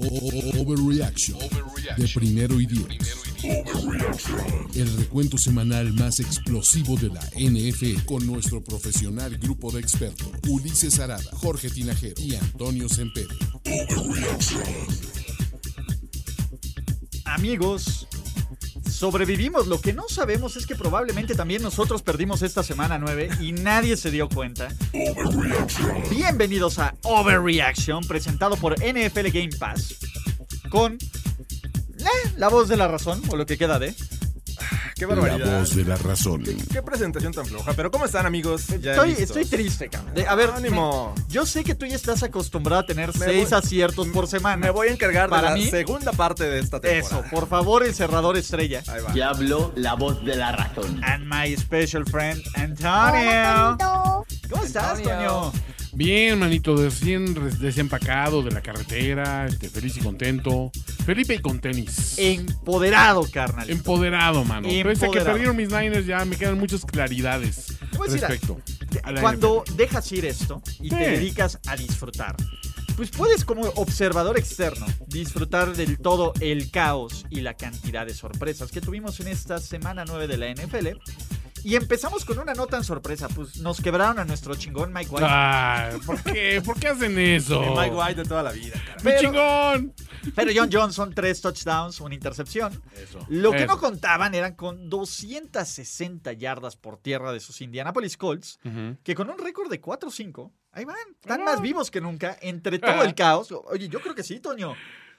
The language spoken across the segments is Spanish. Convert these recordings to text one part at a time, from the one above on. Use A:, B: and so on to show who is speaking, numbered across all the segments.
A: O- o- Overreaction de primero y diez. El recuento semanal más explosivo de la NFL con nuestro profesional grupo de expertos Ulises Arada, Jorge Tinajero y Antonio Sempere.
B: amigos, sobrevivimos. Lo que no sabemos es que probablemente también nosotros perdimos esta semana 9 y nadie se dio cuenta. Bienvenidos a Overreaction, presentado por NFL Game Pass, con eh, la voz de la razón, o lo que queda de.
C: Qué barbaridad.
A: de la razón.
C: Qué, qué presentación tan floja. Pero ¿cómo están, amigos? Ya
B: Estoy,
C: listos.
B: estoy triste, cabrón. De- a ver,
C: Ánimo.
B: me- yo sé que tú ya estás acostumbrado a tener
C: Me
B: seis
C: voy-
B: aciertos por semana.
C: Me voy a encargar
B: Para
C: de la
B: mí-
C: segunda parte de esta
B: Eso,
C: temporada.
B: por favor, el cerrador estrella.
C: Ahí va.
D: Ya habló la voz de la razón.
B: And my special friend,
E: Hola,
B: Antonio.
E: Tonito.
B: ¿Cómo estás, Toño?
C: Antonio?
F: Bien, manito, recién res- desempacado de la carretera, este, feliz y contento. Felipe y con tenis.
B: Empoderado, carnal.
F: Em Empoderado, mano. Pese a que
B: Empoderado.
F: perdieron mis Niners, ya me quedan muchas claridades
B: Pues Te voy a decir
F: respecto. a la
B: Cuando dejas ir esto y te
F: Sí.
B: dedicas a disfrutar, pues puedes como observador externo disfrutar del todo el caos y la cantidad de sorpresas que tuvimos en esta semana 9 de la NFL. Y empezamos con una no tan sorpresa, pues nos quebraron a nuestro chingón Mike
F: NFL.
B: White.
F: Ay, Ah, ¿por qué? ¿Por qué hacen eso?
C: Mi Mike White de toda la vida. cara.
F: ¡Mi
B: Pero-
F: chingón!
B: Pero John Johnson, tres touchdowns, una intercepción. Lo que
F: Eso.
B: no contaban eran con 260 yardas por tierra de sus Indianapolis Colts,
F: Ujú.
B: que con un récord de 4-5, ahí van, están más vivos que nunca, entre todo el caos. Oye, yo creo que sí, Toño.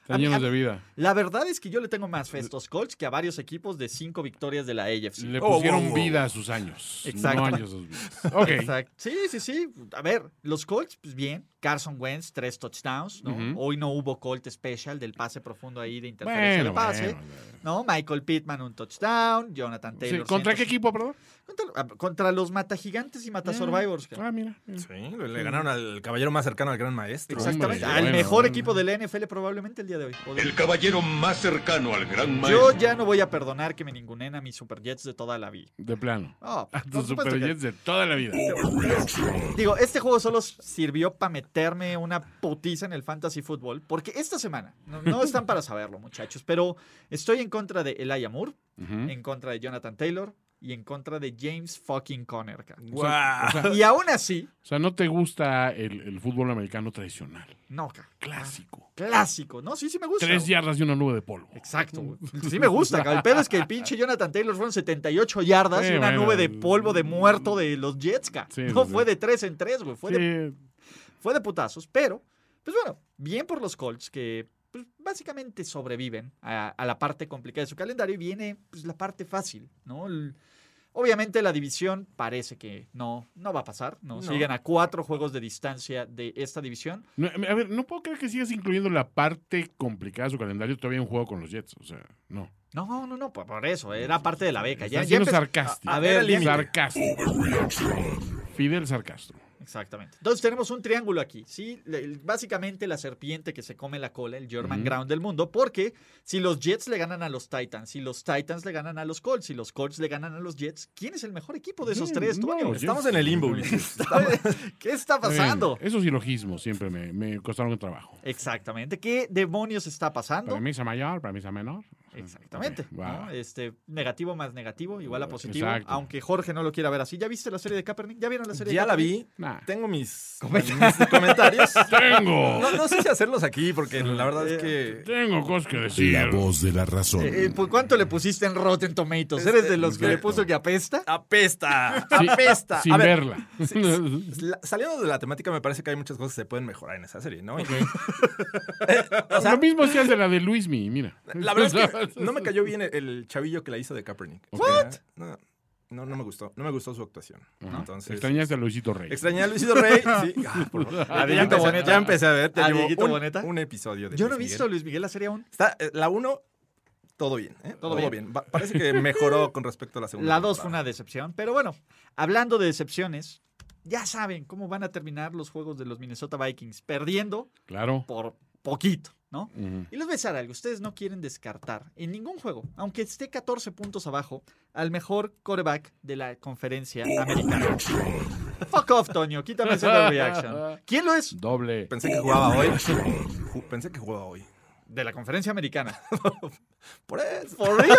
B: A
F: Están
B: mí- a-
F: llenos de vida.
B: La verdad es que yo le tengo más fe a estos Colts que a varios equipos de 5 victorias de la AFC.
F: Le
C: Oh,
F: pusieron
C: wow, wow.
F: vida a sus años.
B: Exacto.
F: No años a sus vidas. Ok.
B: Exacto. Sí, sí, sí. A ver, los Colts, pues bien. Carson Wentz, tres touchdowns. ¿no?
F: Ujú.
B: Hoy no hubo Colt Special del pase profundo ahí de interferencia
F: Bueno,
B: de pase.
F: bueno.
B: ¿no? Michael Pittman, un touchdown. Jonathan
F: Sí,
B: Taylor.
F: ¿Contra qué
B: 100
F: equipo, perdón?
B: Contra, ah, contra los Matagigantes y Mata Survivors.
F: Ah, mira. mira.
C: Sí, le le ganaron al caballero más cercano al gran maestro.
B: Exactamente.
F: Hombre,
B: al
F: bueno,
B: mejor
F: bueno.
B: equipo de la NFL probablemente el día de hoy. O de-
G: El caballero más cercano al gran
B: Yo
G: maestro.
B: ya no voy a perdonar que me ningunen a mis Super Jets de toda la vida.
F: De plano.
B: No,
F: A
B: por
F: Ah, tus
B: supuesto que-
F: superjets de toda la vida.
B: Digo, este juego solo sirvió para meterme una putiza en el fantasy fútbol, porque esta semana, no, no están para saberlo, muchachos, pero estoy en contra de Eli Moore,
F: Ujú.
B: en contra de Jonathan Taylor y en contra de James fucking Conner. cabrón.
C: Wow.
B: Y aún así,
F: O sea, no te gusta el, el fútbol americano tradicional,
B: no, cabrón.
F: clásico.
B: clásico, ¿no? Sí, sí me gusta.
F: Tres
B: güey.
F: yardas y una nube de polvo.
B: Ah. Exacto, güey. Sí me gusta, cabrón. El pedo es que el pinche Jonathan Taylor fueron 78 yardas
F: Sí,
B: y una
F: bueno.
B: nube de polvo de muerto de los Jets, cabrón.
F: Sí,
B: No
F: sí, sí.
B: fue de tres en tres, güey. Fue de
F: Sí,
B: fue de putazos, pero, pues bueno, bien por los Colts que pues, básicamente sobreviven a, a la parte complicada de su calendario y viene pues, la parte fácil, ¿no? El- obviamente la división parece que no, no va a pasar, ¿no?
C: No.
B: Siguen a cuatro juegos de distancia de esta división.
F: no, a ver, no puedo creer que sigas incluyendo la parte complicada de su calendario todavía un juego con los Jets. O sea, no.
B: No, no, no, por, por eso, era parte de la beca. Ya, ya
F: Estás siendo
B: empezó-
F: sarcástico.
B: A, a ver,
C: Era
B: ya-
C: límite.
F: Sarcastro. Fidel Sarcastro.
B: Exactamente. Entonces tenemos un triángulo aquí, ¿sí? Le- el- Básicamente la serpiente que se come la cola, el German
F: Ujú.
B: Ground del mundo, porque si los Jets le ganan a los Titans, si los Titans le ganan a los Colts, si los Colts le ganan a los Jets, ¿quién es el mejor equipo de esos
F: Sí,
B: tres,
F: no,
B: Toño?
F: yo-
C: Estamos en el limbo, Ulises.
B: ¿Qué está pasando?
F: Eh, esos silogismos siempre me, me costaron trabajo.
B: Exactamente. ¿Qué demonios está pasando?
F: Para mí es a mayor, para mí es a menor.
B: Exactamente.
F: Ok, va.
B: ¿no? Este, negativo más negativo, igual a positivo.
F: Exacto.
B: Aunque Jorge no lo quiera ver así. ¿Ya viste la serie de Kaepernick? ¿Ya vieron la serie de
C: Ya la
B: Kaepernick?
C: vi.
F: Nah.
C: Tengo mis, mis comentarios.
F: Tengo.
C: No, no sé si hacerlos aquí, porque la verdad es que.
F: Tengo cosas que decir.
A: La voz de la razón.
B: Eh, eh, ¿Por cuánto le pusiste en Rotten Tomatoes?
C: Este,
B: ¿Eres de los que le
C: Exacto.
B: puso que apesta?
C: ¡Apesta!
F: Sí,
C: ¡Apesta!
F: Sin
C: A ver,
F: verla.
C: la- saliendo de la temática, me parece que hay muchas cosas que se pueden mejorar en esa serie, ¿no?
F: Lo mismo hacías de la de Luismi, mira.
C: La verdad es que no me cayó bien el, el chavillo que la hizo de Kaepernick.
F: ¿What?
C: No, No, no me gustó. No me gustó su actuación. Entonces.
F: Extrañaste a Luisito Rey.
C: Extrañé a Luisito Rey. Sí. Ah, por favor.
B: ¿A
C: Ya
B: Dieguito
C: empecé-
B: Boneta?
C: Ya empecé a ver.
B: ¿A
C: Ya llevo
B: Dieguito
C: un,
B: Boneta?
C: un episodio Ah, de
B: Yo no he
C: Luis
B: visto
C: Miguel.
B: Luis Miguel la serie aún.
C: Está, eh, la 1, todo bien. ¿eh?
B: Todo
C: Todo,
B: bien.
C: bien. Va- parece que mejoró con respecto a la segunda.
B: La 2 fue
C: temporada.
B: una decepción, pero bueno, hablando de decepciones, ya saben cómo van a terminar los juegos de los Minnesota Vikings, perdiendo
F: Claro.
B: por poquito, ¿no?
F: Ujú.
B: Y les voy a decir algo, ustedes no quieren descartar en ningún juego, aunque esté 14 puntos abajo, al mejor coreback de la conferencia americana. Fuck off, Toño, quítame ese de reaction. ¿Quién lo es?
F: Doble.
C: Pensé que jugaba hoy. Ju- Pensé que jugaba hoy.
B: De la conferencia americana.
C: Por eso.
B: ¿For real?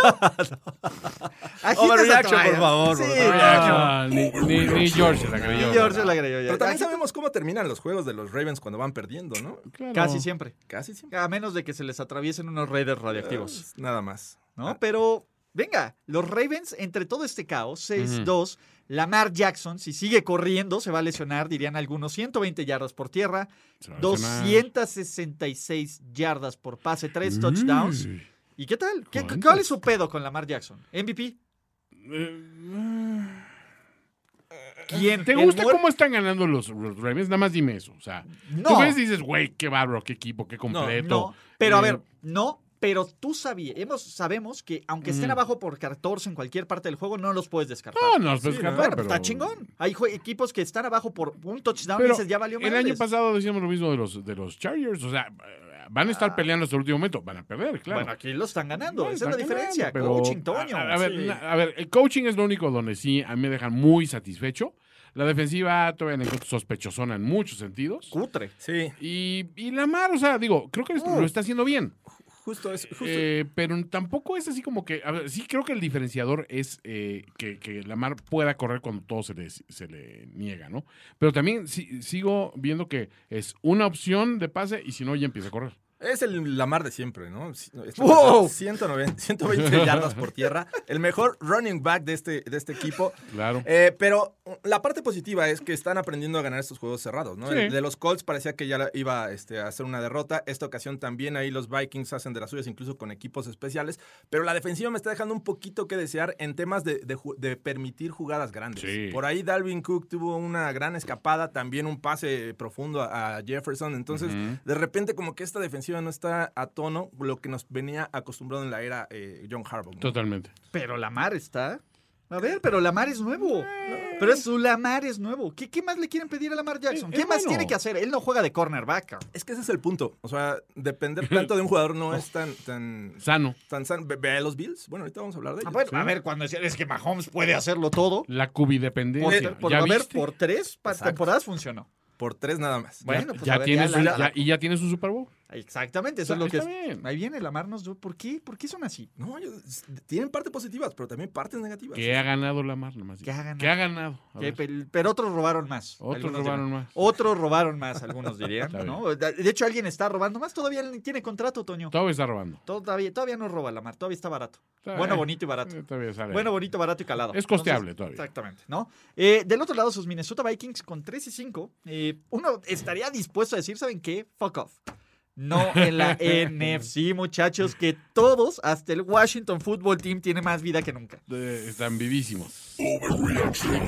B: Agita esa
C: Overreaction,
B: toalla.
C: por favor,
B: Sí,
C: overreaction.
B: no.
F: Ah, ni, ni, ni George se la creyó.
B: Y George se la creyó ya.
C: Pero también
B: Agita-
C: sabemos cómo terminan los juegos de los Ravens cuando van perdiendo, ¿no?
F: Claro.
B: Casi siempre.
C: Casi siempre.
B: A menos de que se les atraviesen unos raiders radioactivos,
C: Ah, Nada más.
B: ¿no? Pero, venga, los Ravens, entre todo este caos, 6-2, Lamar Jackson, si sigue corriendo, se va a lesionar, dirían algunos, 120 yardas por tierra,
F: Se va a lesionar.
B: 266 yardas por pase, 3 touchdowns.
F: Uy.
B: ¿Y qué tal? ¿Qué,
F: ¿Cuántas?
B: ¿Cuál es su pedo con Lamar Jackson? ¿MVP? ¿Quién?
F: ¿Te
B: Eh, ¿El
F: gusta
B: buen-
F: cómo están ganando los, los Ravens? Nada más dime eso. O sea,
B: No.
F: tú ves y dices, güey, qué barro, qué equipo, qué completo.
B: No, pero a
F: Eh,
B: ver, no, pero tú sabíamos, sabemos que aunque
F: Mm.
B: estén abajo por 14 en cualquier parte del juego, no los puedes descartar.
F: No, no, pues,
C: Sí,
F: capaz,
B: Bueno,
F: pero-
B: está chingón. Hay jue- equipos que están abajo por un touchdown y
F: Pero
B: dices, ya valió
F: el
B: madres.
F: año pasado decíamos lo mismo de los, de los Chargers. O sea, van a estar peleando hasta el último momento. Van a perder, claro.
B: Ah. Bueno, aquí lo están ganando.
F: No,
B: Esa es
F: están
B: la diferencia.
F: ganando, pero-
B: Coaching, Toño.
F: A, a ver,
B: sí.
F: na- a ver, el coaching es lo único donde sí a mí me dejan muy satisfecho. La defensiva todavía la encuentro sospechosona en muchos sentidos.
B: Cutre.
C: Sí,
F: Y, y Lamar, o sea, digo, creo que
B: Mm.
F: lo está haciendo bien.
C: justo es. Justo.
F: Eh, pero tampoco es así como que. a ver, sí, creo que el diferenciador es eh, que, que Lamar pueda correr cuando todo se le, se le niega, ¿no? Pero también sí- sigo viendo que es una opción de pase y si no, ya empieza a correr.
C: Es el Lamar de siempre, ¿no? Si- no, esta
B: ¡Wow!
C: temporada, 190, 120 yardas por tierra. El mejor running back de este, de este equipo.
F: Claro.
C: Eh, pero la parte positiva es que están aprendiendo a ganar estos juegos cerrados, ¿no?
F: Sí.
C: El de los Colts parecía que ya la- iba este, a hacer una derrota. Esta ocasión también ahí los Vikings hacen de las suyas, incluso con equipos especiales. Pero la defensiva me está dejando un poquito que desear en temas de, de ju- de permitir jugadas grandes.
F: Sí.
C: Por ahí Dalvin Cook tuvo una gran escapada, también un pase profundo a, a Jefferson. Entonces, de repente, como que esta defensiva no está a tono, lo que nos venía acostumbrado en la era eh, John Harbaugh. ¿no?
F: Totalmente.
B: Pero Lamar está. A
F: Eh,
B: ver, pero Lamar es nuevo. Pero es su Lamar es nuevo. ¿Qué, qué más le quieren pedir a Lamar Jackson?
F: Es-
B: ¿Qué
F: es
B: más
F: Eh, bueno.
B: tiene que hacer? Él no juega de cornerback. Ah, cabrón.
C: Es que ese es el punto. O sea, depender tanto de un jugador no es tan tan
F: Sano.
C: tan san- Ve, ve a los Bills. Bueno, ahorita vamos a hablar de
B: Ah,
C: ellos.
B: bueno, a ver, cuando decían es que Mahomes puede hacerlo todo.
F: La cubidependencia.
B: Por, por-
F: ¿Ya
B: a ver,
F: viste?
B: por tres pa-
C: Exacto.
B: temporadas funcionó.
C: Por tres nada más.
F: Ya-
B: Bueno, pues
F: ya,
B: a ver,
F: tiene
B: ya
F: su-
B: la-
F: ya-
B: la-
F: y ya tiene su Super Bowl.
B: Ah, Exactamente, eso es lo que
F: Está
B: es.
F: bien.
B: Ahí viene la Marnos. ¿Por qué? ¿Por qué son así?
C: No, ellos tienen partes positivas, pero también partes negativas. Eh,
F: Que ha ganado Lamar, nomás. digo.
B: ¿Qué Pues ha ganado?
F: ¿Qué ha ganado? A
B: Que
F: ver.
B: pel- pero otros robaron más.
F: Otros
B: algunos
F: robaron
B: dirán.
F: más.
B: Otros robaron más, algunos dirían.
F: Está
B: ¿no? De de hecho, alguien está robando más. Todavía ni tiene contrato, Toño.
F: Todo está robando.
B: Todavía, todavía no roba la mar. Todavía está barato.
F: Está
B: bueno,
F: bien.
B: bonito y barato.
F: Eh, todavía sale.
B: Bueno, bonito, barato y calado.
F: Es costeable todavía.
B: Exactamente, ¿no? Eh, del otro lado, sus Minnesota Vikings con 3 y 5. eh, uno estaría dispuesto a decir, ¿saben qué? Fuck off. No en la NFC, muchachos, que todos, hasta el Washington Football Team, tiene más vida que nunca.
F: Eh, están vivísimos. Y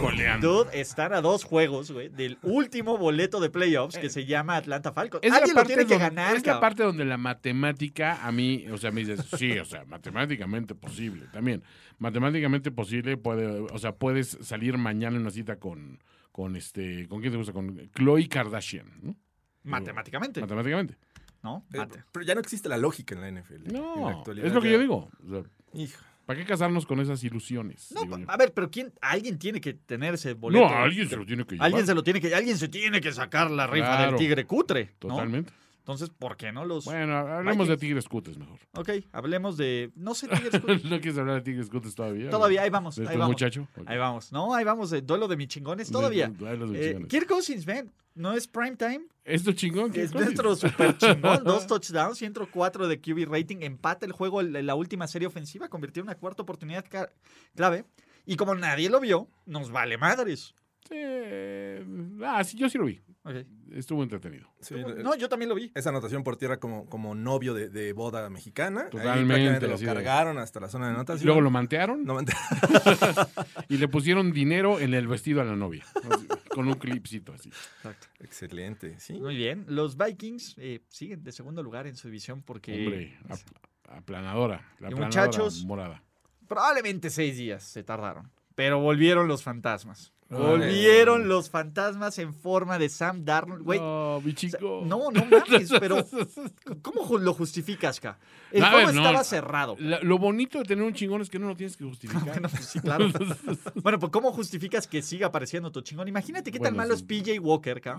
F: coleando.
B: Dude, están a dos juegos, güey, del último boleto de playoffs que se llama Atlanta Falcons.
F: Es la,
B: Alguien lo
F: Eh. parte
B: tiene que
F: donde,
B: ganar,
F: es la
B: cabrón.
F: parte donde la matemática a mí, o sea, me dices, sí, o sea, matemáticamente posible también. Matemáticamente posible, puede, o sea, puedes salir mañana en una cita con, con este, ¿con quién te gusta? Con Chloe Kardashian, ¿no?
B: Matemáticamente,
F: Matemáticamente.
B: ¿no?
C: Eh,
B: Mate.
C: pero ya no existe la lógica en la NFL. en la
F: No,
C: actualidad
F: es lo que
C: ya-
F: yo digo. O sea,
C: Hijo.
F: ¿Para qué casarnos con esas ilusiones?
B: No,
F: pues, Digo yo.
B: a ver, pero ¿quién? Alguien tiene que tener ese boleto.
F: No, alguien se lo tiene que llevar.
B: Alguien se lo tiene que, alguien se tiene que sacar la rifa del
F: Claro.
B: tigre cutre. ¿no?
F: Totalmente.
B: Entonces, ¿por qué no los?
F: Bueno, hablemos de Tigres Cutes mejor.
B: Ok, hablemos de. No sé, tigres cutre.
F: ¿No quieres hablar de Tigres Cutes todavía?
B: Todavía, ahí
F: ¿De
B: vamos.
F: este
B: Ahí vamos.
F: muchacho?
B: Ahí vamos. No, ahí vamos. de duelo de mis chingones todavía.
F: De- de- duelo de mis
B: Eh,
F: chingones.
B: Kirk Cousins, ven. No es prime time.
F: ¿Esto chingón? ¿Qué
B: Es
F: coño?
B: nuestro super chingón. Dos touchdowns, 104 de QB rating. Empata el juego en la última serie ofensiva. Convirtió en una cuarta oportunidad ca- clave. Y como nadie lo vio, nos vale madres.
F: Sí, ah, sí, yo sí lo vi.
B: Ok.
F: Estuvo entretenido.
C: Sí,
B: No, yo también lo vi.
C: Esa anotación por tierra como, como novio de, de boda mexicana. Ahí
F: Totalmente,
C: prácticamente
F: así
C: lo
F: de-
C: cargaron hasta la zona de
B: ¿Ah,
C: anotación.
F: Luego lo mantearon
C: No, mentira.
F: y le pusieron dinero en el vestido a la novia. así, con un clipcito así.
C: Excelente, sí.
B: Muy bien. Los Vikings eh, siguen de segundo lugar en su división porque pues,
F: Hombre, ap- aplanadora. La
B: Y
F: aplanadora
B: muchachos.
F: morada.
B: probablemente seis días se tardaron. Pero volvieron los fantasmas.
F: Ah.
B: Volvieron los fantasmas en forma de Sam Darnold. Güey,
F: No, mi
B: O sea,
F: chico.
B: No, no mames, pero ¿cómo ju- lo justificas, Ka? El
F: A
B: juego
F: ver, no.
B: estaba cerrado.
F: La- lo bonito de tener un chingón es que no lo tienes que justificar.
B: Bueno, pues sí, claro. Bueno, pues ¿cómo justificas que siga apareciendo tu chingón? Imagínate qué tan
F: Bueno,
B: malo
F: sí.
B: es PJ Walker, Ka,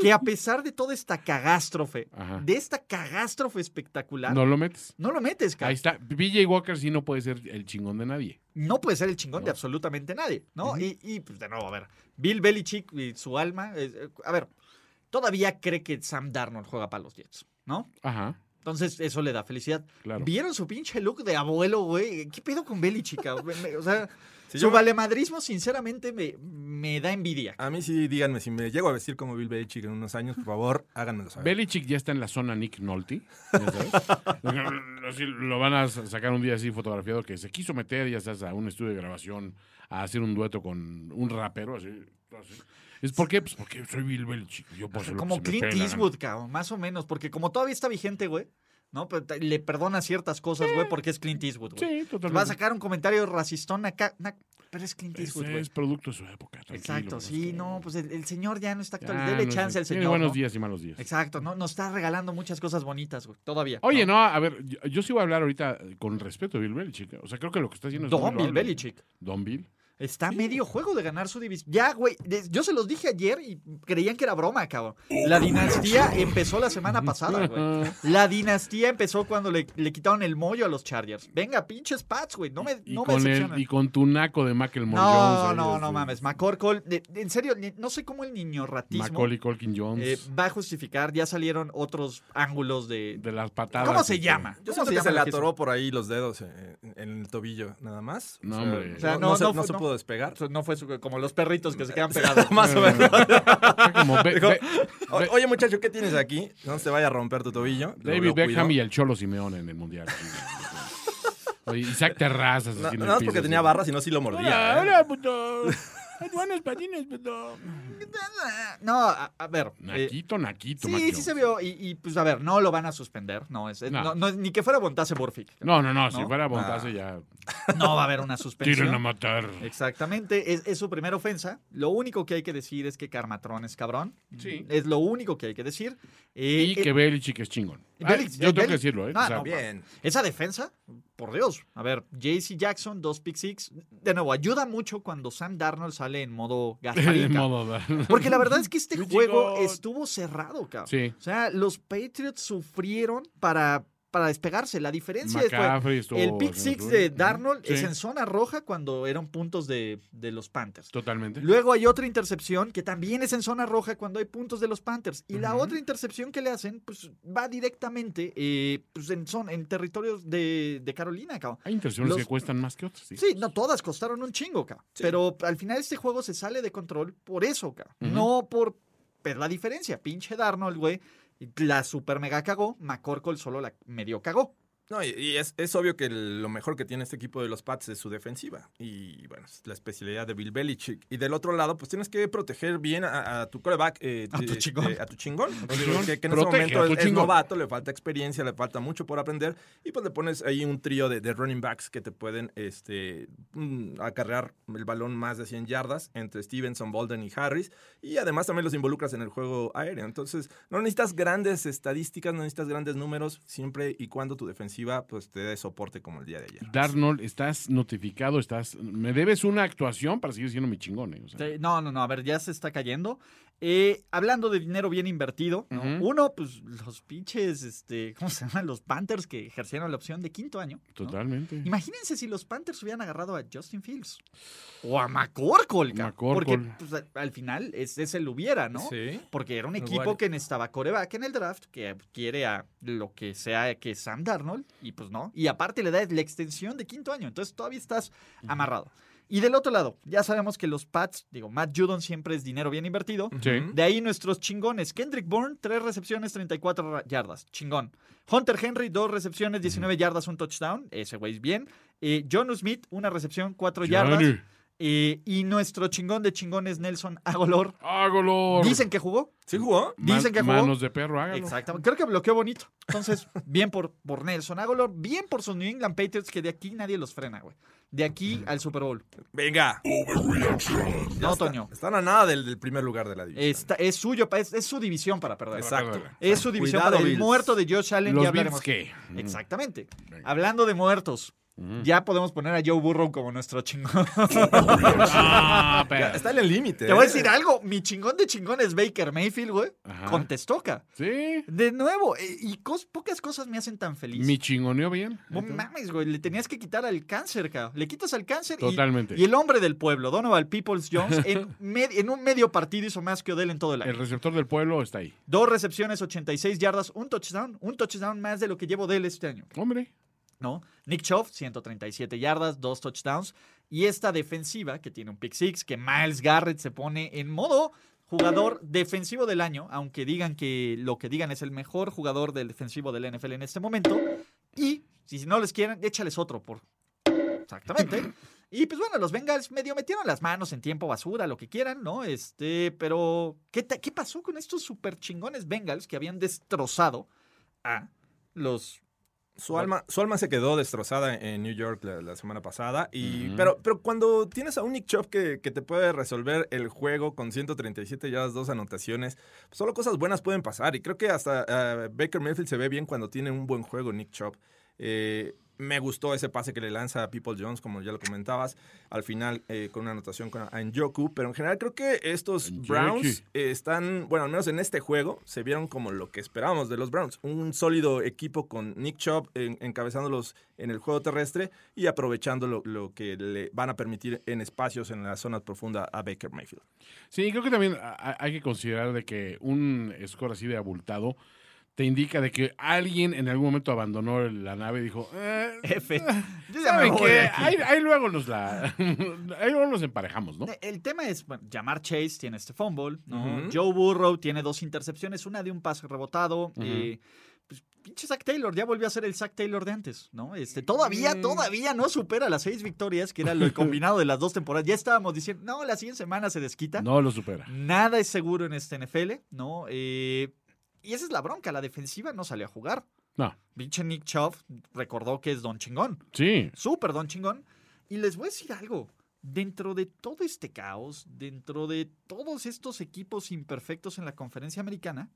B: que a pesar de toda esta cagástrofe,
F: Ajá.
B: de esta cagástrofe espectacular,
F: No
B: no,
F: lo metes.
B: lo metes, Ka.
F: Ahí está. BJ Walker sí no puede ser el chingón de nadie.
B: No puede ser el chingón de
F: No.
B: absolutamente nadie, ¿no? Y, y, pues, de nuevo, a ver, Bill Belichick y su alma, eh, eh, a ver, todavía cree que Sam Darnold juega para los Jets, ¿no?
F: Ajá.
B: Entonces, eso le da felicidad.
F: Claro.
B: ¿Vieron su pinche look de abuelo, güey? ¿Qué pedo con Belly, chica? Me- me- O sea,
C: Sí,
B: su
C: yo-
B: valemadrismo, sinceramente, me, me da envidia.
F: Ah,
C: A mí sí, díganme, si me llego a vestir como Bill Belichick en unos años, por favor, háganmelo saber.
F: Belichick ya está en la zona Nick Nolte. ya sabes. Lo que- así lo van a sacar un día así fotografiado que se quiso meter, ya sabes, a un estudio de grabación a hacer un dueto con un rapero. Así, así. ¿Es por qué? Pues porque soy Bill Belichick. Yo puedo hacer lo que
B: Como
F: pues, se me pegue
B: Clint
F: la
B: Eastwood, cabrón, más o menos. Porque como todavía está vigente, güey, ¿no? Pero te- le perdona ciertas cosas, güey, porque es Clint Eastwood,
F: gana.
B: güey.
F: Sí, totalmente.
B: Va a sacar un comentario racistón acá. na- pero es Clint
F: Ese
B: Eastwood, güey.
F: es producto de su época. tranquilo,
B: Exacto,
F: no
B: sí,
F: es que-
B: no, pues el, el señor ya no está actual.
F: Ya,
B: Dele
F: no es-
B: chance al
F: tiene
B: señor.
F: buenos
B: ¿no?
F: días y malos días.
B: Exacto, ¿no? Nos está regalando muchas cosas bonitas, güey, todavía.
F: Oye, no, a ver, yo, yo sí voy a hablar ahorita con respeto de Bill Belichick. ¿eh? O sea, creo que lo que está haciendo es muy
B: Don Bill
F: loable.
B: Belichick.
F: Don Bill.
B: Está a medio juego de ganar su división. Ya, güey. de- Yo se los dije ayer y creían que era broma, cabrón. La dinastía empezó la semana pasada, güey. La dinastía empezó cuando le, le quitaron el mollo a los Chargers. Venga, pinches Pats, güey. No me,
F: Y,
B: no me
F: con el-
B: decepcionan.
F: y con tu naco de Macklemore Jones.
B: No,
F: ahí,
B: no,
F: este,
B: no mames. McCorkle, de- de- en serio, ni- no sé cómo el niño ratismo
F: Macaulay Culkin Jones.
B: eh, va a justificar. Ya salieron otros ángulos de.
F: de las patadas.
B: Eh, ¿Cómo se
F: este,
B: llama?
C: Yo
B: ¿Cómo
C: siento que se
B: llama
C: le
B: la hizo?
C: atoró por ahí los dedos eh, en el tobillo, nada más.
F: No, hombre.
C: O sea,
F: O
B: sea,
C: no,
B: no-
C: no se,
B: no
C: no
B: fue-
C: se
B: no.
C: pudo despegar.
B: No fue su- como los perritos que se quedan pegados.
C: Más o menos.
F: Fue como Be- Be-
C: O- Oye, muchacho, ¿qué tienes aquí? No se vaya a romper tu tobillo. Lo-
F: David
C: lo cuidó.
F: Beckham y el Cholo Simeón en el Mundial. Oye, Isaac Terrazas.
C: No,
F: así en el
C: nada más porque
F: piso,
C: tenía
F: así.
C: barras y no sí lo mordía. ¿eh?
F: puto. Hay buenos patines, puto.
B: Eh, No, a, a ver. eh,
F: Naquito, naquito. Mac
B: Sí, sí
F: Jones.
B: se vio. Y, y, pues a ver, no lo van a suspender. No, es, eh,
F: No.
B: no. no es- ni que fuera Bontase Burfict.
F: No, no, no. Si
B: ¿No? Ah.
F: fuera Bontazo ya.
B: No va a haber una
F: Tiren a
B: suspensión.
F: matar.
B: Eh, Exactamente, es, es su primera ofensa. Lo único que hay que decir es que Carmatrón es cabrón.
F: Sí.
B: Es lo único que hay que decir. Eh,
F: Y
B: eh,
F: que Belichick es chingón.
B: y
F: Ah,
B: Belichick-
F: yo tengo que
B: Belichick-
F: decirlo, ¿eh?
B: No,
F: O sea,
B: no,
C: Bien.
B: Esa defensa, por Dios. A ver, JC Jackson, dos pick six. De nuevo, ayuda mucho cuando Sam Darnold sale en modo
F: de
B: Gasparín. cabrón.
F: modo de-
B: Porque la verdad es que este
F: Muy
B: juego
F: chingón.
B: estuvo cerrado, cabrón.
F: Sí.
B: O sea, los Patriots sufrieron para, para despegarse. La diferencia es fue-
F: McCaffrey estuvo-
B: el pick six de Darnold
F: Sí,
B: es en zona roja cuando eran puntos de, de los Panthers.
F: Totalmente.
B: Luego hay otra intercepción que también es en zona roja cuando hay puntos de los Panthers. Y la otra intercepción que le hacen, pues va directamente eh, pues, en, zona, en territorios de, de Carolina, cabrón.
F: Hay intercepciones
B: Los-
F: que cuestan más que otras. Sí.
B: Sí, no, todas costaron un chingo, cabrón. Pero al final este juego se sale de control por eso, cabrón.
F: Ujú.
B: No por ver la diferencia. Pinche Darnold, güey. La super mega cagó. McCorkle solo la medio cagó.
C: No, y, y es, es obvio que el- lo mejor que tiene este equipo de los Pats es su defensiva. Y bueno, es la especialidad de Bill Belichick. Y del otro lado, pues tienes que proteger bien a, a tu coreback. eh,
B: A tu
C: de-
B: chingón.
C: de- a tu chingón.
F: chingón.
C: Que, que en
F: Protege
C: este
F: a tu
C: momento es, es
F: chingón.
C: novato, le falta experiencia, le falta mucho por aprender. Y pues le pones ahí un trío de, de running backs que te pueden este, mm, acarrear el balón más de 100 yardas entre Stevenson, Bolden y Harris. Y además también los involucras en el juego aéreo. Entonces, no necesitas grandes estadísticas, no necesitas grandes números, siempre y cuando tu defensiva pues, te dé soporte como el día de ayer.
F: Darnold, estás notificado, estás. Me debes una actuación para seguir siendo mi chingón. eh, o sea.
B: Sí, No, no, no, a ver, ya se está cayendo. Eh, hablando de dinero bien invertido, ¿no?
F: Ujú.
B: uno, pues los pinches, este, ¿cómo se llaman? Los Panthers que ejercieron la opción de quinto año. ¿no?
F: Totalmente.
B: Imagínense si los Panthers hubieran agarrado a Justin Fields o a McCorkle, cabrón, porque
F: McCorkle.
B: pues, a- al final es, es el hubiera, ¿no?
C: Sí.
B: Porque era un
C: Igual.
B: equipo que necesitaba coreback en el draft, que quiere a lo que sea que Sam Darnold, y pues no. Y aparte le da la extensión de quinto año, entonces todavía estás amarrado. Y del otro lado, ya sabemos que los Pats, digo, Matt Judon siempre es dinero bien invertido.
F: Sí.
B: De ahí nuestros chingones. Kendrick Bourne, 3 recepciones, 34 ra- yardas. Chingón. Hunter Henry, 2 recepciones, 19 yardas, un touchdown. Ese güey es bien. Eh, John Smith, una recepción, 4 yardas.
F: Johnny,
B: Eh, y nuestro chingón de chingones, Nelson Agolor.
F: hágalo.
B: Dicen que jugó.
C: ¿Sí jugó?
F: Man-
B: dicen que jugó.
F: Manos de perro, hágalo.
B: Exactamente. Creo que bloqueó bonito. Entonces, bien por, por Nelson Agolor, bien por sus New England Patriots, que de aquí nadie los frena, güey. De aquí al Super Bowl.
C: Venga.
B: No, Toño.
C: Están a nada del, del primer lugar de la división.
B: Está- es suyo, pa- es, es su división para perder.
C: Exacto.
B: Es su división
C: Cuidado,
B: para el
C: Bills.
B: muerto de Josh Allen.
F: Los
B: ya hablaremos.
F: Bills Mm. que.
B: Exactamente. Hablando de muertos,
F: Mm.
B: ya podemos poner a Joe Burrow como nuestro chingón.
F: Ah,
C: Ya,
F: pero.
C: está en el límite.
B: Te voy a
C: ¿eh?
B: decir algo. Mi chingón de chingón es Baker Mayfield, güey.
F: Ajá.
B: Contestó acá.
F: Sí.
B: De nuevo, eh, y cos- pocas cosas me hacen tan feliz.
F: Mi chingoneo bien.
B: No mames, güey. Le tenías que quitar al cáncer, cabrón. Le quitas al cáncer y-
F: Totalmente.
B: Y, el hombre del pueblo, Donovan Peoples Jones, en, med- en un medio partido hizo más que Odell en todo el año.
F: El receptor del pueblo está ahí.
B: Dos recepciones, 86 yardas, un touchdown. Un touchdown más de lo que llevo Odell este año,
F: Hombre.
B: ¿no? Nick Chubb, 137 yardas, dos touchdowns. Y esta defensiva, que tiene un pick six, que Miles Garrett se pone en modo jugador defensivo del año, aunque digan que lo que digan es el mejor jugador del defensivo del NFL en este momento. Y si no les quieren, échales otro por. Exactamente. Y pues bueno, los Bengals medio metieron las manos en tiempo basura, lo que quieran, ¿no? Este, pero ¿qué, ta- qué pasó con estos super chingones Bengals que habían destrozado a los
C: Su alma, su alma se quedó destrozada en New York la, la semana pasada. Y, pero, pero cuando tienes a un Nick Chubb que, que te puede resolver el juego con 137 yardas, dos anotaciones, solo cosas buenas pueden pasar. Y creo que hasta eh, Baker Mayfield se ve bien cuando tiene un buen juego Nick Chubb. Eh, me gustó ese pase que le lanza a People Jones, como ya lo comentabas, al final eh, con una anotación con a Njoku. Pero en general creo que estos
F: Njoku.
C: Browns eh, están, bueno, al menos en este juego, se vieron como lo que esperábamos de los Browns. Un sólido equipo con Nick Chubb en- encabezándolos en el juego terrestre y aprovechando lo, lo que le van a permitir en espacios en la zona profunda a Baker Mayfield.
F: Sí, creo que también a- a- hay que considerar de que un score así de abultado te indica de que alguien en algún momento abandonó la nave y dijo, eh,
B: F. Yo ya me
F: ¿saben
B: voy de
F: qué?
B: aquí.
F: Ahí, ahí luego nos la, ahí luego nos emparejamos, ¿no?
B: Eh, El tema es, bueno, llamar Chase tiene este fumble, ¿no?
C: Ujú.
B: Joe Burrow tiene dos intercepciones, una de un pase rebotado. eh, pues, pinche Zach Taylor, ya volvió a ser el Zach Taylor de antes, ¿no? Este, todavía, todavía no supera las seis victorias, que era lo combinado de las dos temporadas. Ya estábamos diciendo, no, la siguiente semana se desquita.
F: No lo supera.
B: Nada es seguro en este NFL, ¿no? Eh, y esa es la bronca, la defensiva no salió a jugar.
F: No.
B: Pinche Nick Chubb recordó que es don chingón.
F: Sí.
B: Súper don chingón. Y les voy a decir algo. Dentro de todo este caos, dentro de todos estos equipos imperfectos en la conferencia americana,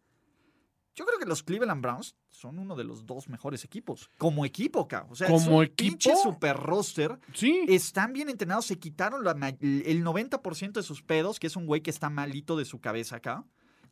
B: yo creo que los Cleveland Browns son uno de los dos mejores equipos. Como equipo, cabrón. O sea,
F: ¿Como
B: es un
F: equipo?
B: pinche super roster.
F: Sí.
B: Están bien entrenados, se quitaron la ma- el 90% de sus pedos, que es un güey que está malito de su cabeza acá.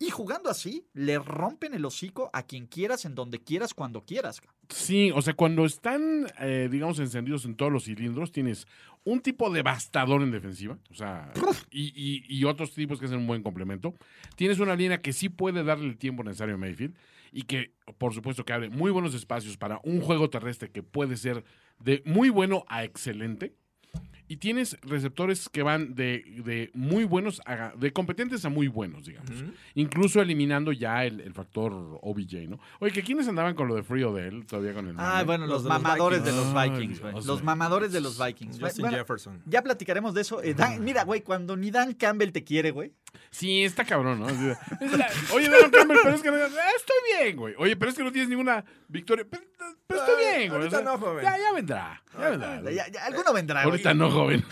B: Y jugando así, le rompen el hocico a quien quieras, en donde quieras, cuando quieras. cabrón.
F: Sí, o sea, cuando están, eh, digamos, encendidos en todos los cilindros, tienes un tipo devastador en defensiva, o sea, y, y- y otros tipos que hacen un buen complemento. Tienes una línea que sí puede darle el tiempo necesario a Mayfield y que, por supuesto, que abre muy buenos espacios para un juego terrestre que puede ser de muy bueno a excelente. Y tienes receptores que van de, de muy buenos, a, de competentes a muy buenos, digamos. Incluso eliminando ya el, el factor OBJ, ¿no? Oye, que ¿quiénes andaban con lo de Frío de él todavía con el
B: Ah,
F: mame?
B: bueno, los,
C: Los de los
B: mamadores de
C: Vikings.
B: los
F: Ay,
B: Vikings, güey.
F: Dios
B: Los
F: mío.
B: mamadores de los Vikings. güey.
C: Justin
B: Bueno,
C: Jefferson.
B: ya platicaremos de eso. Eh,
F: Ah.
B: Dan- mira, güey, cuando ni Dan Campbell te quiere, güey.
F: Sí, está cabrón, ¿no? Así de, es la- oye, Donald Campbell, pero es que no, ah, estoy bien, güey. Oye, pero es que no tienes ninguna victoria. Pero, pero estoy
C: Ay,
F: bien, güey.
C: ahorita no, joven. Ah,
F: ya, ya vendrá. Ya vendrá.
B: Ya- ya- alguno vendrá, güey.
F: Eh, ahorita no, joven.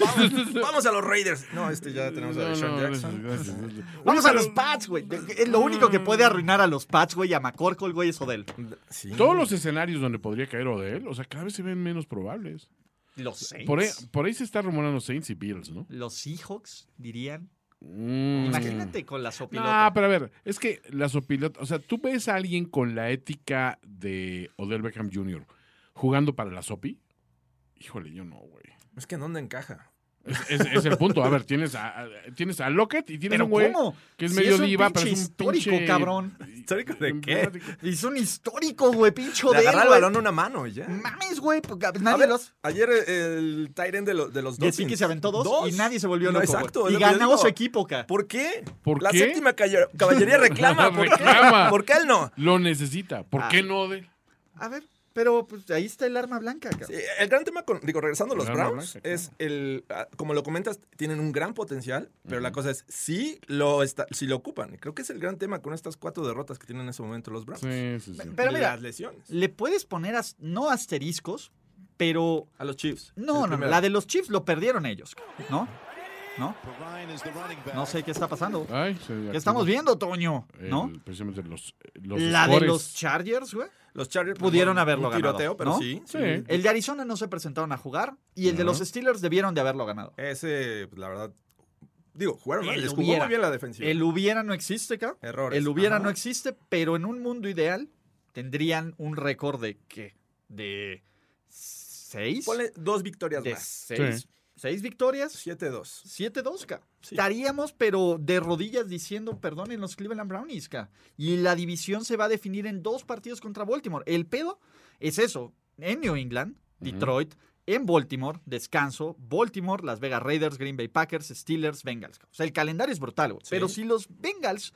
C: Vamos a los Raiders. No, este ya tenemos a
F: No,
C: Deshaun
F: no,
C: Jackson.
F: gracias, gracias.
B: Vamos
F: Oye,
B: a los
F: pero
B: Pats, güey. De- Es lo único que puede arruinar a los Pats, güey, y a McCorkle, güey, es Odell.
C: Sí.
F: Todos los escenarios donde podría caer Odell, o sea, cada vez se ven menos probables.
B: Los Saints.
F: Por e-, ahí, por ahí se está rumorando Saints y Bills, ¿no?
B: Los Seahawks, dirían.
F: Mm.
B: Imagínate con la sopilota.
F: No, pero a ver, es que las opilotas, o sea, tú ves a alguien con la ética de Odell Beckham Jr. jugando para la SOPI. Híjole, yo no, güey.
C: Es que en dónde encaja.
F: Es, es- es el punto. A ver, tienes a, a- tienes a Lockett y tienes
B: ¿Pero
F: un güey
B: cómo?
F: que es
B: Si
F: medio
B: es un
F: diva, pero es
B: pinche
F: un
B: histórico,
F: pinche-
B: cabrón.
C: ¿Histórico de qué?
F: emblemático.
B: Es un histórico, güey, pincho de.
C: Le agarrar el
B: güey.
C: balón a una mano y ya.
B: Mames, güey. pues,
C: A
B: Nadie
C: ver,
B: los.
C: ayer eh, el Tyren de, los de los
B: De
C: Dolphins.
B: Tiki se aventó dos, y nadie se volvió
C: No,
B: loco. güey.
C: exacto, es
B: y
C: lo que yo
B: ganó
C: digo.
B: su equipo, ca.
C: ¿Por qué?
F: ¿Por
C: La
F: qué?
C: séptima calla- caballería reclama. ¿Por,
F: Reclama.
C: Qué? ¿Por qué él no?
F: Lo necesita. ¿Por
B: Ah.
F: qué no? De...
B: A ver, pero pues, ahí está el arma blanca, ca.
C: Sí, El gran tema, con, digo, regresando a los
F: El arma
C: Browns,
F: blanca, claro.
C: es el, ah, como lo comentas, tienen un gran potencial, pero la cosa es si lo, esta- si lo ocupan. Y Creo que es el gran tema con estas cuatro derrotas que tienen en ese momento los Browns.
F: Sí, sí, sí.
B: Pero mira,
C: las lesiones.
B: le puedes poner as- no asteriscos, pero
C: A los Chiefs.
B: No,
C: El
B: no,
C: primero.
B: la de los Chiefs lo perdieron ellos, ¿no? ¿No? No sé qué está pasando.
F: Ay, se
B: ¿Qué
F: activó
B: estamos viendo, Toño?
F: el-
B: ¿no?
F: Precisamente los, los
B: La de
F: scores.
B: los Chargers, güey.
C: Los Chargers
B: Pudieron
C: fueron
B: haberlo
C: un
B: ganado,
C: tiroteo, pero
B: ¿no?
C: sí.
F: Sí.
B: El de Arizona no se presentaron a jugar y el de
F: Ajá.
B: los Steelers debieron de haberlo ganado.
C: Ese, pues, la verdad, digo, jugaron mal.
B: El
C: Les jugó
B: hubiera.
C: muy bien la defensiva.
B: El hubiera no existe, cabrón.
C: Errores.
B: El hubiera
C: Ajá.
B: no existe, pero en un mundo ideal tendrían un récord de ¿qué? De seis.
C: Ponle dos victorias
B: De
C: más.
B: seis.
F: Sí.
B: Seis victorias.
C: 7-2.
B: 7-2, ca.
C: Sí.
B: Estaríamos, pero de rodillas diciendo, perdón, en los Cleveland Brownies, ca. Y la división se va a definir en dos partidos contra Baltimore. El pedo es eso. En New England, Detroit, en Baltimore, descanso, Baltimore, Las Vegas Raiders, Green Bay Packers, Steelers, Bengals. ca. O sea, el calendario es brutal, güey. Pero si los Bengals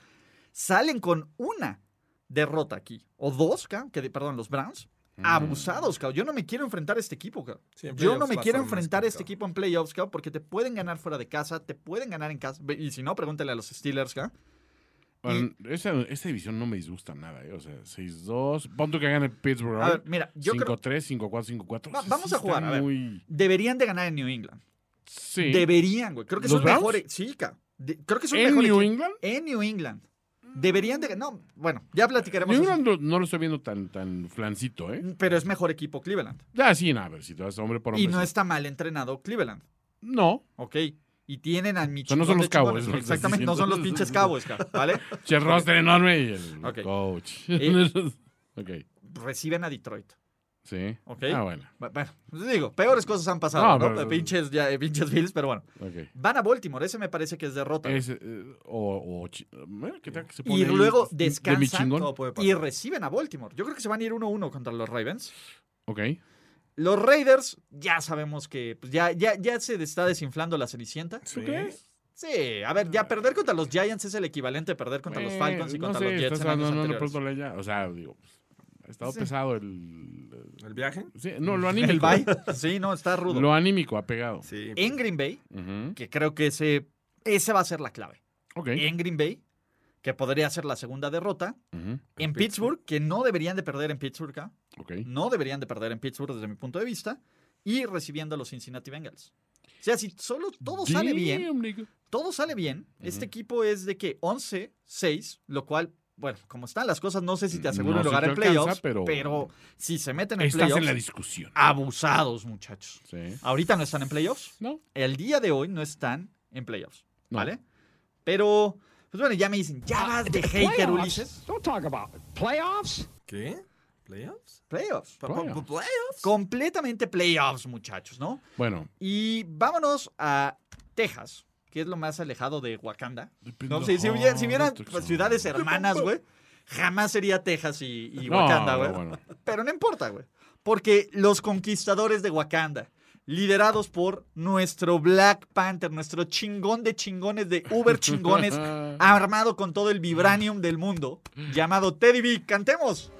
B: salen con una derrota aquí, o dos, ca, que, de- perdón, los Browns, abusados, ca. Yo no me quiero enfrentar a este equipo, ca.
C: Sí, en
B: Yo no
C: playoffs
B: me
C: va a
B: quiero
C: estar más
B: enfrentar a este
C: complicado.
B: equipo en playoffs, cabrón, porque te pueden ganar fuera de casa, te pueden ganar en casa. Ve- Y si no, pregúntale a los Steelers, cabrón.
F: Bueno, esa, esa división no me disgusta nada, ¿eh? O sea, 6-2. Pon tú que gane Pittsburgh. ¿eh?
B: A ver, mira, yo creo
F: 5-3, 5-4, 5-4.
B: Va-
F: O sea,
B: vamos a
F: está
B: jugar, a ver.
F: muy-
B: deberían de ganar en New England.
F: Sí.
B: Deberían, güey. Creo que
F: ¿Los
B: son
F: Browns?
B: mejores. Sí, cabrón. De- Creo que son
F: ¿En
B: mejores.
F: New England?
B: En New England. Deberían de ganar. No, bueno, ya platicaremos.
F: New
B: eso. mm,
F: England no, no lo estoy viendo tan, tan flancito, ¿eh?
B: Pero es mejor equipo Cleveland.
F: Ah, sí, nada, a ver, si te vas hombre por hombre.
B: Y no
F: sí.
B: está mal entrenado Cleveland.
F: No,
B: ¿Ok? Y tienen a mi
F: sea, no son los Cowboys, lo que estás
B: Exactamente, no son los pinches Cowboys, cabrón, ¿vale?
F: che, roster enorme y el
B: Ok.
F: coach.
B: Eh.
F: ok,
B: Reciben a Detroit.
F: sí.
B: Ok.
F: Ah, bueno,
B: Bu- Bueno, les digo, peores cosas han pasado,
F: No,
B: ¿no?
F: pero-
B: Pinches, ya, eh, pinches Bills, pero bueno.
F: ok.
B: Van a Baltimore, ese me parece que es derrota.
F: Ese, eh, o, o chi- bueno, ¿qué tal que se pone
B: y
F: ahí
B: luego
F: de mi
B: descansan
F: chingón?
C: Todo puede pasar.
B: y reciben a Baltimore. Yo creo que se van a ir 1-1 contra los Ravens.
F: Ok.
B: Los Raiders, ya sabemos que pues, ya, ya, ya se está desinflando la cenicienta.
F: ¿Tú crees?
B: Sí, a ver, ya perder contra los Giants es el equivalente a perder contra los
F: Eh,
B: Falcons y
F: no
B: contra
F: sé,
B: los Jets
F: estás
B: en años
F: hablando de
B: anteriores.
F: Pronto Leia, O sea, digo, ha estado
B: Sí.
F: pesado el...
C: ¿El viaje?
F: sí, no, lo
B: El
F: anímico.
B: bye, sí, no, está rudo.
F: Lo anímico ha pegado.
C: Sí.
B: En Green Bay,
F: Ujú.
B: que creo que ese, ese va a ser la clave.
F: Ok.
B: En Green Bay, que podría ser la segunda derrota,
F: Ujú.
B: En Pittsburgh, que no deberían de perder en Pittsburgh, ¿ah?
F: Ok.
B: no deberían de perder en Pittsburgh desde mi punto de vista, y recibiendo a los Cincinnati Bengals. O sea, si solo todo sale bien,
F: Damn, nigga.
B: todo sale bien, este equipo es de que 11-6, lo cual, bueno, como están las cosas, no sé si te aseguro
F: Mm, No
B: un
F: sé
B: lugar
F: si
B: en
F: alcanza,
B: playoffs, pero...
F: pero-
B: si se meten en
F: Estás en la
B: playoffs,
F: discusión.
B: abusados, muchachos.
F: Sí.
B: Ahorita no están en playoffs,
F: No.
B: el día de hoy no están en playoffs,
F: No. Ah,
B: ¿vale? Pero, pues bueno, ya me dicen, ya vas de hater, Ulises.
E: Don't talk about it. playoffs.
C: ¿Qué? ¿Playoffs?
B: Playoffs.
C: Pa- pa- pa- ¿Playoffs?
B: completamente playoffs, muchachos, ¿no?
F: Bueno.
B: Y vámonos a Texas, que es lo más alejado de Wakanda.
F: Depende-
B: ¿no? Si, si hubiera- si hubieran
F: Texas.
B: pues, ciudades hermanas, güey, jamás sería Texas y, y
F: No,
B: Wakanda,
F: no,
B: güey.
F: bueno.
B: Pero no importa, güey. Porque los conquistadores de Wakanda, liderados por nuestro Black Panther, nuestro chingón de chingones de Uber chingones, armado con todo el vibranium del mundo, llamado Teddy B. ¡Cantemos!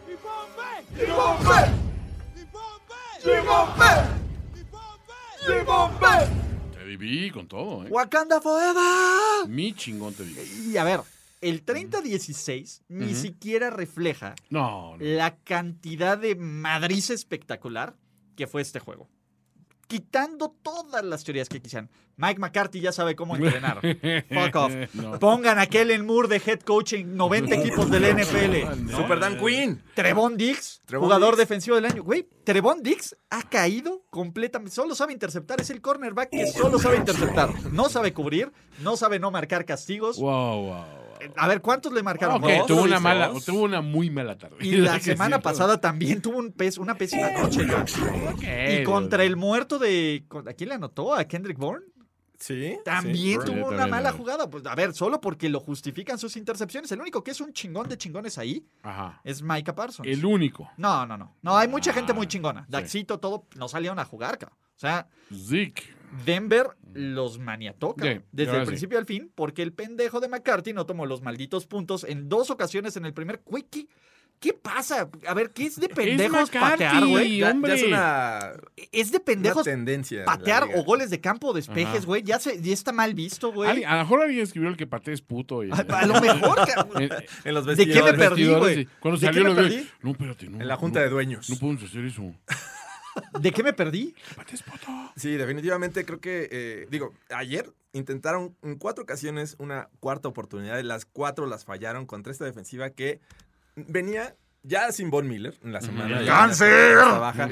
F: Te diví con todo, ¿eh?
B: ¡Wakanda Forever!
F: Mi chingón te diví.
B: Y a ver, el 30-16 ni siquiera refleja
F: No, no.
B: la cantidad de madriz espectacular que fue este juego. Quitando todas las teorías que quisieran. Mike McCarthy ya sabe cómo entrenar. Fuck off.
F: No.
B: Pongan a Kellen Moore de head coach en 90 equipos del NFL. ¿no?
C: Super Dan Quinn.
B: Trevon Dix,
C: Trevon
B: jugador
C: Diggs.
B: defensivo del año. Güey, Trevon Dix ha caído completamente. Solo sabe interceptar. Es el cornerback que solo sabe interceptar. No sabe cubrir, no sabe no marcar castigos.
F: Wow, wow, wow.
B: A ver, ¿cuántos le marcaron?
F: Ok,
B: Dos.
F: tuvo
C: lo
F: una
C: hizo.
F: mala, tuvo una muy mala tarde.
B: Y la
F: Que sí,
B: semana
F: no.
B: pasada también tuvo un pez, una pésima noche. ¿no?
F: Ok,
B: Y contra
F: no,
B: el muerto de. ¿A quién le anotó? ¿A Kendrick Bourne?
C: Sí.
B: También
F: Sí,
B: tuvo
F: yo
B: una
F: también,
B: mala
F: eh.
B: jugada. Pues, a ver, solo porque lo justifican sus intercepciones. El único que es un chingón de chingones ahí
F: Ajá.
B: es Micah Parsons.
F: El único.
B: No, no, no. No, hay mucha
F: Ah,
B: gente muy chingona.
F: sí.
B: Daxito, todo, no salieron a jugar, cabrón. O sea,
F: Zeke.
B: Denver los maniató, cabrón,
F: Sí,
B: desde
F: ahora
B: el
F: sí.
B: principio al fin, porque el pendejo de McCarthy no tomó los malditos puntos en dos ocasiones en el primer. Güey, ¿qué, qué pasa? A ver, ¿qué es de pendejos
F: McCarthy.
B: patear, güey?
C: Ya,
F: hombre.
C: ya es una,
B: Es de
C: una
B: pendejos
C: tendencia. en la
B: patear
C: liga.
B: o goles de campo o despejes,
F: Ajá.
B: güey. Ya, se- ya está mal visto, güey.
F: Alguien- a lo mejor alguien escribió el que patees puto. y- eh,
B: A, a lo mejor, cabrón.
F: en-
C: En los
B: ¿De qué me
C: vestidores.
B: perdí?
F: vestidores,
B: güey.
F: y Cuando
B: ¿De qué
F: salió
B: me
F: lo veo.
B: perdí?
F: No, espérate, no.
C: En la junta
F: no,
C: de dueños.
F: No podemos hacer eso.
B: ¿de qué me perdí?
F: Patees puto.
C: Sí, definitivamente creo que, eh, digo, ayer intentaron en cuatro ocasiones una cuarta oportunidad y las cuatro las fallaron contra esta defensiva que venía ya sin Von Miller en la semana.
F: ¡El
C: ya en la temporada baja.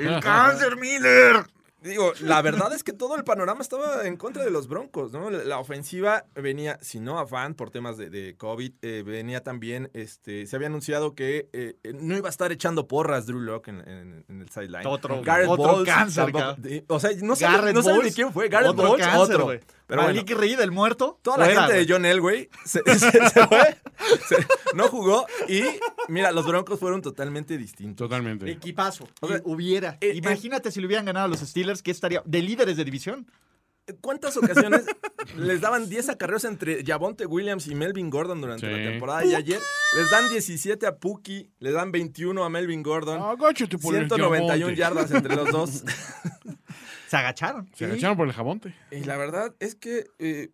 B: Miller!
C: Digo, la verdad es que todo el panorama estaba en contra de los Broncos, ¿no? La, la ofensiva venía, si no a Van por temas de, de COVID, eh, venía también, este, se había anunciado que eh, eh, no iba a estar echando porras Drew Locke en, en- en el sideline.
B: Otro-
C: Garrett
B: otro
C: Bowles
B: cáncer,
C: tampoco-
B: cabrón.
C: de- o sea, no
B: Garrett
C: saben no saben ni
B: Bowles,
C: quién fue. Garrett
B: otro
C: Bowles,
B: cáncer,
C: otro.
B: güey.
C: Pero bueno.
B: Malik Reed, el muerto.
C: Toda la
B: fuera,
C: gente
B: güey.
C: de John Elway se, se- se fue, se- no jugó y mira, los Broncos fueron totalmente distintos.
F: Totalmente.
B: Equipazo.
C: O sea,
B: Y hubiera.
C: eh, eh.
B: Imagínate si le hubieran ganado a los Steelers, que estaría de líderes de división.
C: ¿Cuántas ocasiones les daban 10 acarreos entre Javonte Williams y Melvin Gordon durante
F: Sí.
C: la temporada? Y ayer les dan 17 a Puki, les dan 21 a Melvin
B: Ah,
C: Gordon.
F: Agáchate por el
C: 191
F: jabonte.
C: yardas entre los dos.
B: Se agacharon.
F: Se agacharon por el jabonte.
C: Y la verdad es que eh,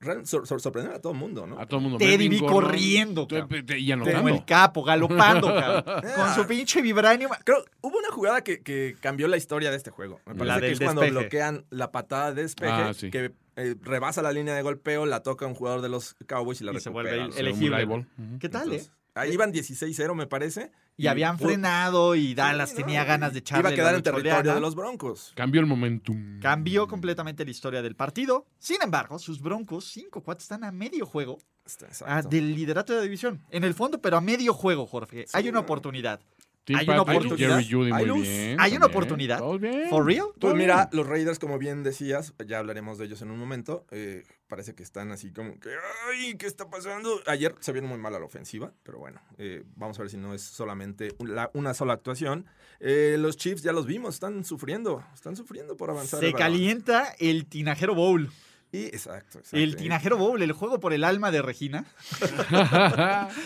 C: real- sor- sor- sorprendieron a todo el mundo, ¿no?
B: Ah.
F: A todo el mundo.
B: Teddy
F: Melvin
B: vi
F: Gordon,
B: corriendo,
F: te-
B: cabrón.
F: te- Y
B: Como el
F: anotando.
B: capo, galopando, cabrón. Con su pinche vibranium.
C: Creo, hubo una jugada que, que cambió la historia de este juego. Me
F: La
C: parece que
B: del
C: es cuando
B: despeje.
C: bloquean la patada de despeje,
F: Ah, sí.
C: que eh, rebasa la línea de golpeo, la toca un jugador de los Cowboys y la
B: Y se
C: recupera.
B: vuelve
C: ¿no?
F: Según
B: elegible.
F: Live Ball. Ujú.
B: ¿Qué tal, eh?
C: Entonces, Ahí iban 16-0, me parece.
B: Y habían
C: Pu-
B: frenado y Dallas
C: Sí, no,
B: tenía ganas de echarle
C: Iba a quedar
B: la
C: en territorio
B: lucholeana.
C: de los Broncos.
F: Cambió el momentum.
B: Cambió completamente la historia del partido. Sin embargo, sus broncos 5-4 están a medio juego
C: Está-
B: ah,
C: Este, exacto.
B: del liderato de la división. En el fondo, pero a medio juego, Jorge. Hay una oportunidad.
F: Tim
B: Hay una
F: Patrick y
B: oportunidad.
F: Jerry Judy muy
C: Hay luz.
F: bien.
B: Hay una
F: también.
B: oportunidad.
F: Todo bien.
B: ¿For real?
C: Pues
F: Todo
C: mira,
F: bien.
C: los Raiders, como bien decías, ya hablaremos de ellos en un momento. eh, parece que están así como que, ¡ay! ¿Qué está pasando? Ayer se vieron muy mal a la ofensiva, pero bueno, eh, vamos a ver si no es solamente un- la- una sola actuación. Eh, los Chiefs ya los vimos, están sufriendo, están sufriendo por avanzar. el
B: Se
C: balón.
B: calienta el Tinajero Bowl.
C: Y, exacto, exacto.
B: El Tinajero Bowl, el juego por el alma de Regina.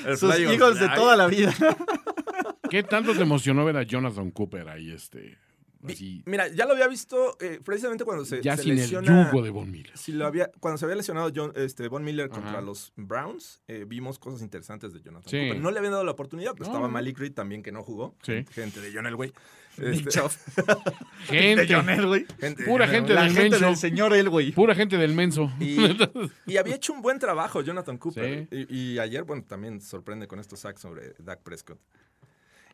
C: El
B: Sus
C: fly on
B: hijos de
C: fly.
B: toda la vida.
F: ¿Qué tanto te emocionó ver a Jonathan Cooper ahí, este?
C: Vi-
F: Así.
C: Mira, ya lo había visto eh, precisamente cuando se,
F: Ya
C: se
F: sin el
C: lesiona.
F: yugo de Von Miller.
C: Si lo había, cuando se había lesionado John, este, Von Miller contra
F: Ajá.
C: los Browns, eh, vimos cosas interesantes de Jonathan
F: Sí.
C: Cooper. No le habían dado la oportunidad, pero
F: No,
C: estaba
F: no.
C: Malik Reed también que no jugó.
F: Sí.
C: Gente de John Elway.
B: Nick
C: Este,
B: Chubb, de John
F: Gente.
B: Elway.
C: gente de
F: Pura
C: John
F: gente
C: Elway.
B: La
F: del
B: gente
F: menso.
B: del señor Elway.
F: Pura gente del menso.
C: Y, y había hecho un buen trabajo Jonathan Cooper. Y, y ayer, bueno, también sorprende con estos sacks sobre Dak Prescott.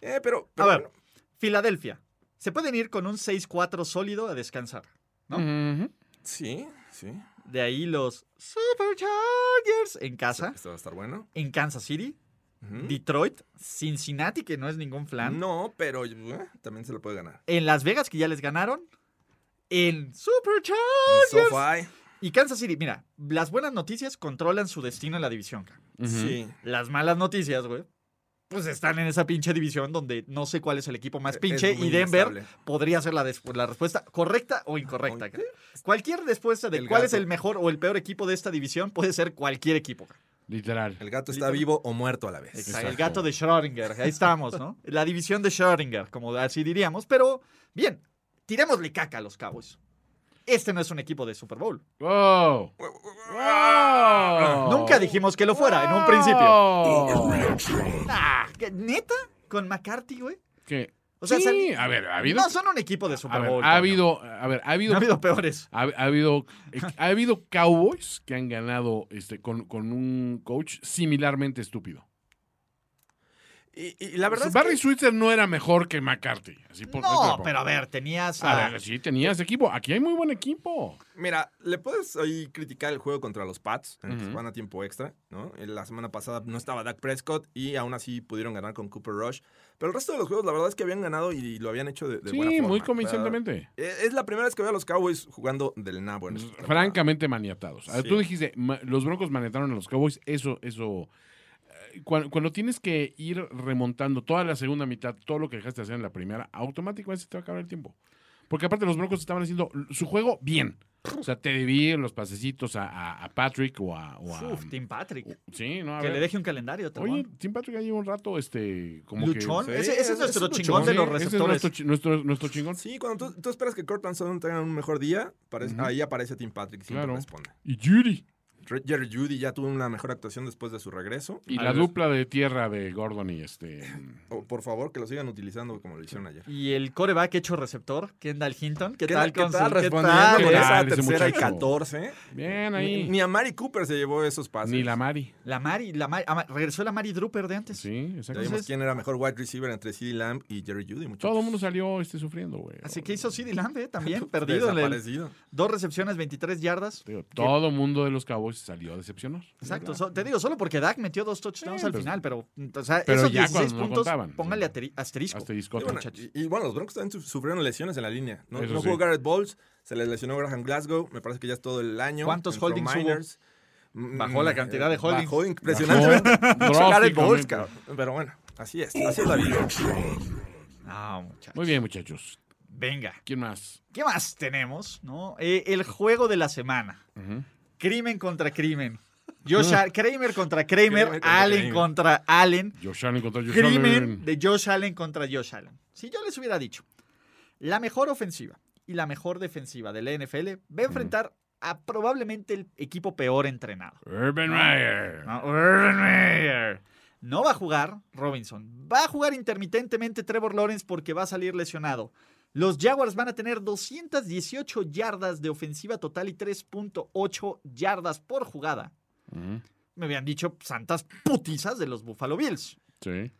C: Eh, pero, pero
B: ver.
C: bueno,
B: Filadelfia. Se pueden ir con un 6-4 sólido a descansar. ¿no?
F: Ujú.
C: sí, sí.
B: De ahí los Superchargers en casa,
C: Esto va a estar bueno.
B: en Kansas City,
C: Ujú.
B: Detroit, Cincinnati, que no es ningún flan.
C: No, pero eh, también se lo puede ganar.
B: En Las Vegas, que ya les ganaron. En
C: En
B: Superchargers.
C: SoFi.
B: Y Kansas City, mira, las buenas noticias controlan su destino en la división. cabrón.
C: Sí.
B: Las malas noticias, güey, pues están en esa pinche división donde no sé cuál es el equipo más
C: Es
B: pinche
C: muy
B: y Denver
C: inestable.
B: podría ser la, des- la respuesta correcta o incorrecta.
C: Oye,
B: cabrón. Cualquier respuesta de
C: El
B: cuál es
C: gato.
B: el mejor o el peor equipo de esta división puede ser cualquier equipo. cabrón.
F: Literal.
C: El gato está vivo o muerto a la vez.
B: Exacto. El
F: Exacto.
B: gato de Schrödinger. Ahí estamos, ¿no? La división de Schrödinger, como así diríamos. Pero, bien, tirémosle caca a los Cowboys. Este no es un equipo de Super Bowl.
F: Wow. Wow.
B: Nunca dijimos que lo fuera en un principio.
F: principio.
B: Ah, ¿qué- ¿Neta? ¿Con McCarthy, güey?
F: ¿Qué?
B: O sea,
F: sí,
B: sal-
F: a ver, ha habido.
B: No son un equipo de
F: a
B: Super
F: ver,
B: Bowl.
F: ha
B: coño.
F: habido, a ver, ha habido,
B: No ha habido peores.
F: ha, ha habido, eh, ha habido Cowboys que han ganado este con, con un coach similarmente estúpido.
C: Y, y la verdad es
F: Barry
C: que
F: Switzer no era mejor que McCarthy. Así por- ahí te la
B: No,
F: pongo.
B: pero a ver, tenías a...
F: A ver, sí, tenía ese equipo. Aquí hay muy buen equipo.
C: Mira, le puedes ahí criticar el juego contra los Pats, en el que se
F: Ujú.
C: van a tiempo extra, ¿no? En La semana pasada no estaba Dak Prescott y aún así pudieron ganar con Cooper Rush. Pero el resto de los juegos, la verdad es que habían ganado y lo habían hecho de, de
F: sí,
C: buena forma.
F: muy
C: O sea, e,
F: convincentemente.
C: es es la primera vez que veo a los Cowboys jugando del nabo. en esta temporada.
F: Pues, francamente maniatados. A ver,
C: Sí.
F: Tú dijiste, ma- los Broncos maniataron a los Cowboys, eso, eso. eh, cuan- Cuando, tienes que ir remontando toda la segunda mitad, todo lo que dejaste de hacer en la primera, automáticamente se te va a acabar el tiempo. Porque aparte los Broncos estaban haciendo su juego bien. O sea, te dividen los pasecitos a, a- a Patrick o a... o a-
B: Uf, Tim Patrick.
F: sí, no, a
B: que
F: ver.
B: le deje un calendario,
F: Oye,
B: Trevon.
F: Tim Patrick ya lleva un rato, este, como
B: Luchón.
C: sí,
B: ese, ese
C: ese
B: es nuestro
C: es un
B: chingón
F: que...
B: de los
F: Sí, ese es
B: receptores.
F: nuestro, chi- nuestro, nuestro chingón.
C: Sí, cuando tú, tú esperas que Cortland Sutton tenga un mejor día, parece- ahí aparece Tim Patrick y siempre
F: Claro.
C: responde.
F: Y Judy.
C: Re- Jerry Judy ya tuvo una mejor actuación después de su regreso.
F: Y
B: A
F: la
B: ver.
F: dupla de tierra de Gordon y este...
C: Oh, por favor, que lo sigan utilizando como lo hicieron ayer.
B: Y el coreback hecho receptor, Kendall Hinton. ¿Qué,
C: ¿Qué
B: tal,
C: tal, qué tal
B: Consul? ¿Qué
C: respondiendo
B: tal,
C: con
B: eh?
F: ¿Qué
C: esa
F: tal ese
C: tercera y
F: muchacho?
C: 14?
F: Bien
C: Ni,
F: ahí.
C: ni a Mari Cooper se llevó esos pases.
F: Ni la Mari.
B: La Mari, la Mari- ama- regresó la Mari Drooper de antes.
F: Sí,
C: Ya
F: exacto.
C: vimos
B: Entonces- pues,
C: quién era mejor wide receiver entre CeeDee Lamb y Jerry Judy, muchachos.
F: Todo el mundo salió este, sufriendo, güey.
B: Así que hizo CD Lamb, eh, también, perdido. en el-
C: Desaparecido.
B: dos recepciones, 23 yardas.
F: Digo, todo el mundo de los Cowboys salió a decepcionar.
B: Exacto, so- te digo, solo porque Dak metió dos touchdowns
F: Sí,
B: al
F: pues-
B: final, pero o sea,
F: Pero
B: esos
F: ya
B: 16
F: cuando no
B: puntos,
F: contaban.
B: póngale ateri- asterisco.
F: Hasta
C: Y
F: discote,
C: bueno,
F: muchachos.
C: y- y bueno, los Broncos también su- sufrieron lesiones en la línea. No,
F: Eso
C: No
F: sí.
C: jugó Garrett Bowles, se les lesionó Graham Glasgow, me parece que ya es todo el año.
B: ¿Cuántos
C: Entró
B: holdings hubo?
C: Mm,
B: Bajó la cantidad de holdings.
C: Bajó impresionantemente.
F: Bajó
C: Garrett Bowles,
F: drásticamente.
C: cabrón. Pero bueno, así es, así es la vida.
B: Ah, muchachos.
F: Muy bien, muchachos.
B: Venga,
F: ¿Quién más?
B: ¿qué más tenemos? ¿No? Eh, el juego de la semana.
F: Ujú. Ah.
B: Crimen contra crimen. Josh Al- Kramer contra Kramer,
C: Kramer contra
B: Allen
C: Kramer.
B: contra Allen.
F: Josh Allen contra Josh
B: Crimen
F: Allen.
B: de Josh Allen contra Josh Allen. Si yo les hubiera dicho, la mejor ofensiva y la mejor defensiva de la NFL va a enfrentar a probablemente el equipo peor entrenado.
F: Urban
B: Ah.
F: Meyer.
B: ¿no? Urban Meyer. No va a jugar Robinson. Va a jugar intermitentemente Trevor Lawrence porque va a salir lesionado. Los Jaguars van a tener 218 yardas de ofensiva total y 3.8 yardas por jugada.
F: Ujú.
B: Me habían dicho santas putizas de los Buffalo Bills.
F: Sí.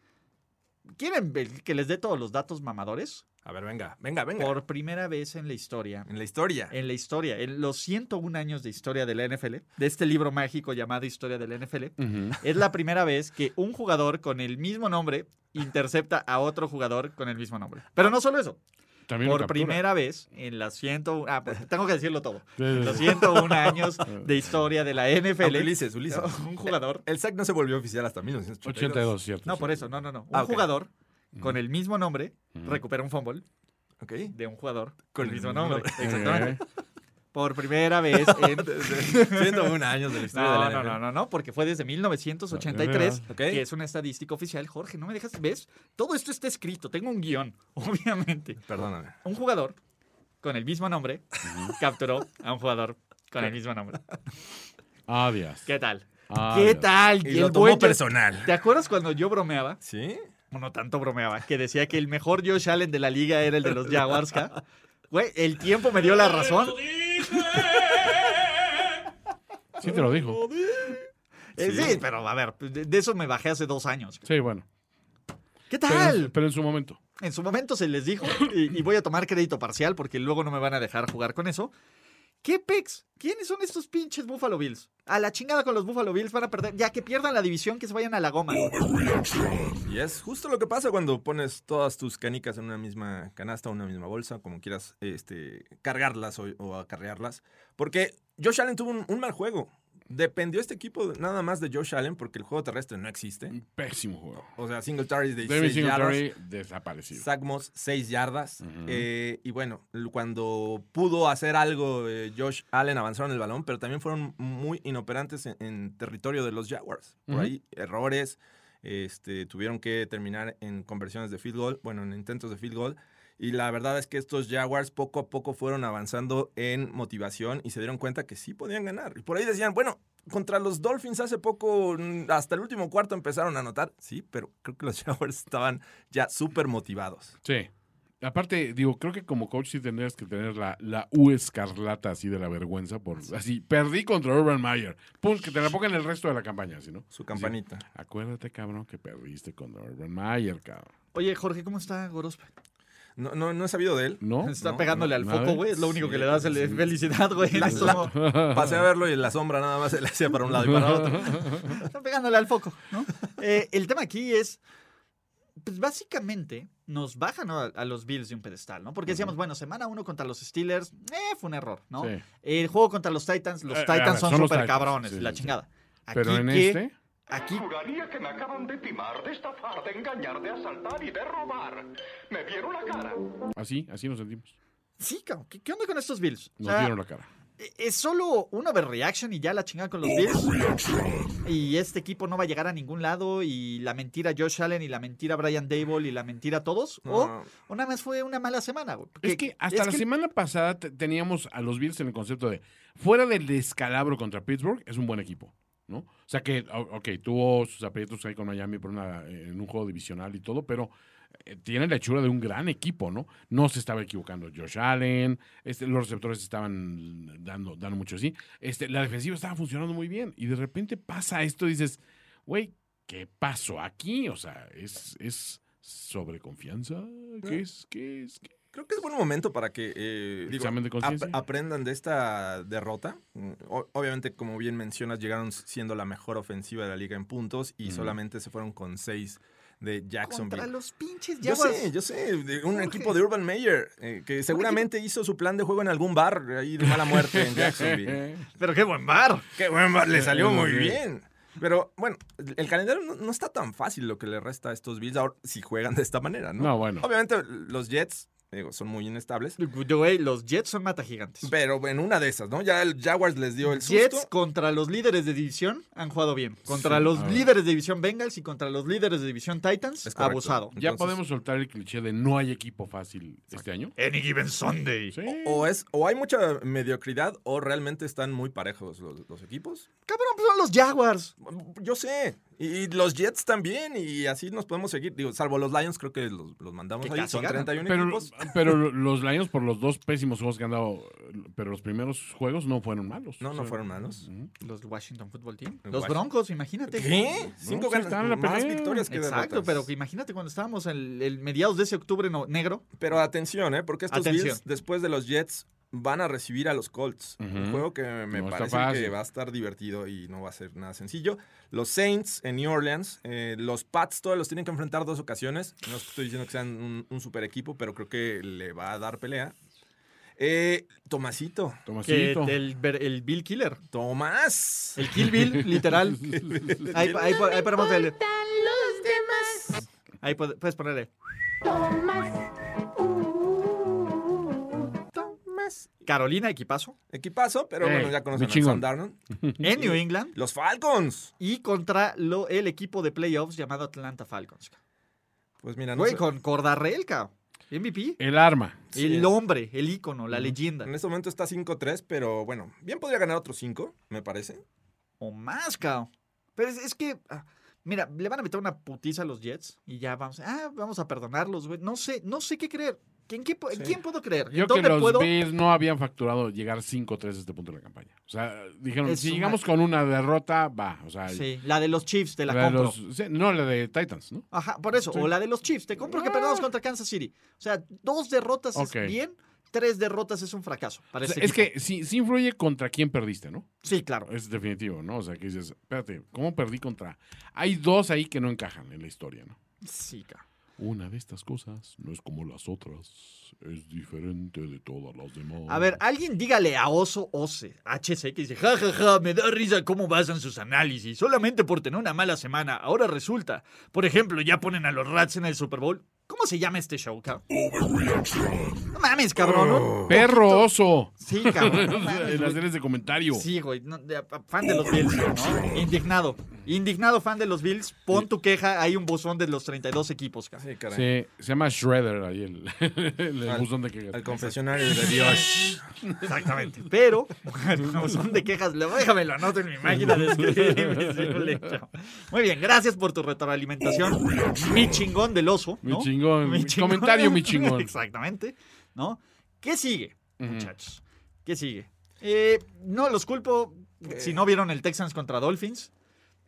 B: ¿Quieren ver que les dé todos los datos mamadores?
C: A ver, venga, venga, venga.
B: Por primera vez en la historia,
C: En la historia.
B: en la historia, en los 101 años de historia de la NFL, de este libro mágico llamado Historia de la NFL,
F: Ujú.
B: es la primera vez que un jugador con el mismo nombre intercepta a otro jugador con el mismo nombre. Pero no solo eso,
F: También lo
B: por
F: captura.
B: primera vez en las 101, ah, pues, tengo que decirlo todo,
F: Sí,
B: en
F: sí,
B: los
F: sí.
B: 101 años de historia de la
C: Aunque
B: NFL,
C: Ulises, Ulises.
B: un jugador,
C: El sack no se volvió oficial hasta 1982.
F: 82, cierto.
B: no,
F: sí.
B: por eso, no, no, no, un
C: Ah, ok.
B: jugador
F: Mm.
B: con el mismo nombre
F: Ujú.
B: recupera un fumble
C: Ok.
B: de un jugador
C: Con
B: con
C: el
B: el mismo
C: mismo
B: nombre.
C: nombre.
B: Exactamente. Por primera vez
C: Eh,
B: en...
C: 101 años de la historia de
B: No,
C: la
B: no,
C: NFL.
B: no, no, no, porque fue desde 1983,
C: Ok.
B: que es una estadística oficial. Jorge, no me dejas, ¿ves? Todo esto está escrito, tengo un guión, obviamente.
C: Perdóname.
B: Un jugador con el mismo nombre capturó a un jugador con el mismo nombre.
F: Adiós.
B: ¿Qué tal? ¿Qué
F: Adiós.
B: tal?
C: Ah, Y
B: Y
C: lo
B: el
C: tomó
B: buen Josh-
C: personal.
B: ¿Te acuerdas cuando yo bromeaba?
C: ¿Sí?
B: o no tanto bromeaba, que decía que el mejor Josh Allen de la liga era el de los Jaguars, ¿ca? Güey, el tiempo me dio la razón.
F: Sí te lo dijo.
B: Eh, Sí, pero a ver, de, de eso me bajé hace dos años.
F: Sí, bueno.
B: ¿Qué
F: Pero,
B: tal?
F: pero en su momento.
B: En su momento se les dijo, y, y voy a tomar crédito parcial porque luego no me van a dejar jugar con eso. ¿Qué pex? ¿Quiénes son estos pinches Buffalo Bills? A la chingada con los Buffalo Bills van a perder. Ya que pierdan la división, que se vayan a la goma.
C: Y es justo lo que pasa cuando pones todas tus canicas en una misma canasta, una misma bolsa, como quieras este, cargarlas o, o acarrearlas. Porque Josh Allen tuvo un, un mal juego. Dependió este equipo de- nada más de Josh Allen porque el juego terrestre no existe.
F: Un pésimo juego.
C: O sea, Singletary de
F: David
C: 16 yardas,
F: Singletary desaparecido.
C: Zach Moss 6 yardas.
F: Ujú.
C: Eh, y bueno, l- cuando pudo hacer algo eh, Josh Allen avanzaron el balón, pero también fueron muy inoperantes en, en territorio de los Jaguars. Por
F: Ujú.
C: ahí errores, este, tuvieron que terminar en conversiones de field goal, bueno, en intentos de field goal. Y la verdad es que estos Jaguars poco a poco fueron avanzando en motivación y se dieron cuenta que sí podían ganar. Y por ahí decían, bueno, contra los Dolphins hace poco, mm, hasta el último cuarto empezaron a anotar. Sí, pero creo que los Jaguars estaban ya súper motivados.
F: Sí. Aparte, digo, creo que como coach sí tendrías que tener la, la U escarlata así de la vergüenza por así, perdí contra Urban Meyer. Pum, que te la pongan el resto de la campaña, así, ¿no?
C: Su campanita.
F: Así, Acuérdate, cabrón, que perdiste contra Urban Meyer, cabrón.
B: Oye, Jorge, ¿cómo está Gorospe?
C: No, no, no he sabido de él.
F: ¿No?
B: Está
C: No,
B: pegándole
F: no,
B: al
F: nada.
B: foco, güey. Es lo único que le da es el- felicidad, güey.
C: La-
B: Es
C: la-
B: como-
C: pasé a verlo y la sombra nada más se le hacía para un lado y para otro.
B: Está pegándole al foco, ¿no? Eh, el tema aquí es, pues básicamente nos bajan a, a los Bills de un pedestal, ¿no? Porque decíamos, bueno, semana uno contra los Steelers, eh, fue un error, ¿no?
F: Sí.
B: El juego contra los Titans, los
F: Eh, a ver,
B: Titans son
F: son los
B: súper
F: Titans,
B: cabrones,
F: sí,
B: la
F: sí, sí.
B: chingada. Aquí
F: Pero en
B: que-
F: este,
B: Aquí,
G: Juraría que me acaban de timar, de estafar, de engañar, de asaltar y de robar. Me vieron la cara.
F: así, así nos sentimos.
B: sí, cabrón, ¿qué, qué onda con estos Bills? O
F: Nos
B: sea,
F: vieron la cara.
B: e- Es solo una overreaction y ya la chingada con los Bills. Y este equipo no va a llegar a ningún lado. Y la mentira Josh Allen, y la mentira Brian Dable, y la mentira todos.
C: No.
B: O, o nada más fue una mala semana. güey.
F: Es que hasta
B: es
F: la
B: que-
F: semana pasada te- teníamos a los Bills en el concepto de fuera del descalabro contra Pittsburgh, es un buen equipo, ¿no? O sea que, o- ok, tuvo sus aprietos ahí con Miami por una, en un juego divisional y todo, pero eh, tiene la hechura de un gran equipo, ¿no? No se estaba equivocando Josh Allen, este, los receptores estaban dando, dando mucho así, este, la defensiva estaba funcionando muy bien y de repente pasa esto y dices, güey, ¿qué pasó aquí? O sea, es... es sobreconfianza,
B: Eh.
F: ¿qué es? ¿Qué es? ¿Qué
C: Creo que es buen momento para que eh, digo,
F: Examen de conciencia.
C: ap- aprendan de esta derrota. Mm, o- obviamente, como bien mencionas, llegaron siendo la mejor ofensiva de la liga en puntos y solamente se fueron con seis de
B: Contra
C: Jacksonville.
B: los pinches
C: Yo
B: Jaguars.
C: sé, yo sé, de un
B: Jorge.
C: equipo de Urban Meyer eh, que seguramente hizo su plan de juego en algún bar ahí de mala muerte en Jacksonville.
B: Pero qué buen bar.
C: Qué buen bar, le salió
F: Eh,
C: muy
F: sí.
C: bien. Pero bueno, el calendario no, no está tan fácil lo que le resta a estos Bills ahora si juegan de esta manera, ¿no?
F: No, bueno.
C: Obviamente los Jets digo, son muy inestables,
B: Güey, los Jets son mata gigantes.
C: pero en una de esas, ¿no? Ya el Jaguars les dio el susto.
B: Jets contra los líderes de división han jugado bien. Contra
F: Sí,
B: los
F: a ver.
B: líderes de división Bengals y contra los líderes de división Titans,
C: Es correcto.
B: abusado.
F: Ya
C: Entonces-
F: podemos soltar el cliché de no hay equipo fácil este año.
B: Any given Sunday.
F: Sí.
C: O, es, o hay mucha mediocridad o realmente están muy parejos los, los equipos.
B: Cabrón, pues son los Jaguars.
C: Yo sé. Y, y los Jets también. Y así nos podemos seguir. Digo, salvo los Lions, creo que los, los mandamos
B: Que
C: ahí.
B: casi
C: Son
B: ganan.
C: 31
F: Pero,
C: equipos.
F: pero los Lions, por los dos pésimos juegos que han dado, pero los primeros juegos no fueron malos.
C: No,
F: O
C: no
F: sea,
C: fueron malos.
B: Los Washington Football Team.
C: El
B: Los
C: Washi-
B: Broncos, imagínate.
C: ¿Qué? Cinco
F: sí, están en la
C: ganas, más
F: pelea.
C: victorias que pues.
B: Exacto,
C: derrotas.
B: pero que imagínate cuando estábamos en el mediados de ese octubre no- negro.
C: Pero atención, ¿eh? Porque estos
B: Atención.
C: Bills, después de los Jets, van a recibir a los Colts. Un
F: Ujú.
C: juego que me
F: No está
C: parece que
F: fácil.
C: va a estar divertido y no va a ser nada sencillo. Los Saints en New Orleans. eh, los Pats todos los tienen que enfrentar dos ocasiones. No estoy diciendo que sean un, un super equipo, pero creo que le va a dar pelea. Eh, Tomasito.
F: Pues
B: Que
F: Tomasito.
B: el, ver- el Bill Killer.
C: Tomás.
B: El Kill Bill, literal. ahí ahí, ahí ponemos el- Ahí pod- puedes ponerle.
C: Tomás.
B: Carolina, equipazo.
C: Equipazo, pero
F: Ey,
C: bueno, ya conocen
F: mi
C: a
F: chingón.
C: Sam Darnold.
B: En New England.
C: Los Falcons.
B: Y contra lo, el equipo de playoffs llamado Atlanta Falcons.
C: Pues mira, no
B: Güey,
C: sé.
B: con Cordarrel, cabrón. MVP.
F: El arma.
C: Sí.
B: El hombre, el ícono, la leyenda.
C: En este momento está 5-3, pero bueno, bien podría ganar otros 5, me parece.
B: O más, cabrón. Pero es, es que. ah, Mira, le van a meter una putiza a los Jets y ya vamos. Ah, vamos a perdonarlos, güey. No sé, no sé qué creer. ¿En, qué, po- en
C: Sí.
B: quién puedo creer? ¿En
F: Yo que
B: dónde
F: los
B: puedo?
F: Bills no habían facturado llegar 5-3 a este punto de la campaña. O sea, dijeron,
B: Es
F: si
B: una-
F: llegamos con una derrota, va. O sea,
B: Sí, la de los Chiefs, te la,
F: la de
B: compro.
F: los- sí, no, la de Titans, ¿no?
B: Ajá, por eso. O la de los Chiefs. Te compro que perdamos contra Kansas City. O sea, dos derrotas
F: Ah. Ok.
B: es bien, tres derrotas es un fracaso. para
F: O sea,
B: este
F: es
B: equipo.
F: que sí, sí influye contra quién perdiste, ¿no?
B: Sí, claro.
F: Es definitivo, ¿no? O sea, que dices, espérate, ¿cómo perdí contra? Hay dos ahí que no encajan en la historia, ¿no?
B: Sí, cabrón.
F: Una de estas cosas no es como las otras, es diferente de todas las demás.
B: A ver, alguien dígale a Oso Oce, HC, que dice, ja, ja, ja, me da risa cómo basan sus análisis, solamente por tener una mala semana. Ahora resulta, por ejemplo, ya ponen a los Rats en el Super Bowl. ¿Cómo se llama este show, cabrón? No mames, cabrón. ¿no?
F: perro oso.
B: Sí, cabrón. no mames,
F: en las
B: güey.
F: series de comentario.
B: Sí, güey. no, de- fan de los Bills, ¿no? Indignado. Indignado fan de los Bills, pon tu queja, hay un buzón de los 32 equipos. cabrón.
C: Sí, caray.
F: Se, se llama Shredder ahí el, el
C: Al-
F: buzón de quejas.
C: Al confesionario de Dios.
B: Exactamente. Pero, bueno, son de quejas. Lo- Déjame lo anoto en mi máquina de escribir invisible, chao. Muy bien, gracias por tu retroalimentación. Mi chingón del oso.
F: Mi
B: ¿no?
F: chingón, mi comentario, mi chingón.
B: Exactamente. ¿No? ¿Qué sigue, muchachos? ¿Qué sigue? Eh, no los culpo. eh, Si no vieron el Texans contra Dolphins,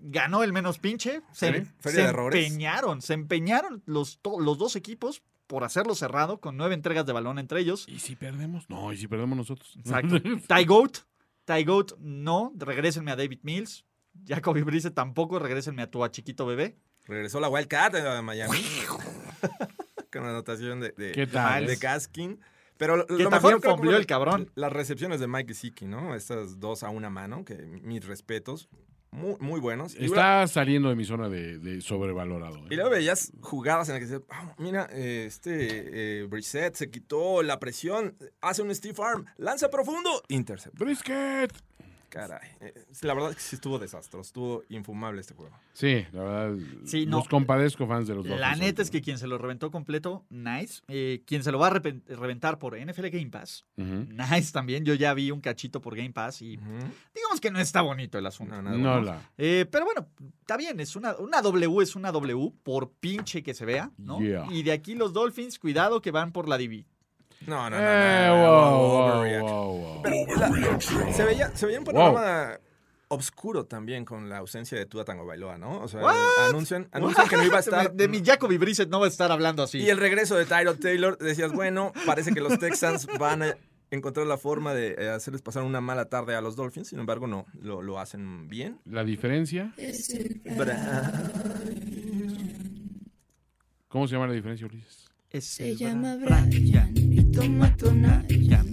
B: ganó el menos pinche. Se,
C: Sí, feria
B: se
C: de errores.
B: empeñaron, se empeñaron los, to- los dos equipos por hacerlo cerrado con nueve entregas de balón entre ellos.
F: ¿Y si perdemos? No, ¿y si perdemos nosotros?
B: Exacto. Ty Goat, Ty Goat, no. Regrésenme a David Mills. Jacoby Brice tampoco. Regrésenme a tu a chiquito bebé.
C: Regresó la Wildcat de Miami. Con anotación de, de,
F: ¿Qué tal?
C: de Gaskin. Pero lo,
B: Que
C: lo
B: también
C: mejor creo que
B: fumblió
C: fue
B: el cabrón.
C: Las recepciones de Mike Gesicki, ¿no? Estas dos a una mano, que mis respetos. Muy, muy buenos. Y una-
F: Está saliendo de mi zona de, de sobrevalorado. ¿eh?
C: Y luego veías jugadas en las que dices, "Ah, mira, eh, este eh, Brissett se quitó la presión, hace un Steve Arm, lanza profundo, intercept.
F: ¡Brisket!
C: Caray. Eh, la verdad es que sí estuvo desastroso, estuvo infumable este juego.
F: Sí, la verdad.
B: Sí, no.
F: Los compadezco fans de los dos.
B: La neta es que quien se lo reventó completo, nice. Eh, quien se lo va a repen- reventar por NFL Game Pass, nice también. Yo ya vi un cachito por Game Pass y digamos que no está bonito el asunto.
C: No, nada
F: No,
C: bueno.
F: la.
B: Eh, pero bueno, está bien, es una, una W es una W, por pinche que se vea, ¿no?
F: Yeah.
B: Y de aquí los Dolphins, cuidado que van por la DB.
C: Ah, No, no, no.
F: Eh,
C: no, no, no,
F: wow, wow,
C: overreact.
F: wow, wow.
C: Pero la- se, veía, se veía un panorama obscuro también con la ausencia de Tua Tango Bailoa, ¿no? O sea, anuncian, anuncian que no iba a estar.
B: De mi Jacoby Brissett no va a estar hablando así.
C: Y el regreso de Tyrod Taylor, decías, bueno, parece que los Texans van a encontrar la forma de eh, hacerles pasar una mala tarde a los Dolphins, sin embargo, no, lo, lo hacen bien.
F: La diferencia. ¿Cómo se llama la diferencia, Ulises?
B: Se
H: llama
B: Brian y toma tonalla.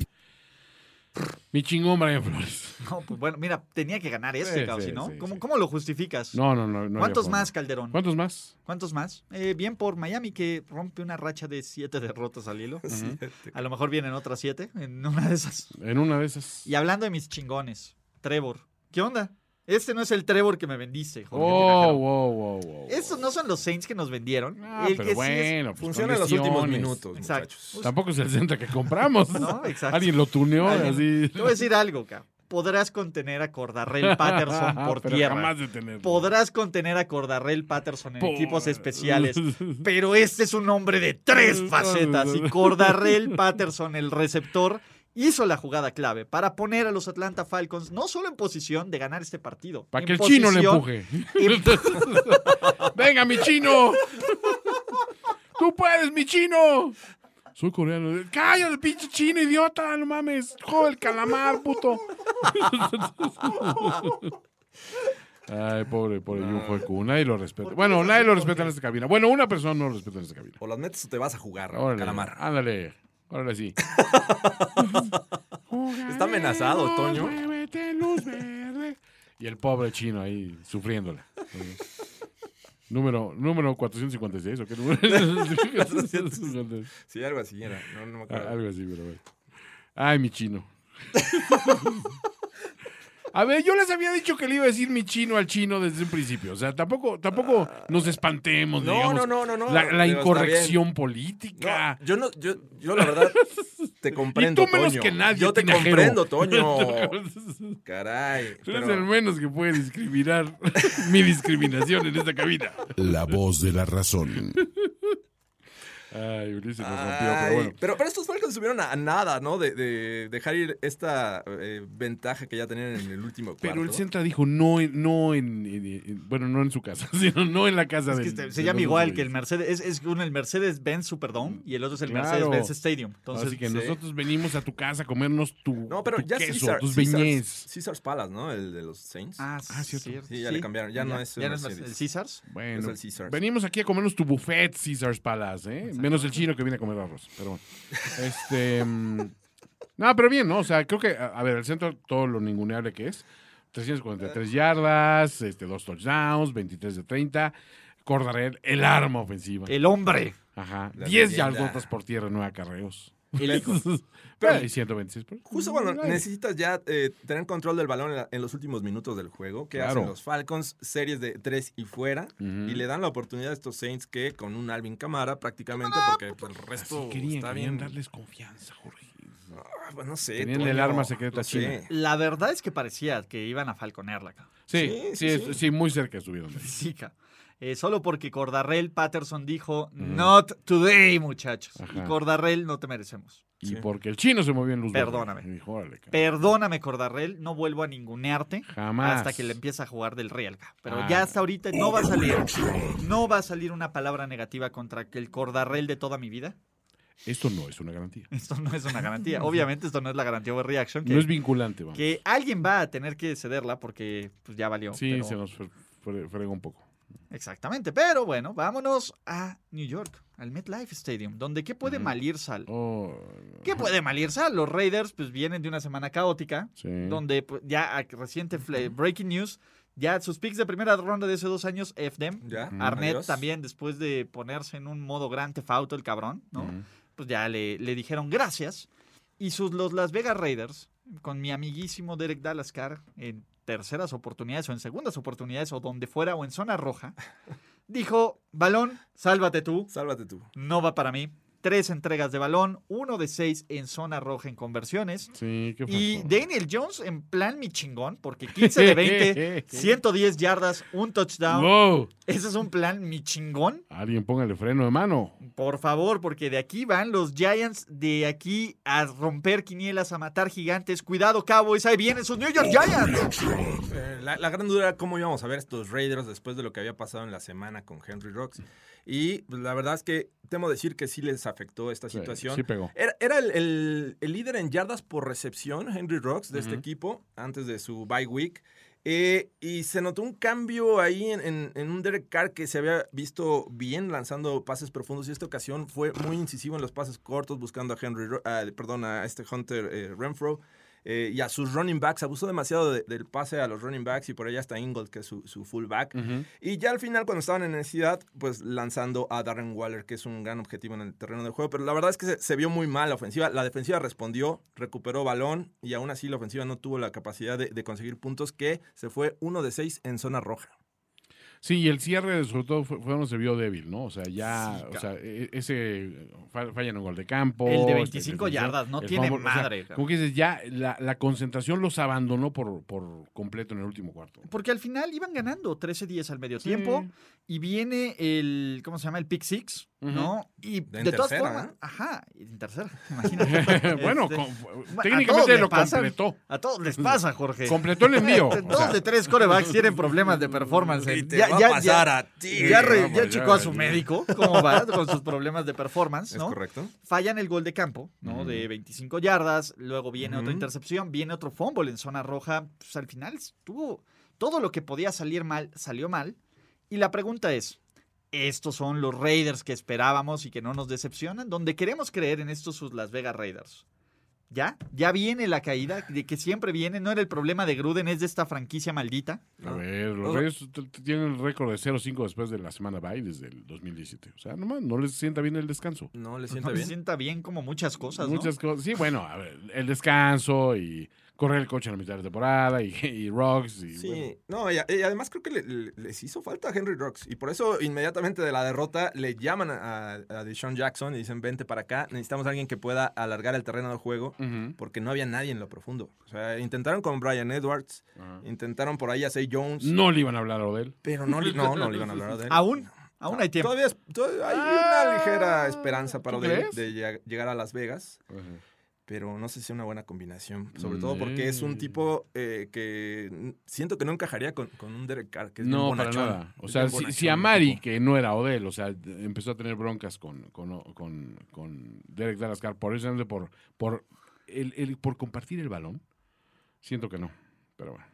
F: Mi chingón Brian Flores.
B: No, pues bueno, mira, tenía que ganar este,
F: Sí,
B: cabrón,
F: sí,
B: ¿no?
F: sí,
B: ¿Cómo,
F: sí.
B: cómo lo justificas?
F: No, no, no. no había
B: ¿Cuántos
F: forma.
B: más, Calderón?
F: ¿Cuántos más?
B: ¿Cuántos más? Eh, bien por Miami, que rompe una racha de siete derrotas al hilo. A lo mejor vienen otras siete en una de esas.
F: En una de esas.
B: Y hablando de mis chingones, Trevor. ¿Qué onda? Este no es el Trevor que me bendice,
F: Oh,
B: Jorge
F: wow,
B: Tinajero.
F: wow, wow, wow.
B: Estos no son los Saints que nos vendieron.
F: Ah,
B: el que
F: pero
B: sí es-
F: bueno, pues, con
C: Funciona en los últimos
F: lesiones.
C: minutos,
B: Exacto.
C: muchachos.
F: Tampoco es el centro que compramos.
B: No, exacto.
F: Alguien lo tuneó
B: Alguien-
F: así.
B: Te voy a decir algo, cabrón. Podrás contener a Cordarrell Patterson por
F: Pero
B: tierra.
F: jamás detenerlo.
B: Podrás contener a Cordarrell Patterson en
F: Por-
B: equipos especiales, pero este es un hombre de tres facetas y Cordarrell Patterson, el receptor, hizo la jugada clave para poner a los Atlanta Falcons no solo en posición de ganar este partido,
F: Para
B: en
F: que el chino le
B: posición-
F: empuje.
B: en-
F: ¡Venga, mi chino! ¡Tú puedes, mi chino! Soy coreano. ¡Cállate, pinche chino, idiota! ¡No mames! ¡Juego el calamar, puto! Ay, pobre, pobre Yu Hoku. Nadie lo respeta. Bueno, nadie lo respeta en esta cabina. Bueno, una persona no lo respeta en esta cabina.
C: O las metes o te vas a jugar,
F: Órale,
C: Calamar.
F: Ándale. Órale, sí.
C: Está amenazado, Toño.
F: Muévete, luz verde. Y el pobre chino ahí sufriéndola. número, número 456, ¿o qué número? 456.
C: Sí, algo así era. No, no me
F: Ah,
C: acuerdo.
F: Algo así, pero bueno. Ay, mi chino. A ver, yo les había dicho que le iba a decir mi chino al chino desde un principio. O sea, tampoco, tampoco nos espantemos,
C: No,
F: digamos.
C: no, no, no, no.
F: La, la
C: Digo, está
F: incorrección
C: No,
F: política.
C: yo no, yo, yo la verdad te comprendo.
F: Ah. Y tú menos
C: Toño.
F: que nadie,
C: Yo te
F: tinajero.
C: comprendo, Toño. Caray.
F: Tú eres
C: pero-
F: el menos que puede discriminar mi discriminación en esta cabina.
A: La voz de la razón.
F: Ay, Ulises nos rompió,
C: Ay,
F: pero bueno.
C: pero, pero estos Falcons subieron a, a nada, ¿no? De, de dejar ir esta eh, ventaja que ya tenían en el último cuarto.
F: Pero el Centra dijo no, en- no en, en- en- Bueno, no en su casa, sino no en la casa
B: Es
F: de.
B: que este- se llama igual que el Mercedes, es, es uno el Mercedes-Benz Superdome y el otro es el
F: Claro.
B: Mercedes-Benz Stadium. Entonces,
F: Así que
C: sí.
F: nosotros venimos a tu casa a comernos tu,
C: No, pero
F: tu
C: ya
F: queso,
C: Caesar-
F: tus
C: Caesar's-
F: beñez.
C: Caesar's Palace, ¿no? El de los Saints.
B: ah,
F: cierto.
C: Sí, ya le cambiaron, ya no es el
B: ya Mercedes.
C: Mercedes.
B: el Caesars.
F: Bueno,
C: es el Caesar's.
F: venimos aquí a comernos tu buffet Caesars Palace, ¿eh? Menos el chino que viene a comer arroz, pero bueno. Este. mm, no, pero bien, ¿no? O sea, creo que, a, a ver, el centro, todo lo ninguneable que es. 343 yardas, este, dos touchdowns, 23 de 30. Cordarel, el arma ofensiva.
B: El hombre.
F: Ajá.
C: La
F: 10
C: leyenda.
F: yardotas por tierra, 9 acarreos.
B: El hijo.
F: Pero, y 126 por-
C: Justo cuando
F: Ay.
C: necesitas ya eh, tener control del balón en, la- en los últimos minutos del juego, que
F: Claro.
C: hacen los Falcons, series de tres y fuera, y le dan la oportunidad a estos Saints que con un Alvin Camara prácticamente, porque pues, el
F: Así
C: resto
F: querían,
C: está
F: querían
C: bien.
F: darles confianza, Jorge.
C: Ah, pues, no sé.
F: Tenían
C: Toño,
F: el arma secreta
C: no sé.
F: china.
B: La verdad es que parecía que iban a falconearla, cabrón.
F: Sí,
C: Sí,
F: sí,
C: sí,
F: es-
C: sí.
F: sí, muy cerca estuvieron. de ahí.
B: Sí, ca- eh, solo porque Cordarrell Patterson dijo, not today, muchachos.
F: Ajá.
B: Y Cordarrell no te merecemos.
F: Y
C: Sí.
F: porque el chino se movió en luz. verde.
B: Perdóname.
F: Y dijo, órale, cabrón.
B: Perdóname, Cordarrell, no vuelvo a ningunearte
F: Jamás.
B: hasta que le empiece a jugar del Real. ca. Pero
F: Ah.
B: ya hasta ahorita no va a salir. No va a salir una palabra negativa contra el Cordarrell de toda mi vida.
F: Esto no es una garantía.
B: Esto no es una garantía. Obviamente, esto no es la garantía de reaction. Que,
F: No es vinculante, vamos.
B: que alguien va a tener que cederla porque pues, ya valió.
F: Sí,
B: pero-
F: se nos fre- fre- fregó un poco.
B: Exactamente. Pero bueno, vámonos a New York, al MetLife Stadium, donde ¿qué puede malir sal?
F: Oh,
B: ¿Qué puede malir sal? Los Raiders pues vienen de una semana caótica,
F: sí.
B: donde pues, ya a- reciente fle- breaking news, ya sus picks de primera ronda de hace dos años, FDEM.
C: Ya,
B: Arnett
C: Mm, adiós.
B: también, después de ponerse en un modo gran tefauto el cabrón, ¿no?
F: Mm.
B: Pues ya le, le dijeron gracias. Y sus los Las Vegas Raiders, con mi amiguísimo Derek Dalascar, en terceras oportunidades o en segundas oportunidades o donde fuera o en zona roja, dijo, balón, sálvate tú,
C: Sálvate tú.
B: no va para mí. Tres entregas de balón, uno de seis en zona roja en conversiones.
F: Sí, qué
B: Y
F: pasó?
B: Daniel Jones en plan mi chingón, porque 15 de 20, 110 yardas, un touchdown.
F: Wow.
B: Ese es un plan mi chingón.
F: Alguien póngale freno de mano.
B: Por favor, porque de aquí van los Giants, de aquí a romper quinielas, a matar gigantes. Cuidado, Cowboys, ahí vienen sus New York Giants.
C: Eh, La, la gran duda era cómo íbamos a ver estos Raiders después de lo que había pasado en la semana con Henry Rocks. Y pues, la verdad es que temo decir que sí les afectó esta
F: Sí,
C: situación.
F: sí pegó.
C: Era, era el, el- el líder en yardas por recepción, Henry Rocks, de este equipo, antes de su bye week. Eh, y se notó un cambio ahí en, en- en un Derek Carr que se había visto bien lanzando pases profundos y esta ocasión fue muy incisivo en los pases cortos buscando a Henry, Ro- ah, perdón, a este Hunter eh, Renfro eh, y a sus running backs. Abusó demasiado de- del pase a los running backs y por allá hasta Ingold, que es su, su fullback. Y ya al final, cuando estaban en necesidad, pues lanzando a Darren Waller, que es un gran objetivo en el terreno del juego. Pero la verdad es que se, se vio muy mal la ofensiva. La defensiva respondió, recuperó balón y aún así la ofensiva no tuvo la capacidad de, de conseguir puntos, que se fue uno de seis en zona roja.
F: Sí, y el cierre sobre todo fue, fue donde se vio débil, ¿no? O sea, ya,
C: Sí,
F: o sea, e- ese fa- falla en un gol de campo.
B: El de
F: este,
B: 25 yardas, no tiene madre, cabrón.
F: como que dices, ya la, la concentración los abandonó por, por completo en el último cuarto.
B: Porque al final iban ganando 13-10 al medio
F: Sí.
B: tiempo y viene el, ¿cómo se llama? El pick six, ¿no? Y de,
C: En
B: todas
C: tercera,
B: formas,
C: ¿eh?
B: ajá, en tercera, imagínate.
F: bueno,
B: Este,
F: con-
B: a todos
F: técnicamente
B: le
F: lo
B: pasa,
F: completó.
B: A todos les pasa, Jorge.
F: Completó el envío. o
B: Dos
F: sea,
B: de tres corebacks tienen problemas de performance. ¿eh?
C: Y te
B: Ya,
C: va a
B: ya,
C: pasar
B: ya,
C: a ti.
B: ya re-
F: Vamos,
B: ya
F: ya,
B: checó a su
F: ya.
B: médico cómo va con sus problemas de performance,
C: ¿Es
B: ¿no?
C: correcto?
B: fallan el gol de campo, ¿no? De 25 yardas, luego viene otra
C: Ujú.
B: intercepción, viene otro fumble en zona roja. Pues al final estuvo todo lo que podía salir mal, salió mal. Y la pregunta es, ¿estos son los Raiders que esperábamos y que no nos decepcionan? Donde queremos creer en estos sus Las Vegas Raiders. ¿Ya? ¿Ya viene la caída de que siempre viene? ¿No era el problema de Gruden, es de esta franquicia maldita?
F: A ver, los Reyes t- t- tienen el récord de 0-5 después de la semana bye desde el 2017. O sea, nomás no les sienta bien el descanso.
C: No
B: No
C: le sienta
B: me
C: bien.
B: sienta bien como muchas cosas, ¿no?
F: Muchas cosas. Sí, bueno, a ver, el descanso y correr el coche en la mitad de la temporada y, y rocks. Y,
C: Sí,
F: bueno.
C: no, y, a- y además creo que le- le- les hizo falta a Henry Rocks. Y por eso, inmediatamente de la derrota, le llaman a, a Deshaun Jackson y dicen: Vente para acá, necesitamos a alguien que pueda alargar el terreno del juego.
F: Ujú.
C: Porque no había nadie en lo profundo. O sea, intentaron con Brian Edwards, intentaron por ahí a Say Jones,
F: No le iban a hablar a Odell.
C: pero no, le- no, no le iban a hablar de él.
B: Aún, aún hay tiempo.
C: Todavía, es- todavía hay una ligera esperanza para
F: ¿tú
C: Odell
F: crees?
C: de lleg- llegar a Las Vegas, pero no sé si es una buena combinación. Sobre todo porque es
F: Mm.
C: un tipo eh, que n- siento que no encajaría con, con un Derek Carr, que es bien
F: No, para
C: bonachón.
F: nada. O
C: Es
F: sea,
C: bien
F: si,
C: bonachón
F: si a
C: el
F: Mari,
C: tipo.
F: que no era Odell, o sea, empezó a tener broncas con, con, con, con Derek Dalascar por eso, por, por, el, el- por compartir el balón, siento que no. Pero bueno.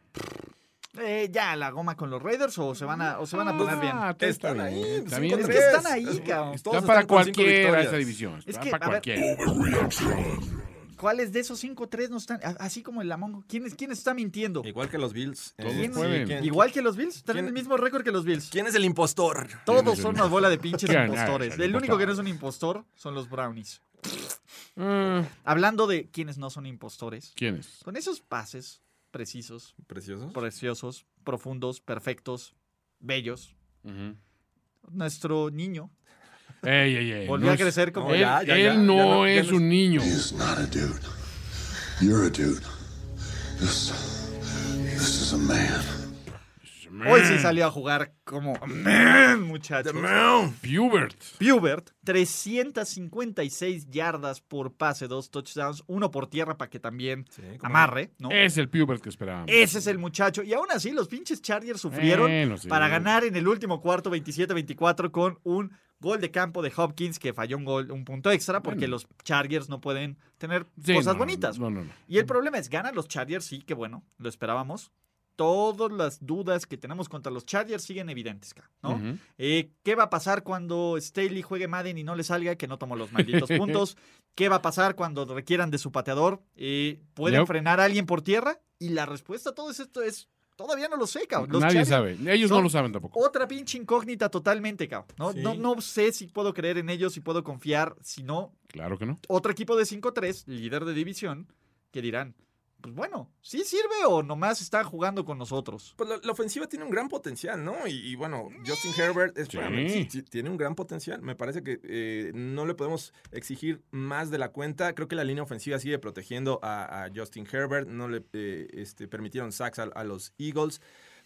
B: Eh, ya, la goma con los Raiders o se van a, o se van a poner bien.
F: Ah, todo está
C: Están ahí,
F: bien, está
C: cinco,
F: bien.
B: Es que
C: tres.
B: están ahí, cabrón.
C: todos
F: Está
C: están
F: para
C: con cinco
F: cualquiera
C: victorias.
F: esa división. Está
B: que,
F: para
B: a ver,
F: cualquiera.
B: ¿Cuáles de esos 5-3 no están? a- Así como el Among. ¿Quién, es- quién está mintiendo?
C: Igual que los Bills.
F: Todos
C: sí,
F: pueden.
C: ¿quién-
B: Igual que los Bills. Están en
C: ¿Quién-
B: el mismo récord que los Bills.
C: ¿Quién es el impostor?
B: Todos son una bola de pinches
F: ¿Quién? Ah,
B: impostores.
F: el
B: El único
F: impostor.
B: que no es un impostor son los Brownies.
F: Ah,
B: Hablando de quienes no son impostores,
F: ¿Quién es?
B: con esos pases precisos,
C: Preciosos.
B: preciosos, profundos, perfectos, bellos,
F: Ujú.
B: nuestro niño
F: Ey, ey, ey.
B: volvió
F: Eh, no
B: a
F: es-
B: crecer como...
C: no,
F: Él,
C: ya, ya,
F: él
C: ya, ya
F: no,
C: no- ya
F: es
C: no es-
F: un niño.
H: He's not a dude. You're a dude. This, this is a man.
B: Hoy
F: Mm.
B: sí salió a jugar como... man, Muchachos.
F: Pubert.
B: Pubert, 356 yardas por pase, dos touchdowns, uno por tierra para que también
C: Sí, como-
B: amarre, ¿no?
F: Es el Pubert que esperábamos.
B: Ese es el muchacho. Y aún así, los pinches Chargers sufrieron
F: Bueno, sí.
B: para ganar en el último cuarto 27-24 con un gol de campo de Hopkins que falló un gol, un punto extra, porque
F: Bueno.
B: los Chargers no pueden tener
F: Sí,
B: cosas
F: no,
B: bonitas.
F: No, no, no.
B: Y el problema es, ganan los Chargers, sí, que bueno, lo esperábamos. Todas las dudas que tenemos contra los Chargers siguen evidentes, ca, ¿no?
F: Ujú.
B: Eh, ¿Qué va a pasar cuando Staley juegue Madden y no le salga que no tomó los malditos puntos? ¿Qué va a pasar cuando requieran de su pateador? Eh, ¿Pueden
F: Yep.
B: frenar a alguien por tierra? Y la respuesta a todo esto es, todavía no lo sé, cabrón. Los
F: Nadie
B: Chargers-
F: sabe. Ellos no
B: son-
F: lo saben tampoco.
B: Otra pinche incógnita totalmente, cabrón. No,
C: Sí.
B: no, no sé si puedo creer en ellos, si puedo confiar, si no.
F: Claro que no.
B: Otro equipo de 5-3, líder de división, que dirán, pues bueno, ¿sí sirve o nomás están jugando con nosotros?
C: Pues la, la ofensiva tiene un gran potencial, ¿no? Y, y bueno, Justin Herbert es, para mí, sí, sí, tiene un gran potencial. Me parece que eh, no le podemos exigir más de la cuenta. Creo que la línea ofensiva sigue protegiendo a, a Justin Herbert. No le eh, este, permitieron sacks a, a los Eagles.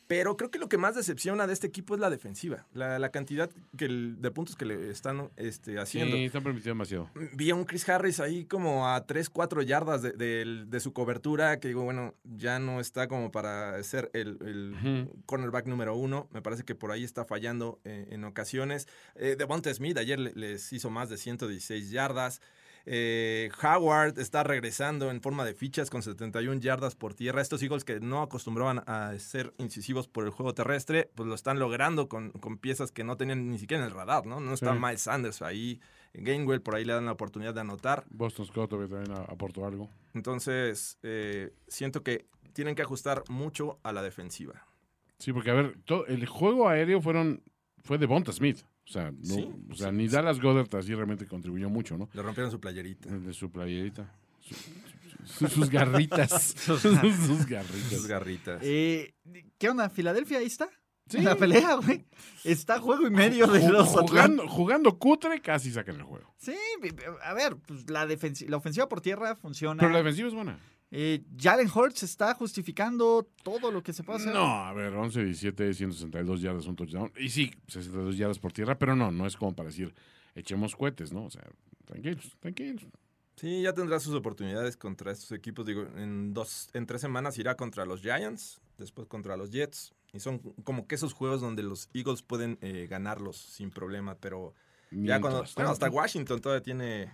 C: Pero creo que lo que más decepciona de este equipo es la defensiva. La, la cantidad que el- de puntos que le están este,
F: Sí,
C: haciendo.
F: están permitidos demasiado.
C: Vi a un Chris Harris ahí como a 3, 4 yardas de, del- de su cobertura, que digo, bueno, ya no está como para ser el, el
F: Ujú.
C: cornerback número uno. Me parece que por ahí está fallando eh, en ocasiones. Eh, Devonta Smith ayer le- les hizo más de 116 yardas. Eh, Howard está regresando en forma de fichas con 71 yardas por tierra. Estos Eagles que no acostumbraban a ser incisivos por el juego terrestre, pues lo están logrando con, con piezas que no tenían ni siquiera en el radar, ¿no? No está
F: Sí.
C: Miles Sanders ahí. Gainwell por ahí le dan la oportunidad de anotar.
F: Boston Scott todavía también a- aportó algo.
C: Entonces, eh, siento que tienen que ajustar mucho a la defensiva.
F: Sí, porque a ver, to- el juego aéreo fueron fue de Bonta Smith. O sea, no-
C: Sí,
F: o sea
C: sí,
F: ni
C: sí.
F: Dallas Goddard así realmente contribuyó mucho, ¿no?
C: Le rompieron su playerita.
F: De su playerita. Su- su- sus garritas. sus,
C: Sus
F: garritas.
C: garritas.
B: Eh, ¿Qué onda? ¿Filadelfia ahí está?
F: Sí.
B: La pelea, güey. Está a juego y medio de los Atlanta.
F: jugando, jugando cutre, casi sacan el juego.
B: Sí, b- b- a ver, pues, la, defensi- la ofensiva por tierra funciona.
F: Pero la defensiva es buena.
B: Eh, Jalen Hurts está justificando todo lo que se puede hacer.
F: No, a ver, 11, 17, 162 yardas, un touchdown. Y sí, 62 yardas por tierra, pero no, no es como para decir, echemos cohetes, ¿no? O sea, tranquilos, tranquilos.
C: Sí, ya tendrá sus oportunidades contra estos equipos. Digo, en dos, en tres semanas irá contra los Giants, después contra los Jets. Y son como que esos juegos donde los Eagles pueden eh, ganarlos sin problema. Pero ya
F: Mientras
C: cuando. Bueno,
F: tanto,
C: hasta Washington todavía tiene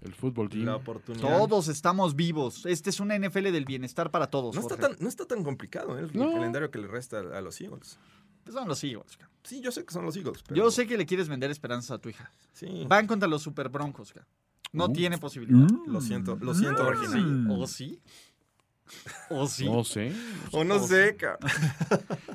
F: El fútbol team.
C: la oportunidad.
B: Todos estamos vivos. Este es una NFL del bienestar para todos.
C: No está,
B: Jorge.
C: tan, no está tan complicado ¿eh? el
F: No.
C: calendario que le resta a, a los Eagles.
B: Pues son los Eagles. cabrón.
C: Sí, yo sé que son los Eagles. Pero
B: Yo sé que le quieres vender esperanza a tu hija.
C: Sí.
B: Van contra los Super Broncos. cabrón. No
F: Uh.
B: tiene posibilidad.
C: Lo siento, lo siento, Virginia.
B: ¿O sí? ¿O sí?
F: No sé.
C: O no sé, ca-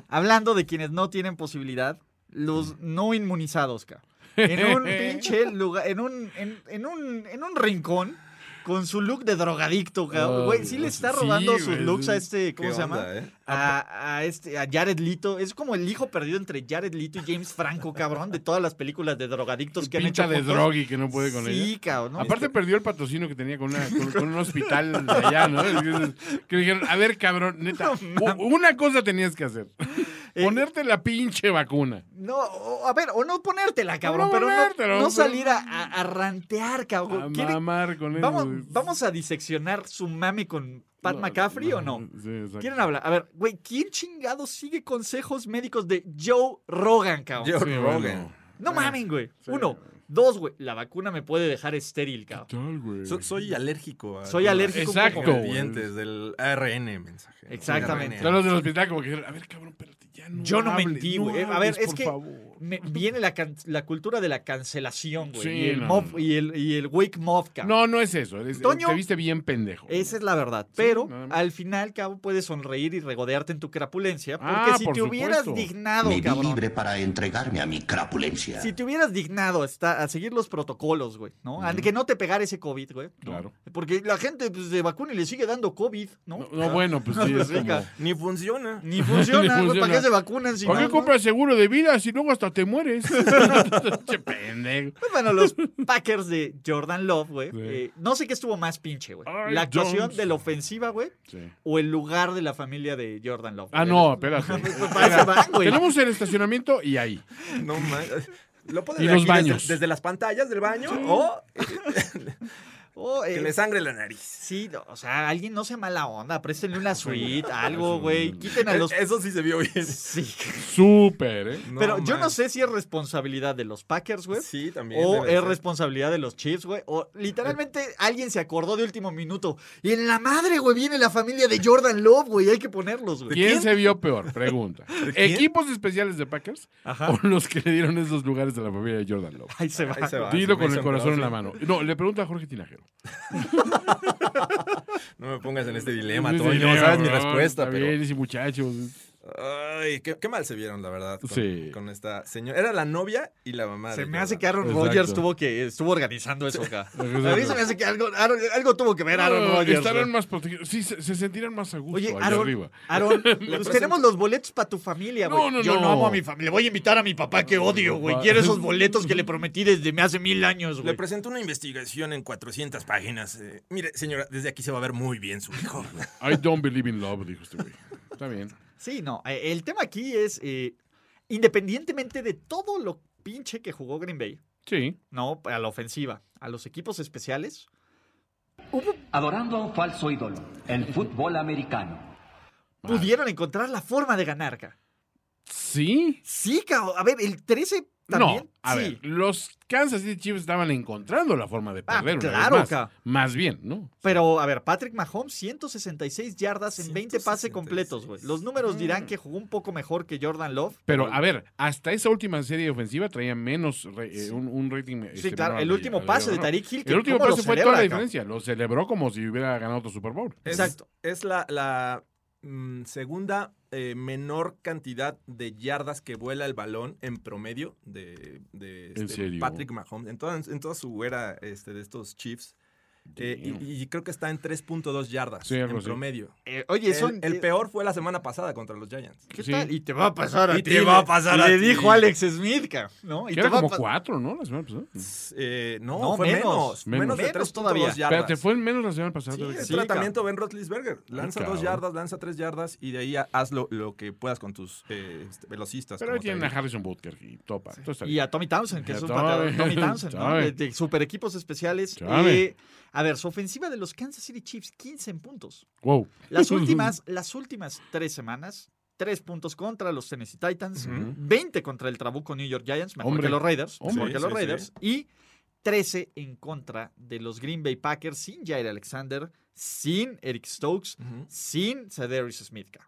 B: Hablando de quienes no tienen posibilidad, los
F: Mm.
B: no inmunizados, cabrón. En un pinche lugar, en un, en, en un, en un rincón, con su look de drogadicto, cabrón.
F: Ay,
B: Güey, sí le está
F: Oh, sí,
B: robando sus
F: güey.
B: looks a este, ¿cómo
C: ¿Qué
B: se llama?
C: onda, eh?
B: A, a este, a Jared Lito. Es como el hijo perdido entre Jared Lito y James Franco, cabrón, de todas las películas de drogadictos que han hecho.
F: Pinta de
B: juntos.
F: drogui que no puede con ella.
B: Sí, cabrón. ¿no? este-
F: Aparte perdió el patrocinio que tenía con, una- con- con un hospital de allá, ¿no? Que le dijeron, a ver, cabrón, neta, u- una cosa tenías que hacer.
B: Eh,
F: Ponerte la pinche vacuna.
B: No, o- a ver, o no ponértela, cabrón,
F: no
B: pero no-
F: ponértela,
B: no,
F: pero-
B: salir a, a- a rantear,
F: A
B: cabrón. ¿Quiere-
F: mamar con eso.
B: vamos, ¿Vamos a diseccionar su mame con Pat McCaffrey o no?
F: Sí, exacto.
B: ¿Quieren hablar? A ver, güey, ¿quién chingado sigue consejos médicos de Joe Rogan, cabrón?
C: Joe
F: Sí, bueno.
C: Rogan.
B: No mamen, güey. Uno. Dos, güey. La vacuna me puede dejar estéril, cabrón.
F: Tal, güey.
C: So- soy alérgico a
B: Soy
C: a-
B: alérgico. un
F: Exacto,
C: a
B: poco.
F: güey.
C: ingredientes del ARN mensaje.
B: Exactamente.
F: Todos los del hospital como que dijeron, a ver, cabrón, espérate, ya no
B: Yo no
F: hables,
B: mentí,
F: no
B: güey. a
F: hables,
B: ver, es
F: por
B: que
F: favor".
B: me- viene la, can- la cultura de la cancelación, güey.
F: Sí,
B: y, el
F: no,
B: mof-
F: no.
B: y el y el wake mof, cabrón.
F: No, no es eso. eres-
B: Toño.
F: te viste bien pendejo.
B: Esa es la verdad. Pero
F: nada más.
B: al final, cabo, puedes sonreír y regodearte en tu crapulencia. Porque
F: Ah,
B: si
F: por
B: te hubieras
F: supuesto.
B: dignado,
D: Me vi
B: cabrón.
D: libre para entregarme a mi crapulencia.
B: Si te hubieras dignado hasta a seguir los protocolos, güey, ¿no? A que no te pegara ese COVID, güey. ¿no?
F: Claro.
B: Porque la gente pues, se vacuna y le sigue dando COVID, ¿no?
F: No, no, bueno, pues sí, es como...
C: Ni funciona.
B: Ni funciona, güey. ¿Para
F: Ni funciona.
B: qué se vacunan si
F: ¿Por
B: no,
F: qué
B: no?
F: compras seguro de vida si luego hasta te mueres? che, pendejo.
B: Pues, bueno, los Packers de Jordan Love, güey.
F: Sí.
B: eh, no sé qué estuvo más pinche, güey.
F: Ay,
B: La actuación
F: Jones.
B: de la ofensiva, güey.
F: Sí.
B: O el lugar de la familia de Jordan Love. Eh,
F: Ah,
B: güey.
F: no, espérate.
B: Pues, para eso van, güey.
F: Tenemos el estacionamiento y ahí.
C: No man- Lo puedes
F: Y
C: ver
F: los
C: aquí desde-
F: baños.
C: Desde, las pantallas del baño o
B: Oh, eh,
C: que le sangre la nariz.
B: Sí, no, o sea, alguien no sea mala onda, préstenle una suite, algo, güey. Quiten a los.
C: Eh, Eso sí se vio bien.
B: Sí.
F: Súper, ¿eh?
C: No,
B: Pero yo
C: man.
B: no sé si es responsabilidad de los Packers, güey.
C: Sí, también.
B: O
C: debe de
B: es
C: ser. Eh.
B: responsabilidad de los Chiefs, güey. O literalmente alguien se acordó de último minuto. Y en la madre, güey, viene la familia de Jordan Love, güey. Hay que ponerlos, güey.
F: ¿Quién, se vio peor? Pregunta. ¿Equipos especiales de Packers
B: Ajá.
F: o los que le dieron esos lugares a la familia de Jordan Love?
B: Ahí Ah, se va.
C: Ahí se va,
F: Dilo
C: se me
F: con el
C: hizo
F: corazón en la
C: pedazo.
F: mano. No, le pregunta a Jorge Tinajero.
C: No me pongas en este dilema,
F: Dice,
C: Toño.
F: "Leo,
C: sabes mi
F: bro,
C: respuesta,
F: está
C: pero.
F: bien, dice, muchachos.
C: Ay, qué, qué mal se vieron, la verdad. Con,
F: Sí.
C: con esta señora. Era la novia y la mamá.
B: Se
C: de
B: me hace
C: Jordan.
B: que Aaron
F: Exacto.
B: Rodgers tuvo que estuvo organizando eso acá. A mí se me hace que algo, Aaron- algo tuvo que ver Aaron
F: No,
B: Rodgers.
F: Estarán
B: güey.
F: más protegidos. Sí, se, se sentirán más a gusto
B: Oye,
F: allá
B: Aaron,
F: arriba.
B: Aaron, pues tenemos los boletos para tu familia,
F: No,
B: güey.
F: no,
B: Yo no.
F: no.
B: amo a mi familia. Le voy a invitar a mi papá que odio, güey.
F: papá.
B: Quiero esos boletos que le prometí desde me hace mil años,
C: Le
B: güey.
C: presento una investigación en 400 páginas. eh, mire, señora, desde aquí se va a ver muy bien su hijo.
F: I don't believe in love, dijo este güey. Está bien.
B: Sí, no. eh, El tema aquí es, eh, independientemente de todo lo pinche que jugó Green Bay,
F: Sí.
B: ¿no? A la ofensiva, a los equipos especiales,
D: Adorando a un falso ídolo, el fútbol americano.
B: pudieron encontrar la forma de ganar, ca.
F: Sí.
B: Sí, cabrón. A ver, el 13 también.
F: No, a
B: sí.
F: ver, los Kansas City Chiefs estaban encontrando la forma de
B: Ah,
F: perder. una vez
B: claro,
F: más.
B: ca.
F: más bien, ¿no?
B: Pero, a ver, Patrick Mahomes, 166 yardas en 20 pases
C: 166.
B: completos, güey. Los números dirán que jugó un poco mejor que Jordan Love.
F: Pero, a ver, hasta esa última serie ofensiva traía menos re- eh, un, un rating.
B: Sí, claro, el último pase de Tariq Hill, que
F: El último
B: cómo lo
F: pase fue
B: celebra,
F: toda la
B: cabrón.
F: diferencia. Lo celebró como si hubiera ganado otro Super Bowl.
C: Es-
B: Exacto.
C: Es la, la, mm, segunda eh, menor cantidad de yardas que vuela el balón en promedio de, de, este,
F: ¿En serio?
C: Patrick Mahomes. En toda, en toda su era este, de estos Chiefs. Eh,
F: Damn.
C: y, y creo que está en 3.2 yardas
F: Sí, algo
C: en
F: así.
C: promedio.
B: Eh, oye, son.
C: el, el
B: eh,
C: peor fue la semana pasada contra los Giants.
B: ¿Qué
F: Sí.
B: tal? Y te va a pasar a
C: Y
B: ti.
C: te
B: le-
C: va a pasar a
B: Le
C: ti.
B: dijo Alex Smith, cabrón, ¿no? Y te
F: Que era
B: va a
F: como
B: pa-
F: cuatro, ¿no? La semana pasada.
C: Eh, no,
B: No,
C: fue
B: menos,
C: menos. Menos,
F: menos.
C: de
B: Menos
C: 3.2
B: todavía.
C: yardas.
F: Espérate, fue menos la semana pasada.
C: Sí,
F: Tariq.
C: el
B: Sí,
C: tratamiento Ben Roethlisberger. Lanza
F: Ay,
C: dos
F: cabrón.
C: yardas, lanza tres yardas y de ahí ha- haz lo, lo que puedas con tus eh, este, velocistas.
F: Pero ahí
C: como
F: tienen a
C: Tyreek.
F: Harrison Butker y topa. Entonces, está
B: Y
F: bien.
B: a Tommy Townsend, que
F: Y a
B: es un
F: Tommy.
B: pateador. Tommy Townsend, ¿no?
F: Tommy.
B: De, de super equipos especiales.
F: Tommy.
B: Eh, a ver, su ofensiva de los Kansas City Chiefs, 15 en puntos.
F: Wow.
B: Las últimas, las últimas tres semanas, tres puntos contra los Tennessee Titans, 20 contra el Trabuco New York Giants, mejor
F: Hombre.
B: que los Raiders,
F: Hombre.
B: mejor que
C: Sí,
B: los
C: sí,
B: Raiders, y 13 en contra de los Green Bay Packers sin Jair Alexander, sin Eric Stokes, sin Cedarius Smith. ca.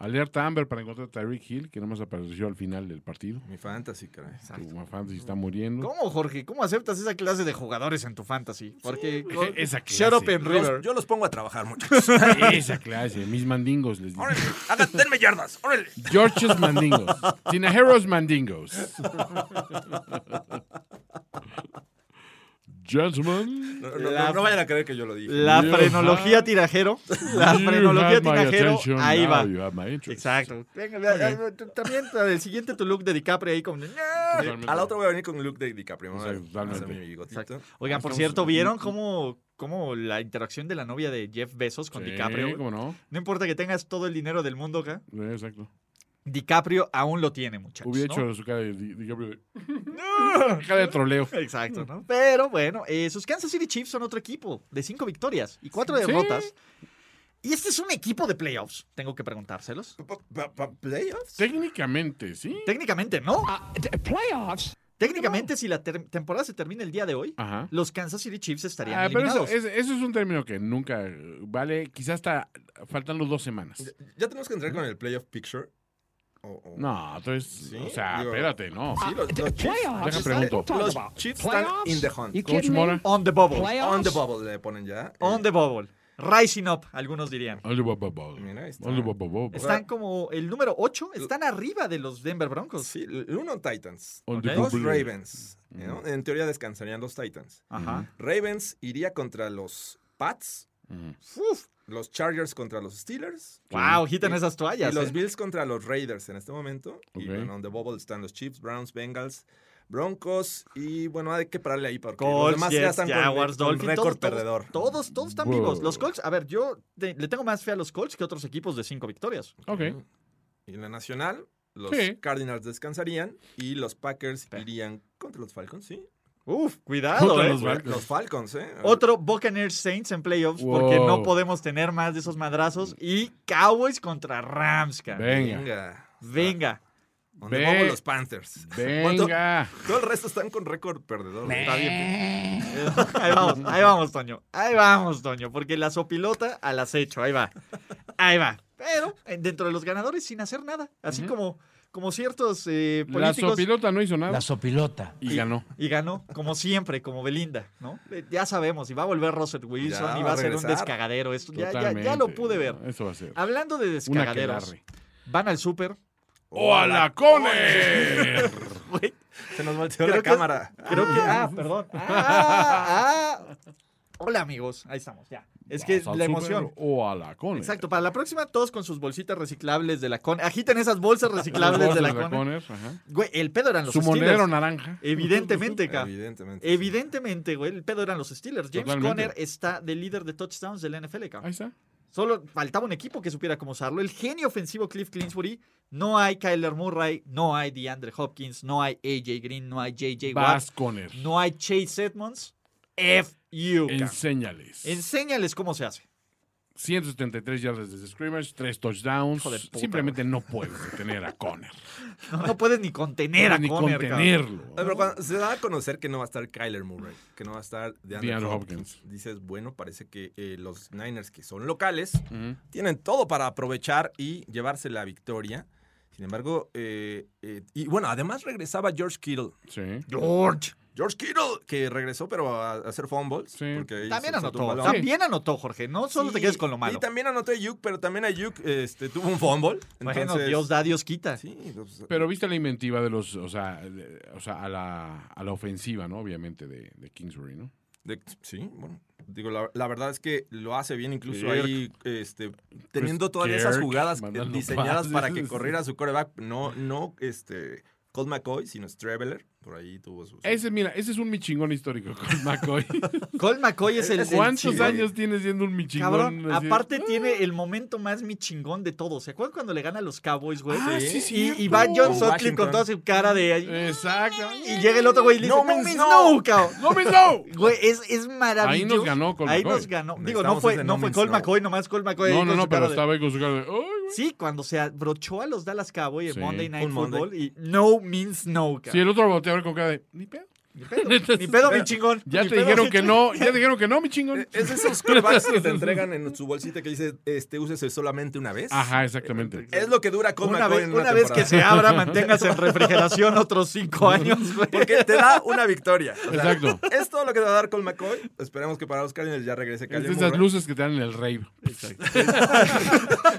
F: Alerta Amber para encontrar a Tyreek Hill, que nomás apareció al final del partido.
C: Mi fantasy, caray.
F: Tu fantasy está muriendo.
B: ¿Cómo, Jorge? ¿Cómo aceptas esa clase de jugadores en tu fantasy? Porque
F: Esa clase.
B: Shut up and
C: Los-
B: River.
C: yo los pongo a trabajar, muchachos.
F: Esa clase. Mis mandingos les digo.
C: órale, hagan, denme yardas, órale.
F: George's Mandingos. Tinajeros Mandingos. Gentlemen.
C: No, no-
B: La-
C: no vayan a creer que yo lo dije.
B: La
F: You
B: frenología
F: have-
B: tirajero. La
F: you
B: frenología
F: have my
B: tirajero.
F: attention,
B: Ahí
F: now
B: va.
F: you have my interest.
B: Exacto. Venga, vea, ah, tú También el siguiente tu look de DiCaprio ahí con...
C: Eh, a la otra voy a venir con Luke de DiCaprio. me voy a-
F: Exacto, totalmente.
C: hacer mi bigotito.
B: Exacto. Oigan, por
F: Estamos-
B: cierto, ¿vieron cómo, cómo la interacción de la novia de Jeff Bezos con
F: Sí,
B: DiCaprio? güey?
F: ¿Cómo no?
B: No importa que tengas todo el dinero del mundo acá,
F: Sí, Exacto.
B: DiCaprio aún lo tiene, muchachos.
F: Hubiera
B: ¿no?
F: hecho su cara de, di- DiCaprio de- cara de troleo.
B: Exacto, ¿no? Mm. Pero bueno, eh, sus Kansas City Chiefs son otro equipo de cinco victorias y cuatro
F: Sí.
B: derrotas. Y este es un equipo de playoffs, tengo que preguntárselos.
C: Pa- pa- pa- ¿Playoffs?
F: Técnicamente, sí.
B: Técnicamente, ¿no?
E: Uh, t- playoffs?
B: Técnicamente, si la ter- temporada se termina el día de hoy,
F: Ajá.
B: los Kansas City Chiefs estarían
F: Ah, pero eso,
B: eliminados.
F: es, eso es un término que nunca eh, vale. Quizás hasta faltando dos semanas.
C: Ya tenemos que entrar con el playoff picture. O- o-
F: No, entonces, o sea,
C: Digo-
F: espérate, no.
C: Sí, los, los
E: Playoffs?
F: Deja
E: What
F: pregunto.
E: are you talking
C: Los
E: about?
C: Chiefs están
E: Playoffs?
C: in the hunt.
E: You
F: Coach
E: kidding me?
F: Mora.
B: On the bubble.
E: Playoffs?
C: On the bubble le ponen ya.
B: On the bubble. Rising up, algunos dirían.
F: Ole, bo, bo, bo.
C: Mira, ahí está.
F: Ole, bo, bo, bo.
B: Están como el número 8, están arriba de los Denver Broncos.
C: Sí, el uno Titans.
F: All the
C: Dos
F: bubble.
C: Ravens.
F: Mm.
C: ¿no? En teoría descansarían los Titans.
B: Ajá.
C: Ravens iría contra los Pats.
B: Uf.
C: Los Chargers contra los Steelers.
B: Wow, quitan esas
C: Y
B: toallas.
C: los
B: ¿eh?
C: Bills contra los Raiders en este momento. Y
F: Ok.
C: bueno, on the bubble están los Chiefs, Browns, Bengals, Broncos. Y bueno, hay que pararle ahí porque los
B: Colts,
C: demás ya
B: Jets,
C: están
B: Jaguars,
C: con, con
B: Dolphins,
C: récord
B: todos, todos-
C: perdedor.
B: Todos, todos, están
F: Wow.
B: vivos. Los Colts, a ver, yo te- le tengo más fe a los Colts que otros equipos de cinco victorias.
F: Ok.
C: Y en la nacional, los
F: Sí.
C: Cardinals descansarían y los Packers irían contra los Falcons, ¿sí?
B: Uf, cuidado,
F: Contra
B: ¿eh?
F: los Falcons.
C: Los Falcons, ¿eh?
B: Otro Buccaneers Saints en playoffs
F: Wow.
B: porque no podemos tener más de esos madrazos. Y Cowboys contra Rams, cara.
F: Venga.
C: Venga.
B: Venga.
C: Donde
F: Ve.
C: vamos los Panthers.
F: Venga.
C: Todo el resto están con récord perdedor. Está bien.
B: Ahí vamos, ahí vamos, Toño. Ahí vamos, Toño. Porque la sopilota al acecho, ahí va. Ahí va. Pero eh, dentro de los ganadores sin hacer nada. Así como, como ciertos eh,
F: La
B: políticos.
F: sopilota no hizo nada
I: La sopilota.
F: y ganó.
B: Y ganó, como siempre, como Belinda, ¿no? Eh, Ya sabemos, y va a volver Russell Wilson,
C: Ya,
B: y
C: va
B: va
C: a
B: a ser un
C: regresar.
B: descagadero. Esto ya, ya,
F: Totalmente.
B: ya lo pude ver. Ah, pues,
F: Eso va a ser.
B: Hablando de
F: Una que
B: descagaderos, van al súper.
F: ¡O a la cone!
B: Güey,
C: Se nos volteó
B: Creo que-
C: la cámara.
B: Creo que. Ah, perdón. Ah, ah. Hola, amigos. Ahí estamos, ya. Es que
F: Vas al
B: la
F: súper
B: emoción.
F: O a la cone.
B: Exacto, para la próxima, todos con sus bolsitas reciclables de la con. Agiten esas bolsas reciclables de la con. Güey, el pedo eran los
F: Su monedero
B: Steelers.
F: naranja.
B: Evidentemente, ca.
C: Evidentemente.
B: Evidentemente, güey, el pedo eran los Steelers. James
F: Totalmente.
B: Conner está de líder de touchdowns del NFL,
F: Ahí
B: cabrón.
F: está.
B: Solo faltaba un equipo que supiera cómo usarlo. El genio ofensivo Cliff Clinsbury. No hay Kyler Murray, no hay DeAndre Hopkins, no hay AJ Green, no hay JJ Watt,
F: Vas con él.
B: no hay Chase Edmonds. F you. cabrón.
F: Enséñales.
B: Enséñales cómo se hace.
F: 173 yardas desde scrimmage, 3 touchdowns.
B: Hijo de puta,
F: Simplemente no puedes detener a Conner.
B: No, no puedes ni contener a
F: ni
B: Conner, cabrón.
F: contenerlo.
C: Ay, pero cuando se da a conocer que no va a estar Kyler Murray, que no va a estar DeAndre
F: DeAndre
C: Hopkins.
F: Hopkins.
C: Dices, bueno, parece que eh, los Niners que son locales tienen todo para aprovechar y llevarse la victoria. Sin embargo, eh, eh, y bueno, además regresaba George Kittle.
F: Sí.
B: George.
C: George Kittle, que regresó, pero a, a hacer fumbles.
F: Sí.
C: porque ahí
B: También
C: se- se
B: anotó.
C: tuvo un balón.
B: También anotó, Jorge. No solo te
C: Sí,
B: quedes con lo malo.
C: Y también anotó Ayuk, pero también Ayuk este, tuvo un fumble.
B: bueno,
C: Entonces,
B: Dios da, Dios quita.
C: Sí, pues,
F: Pero viste la inventiva de los, o sea, de- o sea a, la, a la ofensiva, ¿no? Obviamente de, de Kingsbury, ¿no?
C: de- sí, bueno. Digo, la, la verdad es que lo hace bien, incluso
F: Kirk. Pues,
C: ahí, este, teniendo todas esas
F: Kirk,
C: jugadas eh,
F: mandando
C: diseñadas
F: pases.
C: para que corriera su coreback. No, no, este, Colt McCoy, sino Straveler. Por ahí tuvo sus.
F: Ese, mira, ese es un michingón histórico con McCoy.
B: Colt McCoy es el
C: Es- es
F: ¿Cuántos
C: Sí.
B: el-
F: años tienes siendo un michingón?
B: Cabrón,
F: Así-
B: aparte tiene el momento más mi chingón de todos. ¿Se acuerdan cuando le gana a los Cowboys, güey?
F: Ah, sí,
B: Y-
F: cierto.
B: y, va John
C: Con
B: Sutcliffe
C: Washington.
B: con toda su cara de...
F: Exacto.
B: Y llega el otro güey y le dice,
C: No
B: no,
C: means
B: means
C: no".
B: no, cabrón.
F: ¡No me no!
B: Güey, es, es maravilloso.
F: Ahí nos ganó Colt
B: Ahí
F: McCoy.
B: nos ganó. Digo, no
C: Necesitamos ese
B: fue,
C: no
B: no fue
C: means
B: Colt
C: no.
B: McCoy, nomás Colt McCoy.
F: No,
B: ahí
F: no,
B: con su
F: no, pero
B: cara de-
F: estaba ahí con su cara de. "Ay, güey".
B: Sí, cuando se abrochó a los Dallas Cowboys en
F: Sí.
B: Monday Night
C: Un Monday.
B: Football y no means no,
F: Si
B: cabrón.
F: el otro voltea a ver con cara de. Ni pedo.
B: Ni pedo, ni pedo, mi chingón.
F: Ya
B: Ni
F: te
B: pedo,
F: dijeron
B: mi
F: que no, ya te dijeron que no, mi chingón.
C: E, Es de esos corebacks que te entregan en su bolsita que dice, este, úsese solamente una vez.
F: Ajá, exactamente.
C: Es lo que dura Colt
B: Una,
C: McCoy
B: vez,
C: en una,
B: una vez que
C: temporada.
B: se abra, mantengas en refrigeración otros cinco años, güey.
C: Porque te da una victoria. O sea,
F: Exacto.
C: Es todo lo que te va a dar Colt McCoy. Esperemos que para los Cardinals ya regrese
F: Este Es de
C: Kyler
F: esas
C: Murray.
F: luces que te dan en el rave.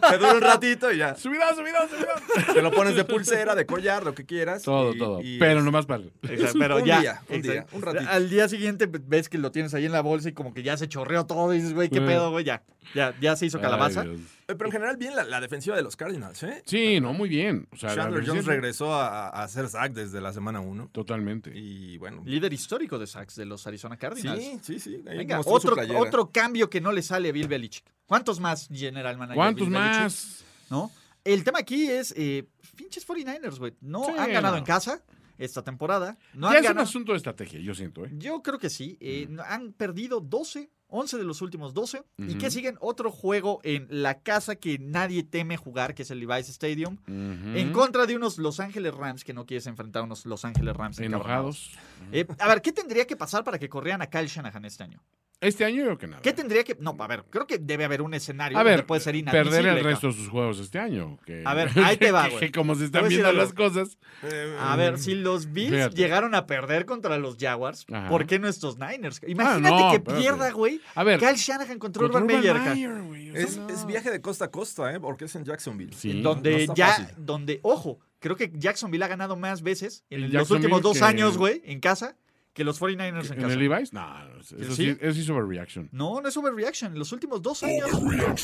C: Te dura un ratito y ya.
F: Subirá, subirá, subirá.
C: Te lo pones de pulsera, de collar, lo que quieras.
F: Todo,
C: y-
F: todo.
C: y
F: Pero
C: es-
F: nomás para.
B: Exacto, pero
C: un
B: ya.
C: día, un día,
B: exacto.
C: un ratito.
B: Al día siguiente pues, ves que lo tienes ahí en la bolsa y como que ya se chorreó todo y dices, güey, qué
F: Sí.
B: pedo, güey, ya. Ya, ya se hizo calabaza.
F: Mm. Ay, Dios.
C: Eh, Pero en general, bien la, la defensiva de los Cardinals, ¿eh?
F: Sí, no, muy bien. O sea, la
C: Chandler
F: defensiva-
C: Jones regresó a, a hacer sack desde la semana 1.
F: Totalmente.
C: Y bueno.
B: Líder histórico de sacks de los Arizona Cardinals.
C: Sí, sí, sí. ahí
B: Venga,
C: mostró su
B: otro,
C: playera.
B: otro cambio que no le sale a Bill Belichick. ¿Cuántos más, General Manager?
F: ¿Cuántos
B: Bill Belichick?
F: más?
B: ¿No? El tema aquí es, eh, pinches 49ers, güey. No
F: Sí,
B: han ganado
F: no.
B: en casa esta temporada. No
F: ya
B: han
F: es un
B: ganado.
F: asunto de estrategia, yo siento, ¿eh?
B: Yo creo que sí. eh, no- Han perdido 12, 11 de los últimos 12. ¿Y
F: Ujú.
B: que siguen? Otro juego en la casa que nadie teme jugar, que es el Levi's Stadium.
F: Ujú.
B: En contra de unos Los Ángeles Rams que no quieres enfrentar a unos Los Ángeles Rams encabronados.
F: Enojados.
B: Eh, a ver, ¿qué tendría que pasar para que corrieran a Kyle Shanahan este año?
F: Este año yo creo que nada.
B: ¿Qué tendría que.? No, a ver, creo que debe haber un escenario
F: A ver,
B: donde puede ser inadmisible.
F: perder el
B: cabrón.
F: resto de sus juegos este año. que-
B: A ver, ahí te va,
F: que-
B: güey.
F: que como se
B: Te
F: están
B: voy a decir
F: viendo
B: algo.
F: las cosas.
C: Eh,
B: A
C: mm,
B: ver, si los Bills
F: Mm, Fíjate.
B: llegaron a perder contra los Jaguars,
F: Ajá. Ah,
B: ¿por qué nuestros Niners? Imagínate
F: no,
B: que
F: espérate.
B: pierda, güey.
F: A ver,
B: Kyle Shanahan contra
F: Contra
B: Urban
F: Urban
B: Meyer. ca-
F: Meyer, güey, o sea,
C: Es,
F: no.
C: es viaje de costa a costa, ¿eh? Porque es en Jacksonville.
F: Sí.
B: donde
C: No está
B: ya,
C: fácil.
B: donde, ojo, creo que Jacksonville ha ganado más veces en
F: El
B: los últimos
F: Jacksonville
B: dos
F: que-
B: años, güey, en casa, que los 49ers en,
F: ¿En
B: casa.
F: el Levi's? No, no, eso
B: ¿Sí?
F: sí, eso sí es overreaction.
B: No, no es overreaction. En los últimos dos años.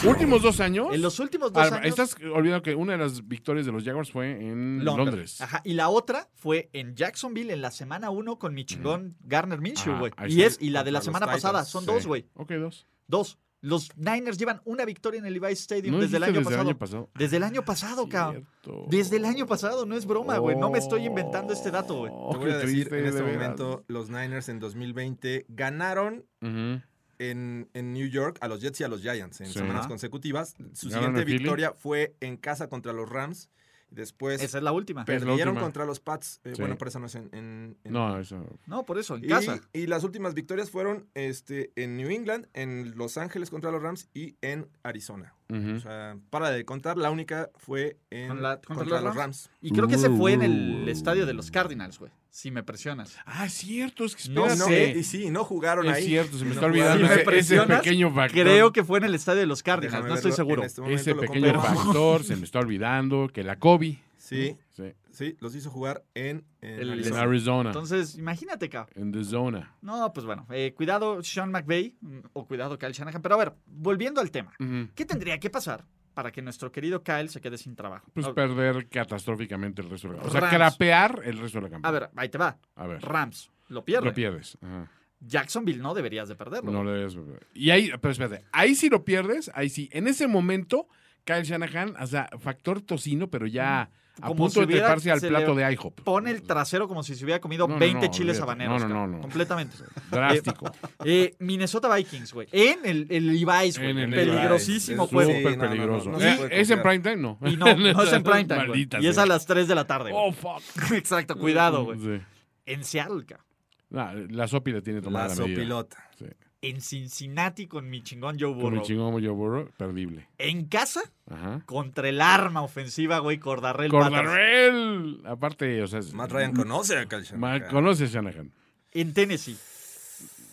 F: ¿Últimos dos años?
B: En los últimos dos
F: Ah,
B: años.
F: Estás olvidando que una de las victorias de los Jaguars fue en
B: Londres.
F: Londres.
B: Ajá. Y la otra fue en Jacksonville en la semana 1 con mi chingón Garner Minshew,
F: Ajá,
B: güey.
F: ahí
B: Y
F: está.
B: es, y la de la
C: Contra los
B: semana pasada.
C: Titans,
B: Son
F: Sí.
B: dos, güey.
F: Ok, dos.
B: Dos. Los Niners llevan una victoria en el Levi's Stadium
F: ¿No
B: desde, el
F: dijiste
B: año,
F: desde el
B: pasado.
F: año pasado?
B: Desde el año pasado, cabrón.
F: Cierto.
B: Desde el año pasado, no es broma, güey. No me estoy inventando este dato, güey.
F: Oh,
C: Te voy a
F: qué
C: decir,
F: triste,
C: en este
F: de veras.
C: momento, los Niners en 2020 ganaron
F: Ujú.
C: en, en New York a los Jets y a los Giants en
F: Sí.
C: semanas
F: Ajá.
C: consecutivas. Su
F: Ganaron
C: siguiente
F: en Philly.
C: victoria fue en casa contra los Rams. Después
B: Esa es la última.
F: Pero- Es la
C: perdieron
F: última.
C: contra los Pats. Eh,
F: Sí.
C: Bueno, pero esa no es en... en- en-
F: No, eso.
B: No, por eso, en
C: Y,
B: casa.
C: y las últimas victorias fueron este, en New England, en Los Ángeles contra los Rams y en Arizona.
F: Ujú.
C: O sea, para de contar, la única fue en,
B: Con la-
C: contra, los Rams.
B: Y creo que se fue en
C: Uh.
B: el estadio de los Cardinals, güey. Si me presionas.
F: Ah, es cierto, es que
B: No
F: espérate.
C: Y no- eh,
B: sé.
C: y sí, no jugaron
F: Es
C: ahí.
F: cierto, se me
C: No
F: está
C: jugaron.
F: olvidando
B: Si me
F: ese- ese
B: presionas,
F: pequeño factor.
B: Creo que fue en el estadio de los Cardinals,
C: Déjame
B: no estoy
C: verlo,
B: seguro.
C: en este momento
F: Ese
C: lo
F: pequeño
C: comprobamos.
F: factor se me está olvidando que la Kobe.
C: Sí,
F: Sí.
C: sí, los hizo jugar en, en
B: El-
F: En
C: Arizona.
F: Arizona.
B: Entonces, imagínate, cabrón.
F: En the zona.
B: No, pues bueno, eh, cuidado Sean McVay mm, o cuidado Kyle Shanahan. Pero a ver, volviendo al tema,
F: Ujú.
B: ¿qué tendría que pasar para que nuestro querido Kyle se quede sin trabajo?
F: Pues
B: A-
F: perder catastróficamente el resto de la O sea,
B: Rams.
F: crapear el resto de la
B: a
F: campaña.
B: ver, ahí te va.
F: A ver.
B: Rams, lo pierde.
F: Lo pierdes. Ajá.
B: Jacksonville no deberías de perderlo.
F: No lo debes. Y ahí, pero espérate, ahí sí lo pierdes, ahí sí. En ese momento, Kyle Shanahan, o sea, factor tocino, pero ya a
B: Como
F: punto
B: si
F: de
B: hubiera-
F: treparse al
B: se
F: plato
B: le
F: de IHOP.
B: Pone el trasero como si se hubiera comido
F: No, no,
B: 20
F: no,
B: chiles
F: olvídate.
B: habaneros.
F: No, no,
B: cabrón,
F: no, no.
B: Completamente.
F: Drástico.
B: Eh, Minnesota Vikings, güey. En el, el Levi's, güey.
F: En el
B: Peligrosísimo
C: Levi's.
B: juego.
C: Sí,
F: Súper
C: no, no,
F: peligroso.
C: no se
F: Eh,
C: puede
F: ¿Es en
C: confiar.
F: prime time? No.
B: Y no, no es en prime time. güey.
F: Maldita
B: Y es
F: sea.
B: a las 3 de la tarde. güey.
F: Oh, fuck.
B: Exacto, cuidado, güey.
F: Mm, Sí.
B: En Seattle, cabrón.
F: Nah, la sopi le tiene tomada
C: La
F: la, medida.
C: sopilota.
F: Sí.
B: En Cincinnati con mi chingón Joe
F: Con mi
B: Burrow.
F: chingón Joe Burrow, perdible.
B: En casa
F: Ajá.
B: contra el arma ofensiva, güey, Cordarrel. Patterson.
F: Cordarrell. Aparte, o sea, es-
C: Matt Ryan conoce a Kyle
F: Ma-
C: Shanahan.
F: conoce a Shanahan.
B: En Tennessee.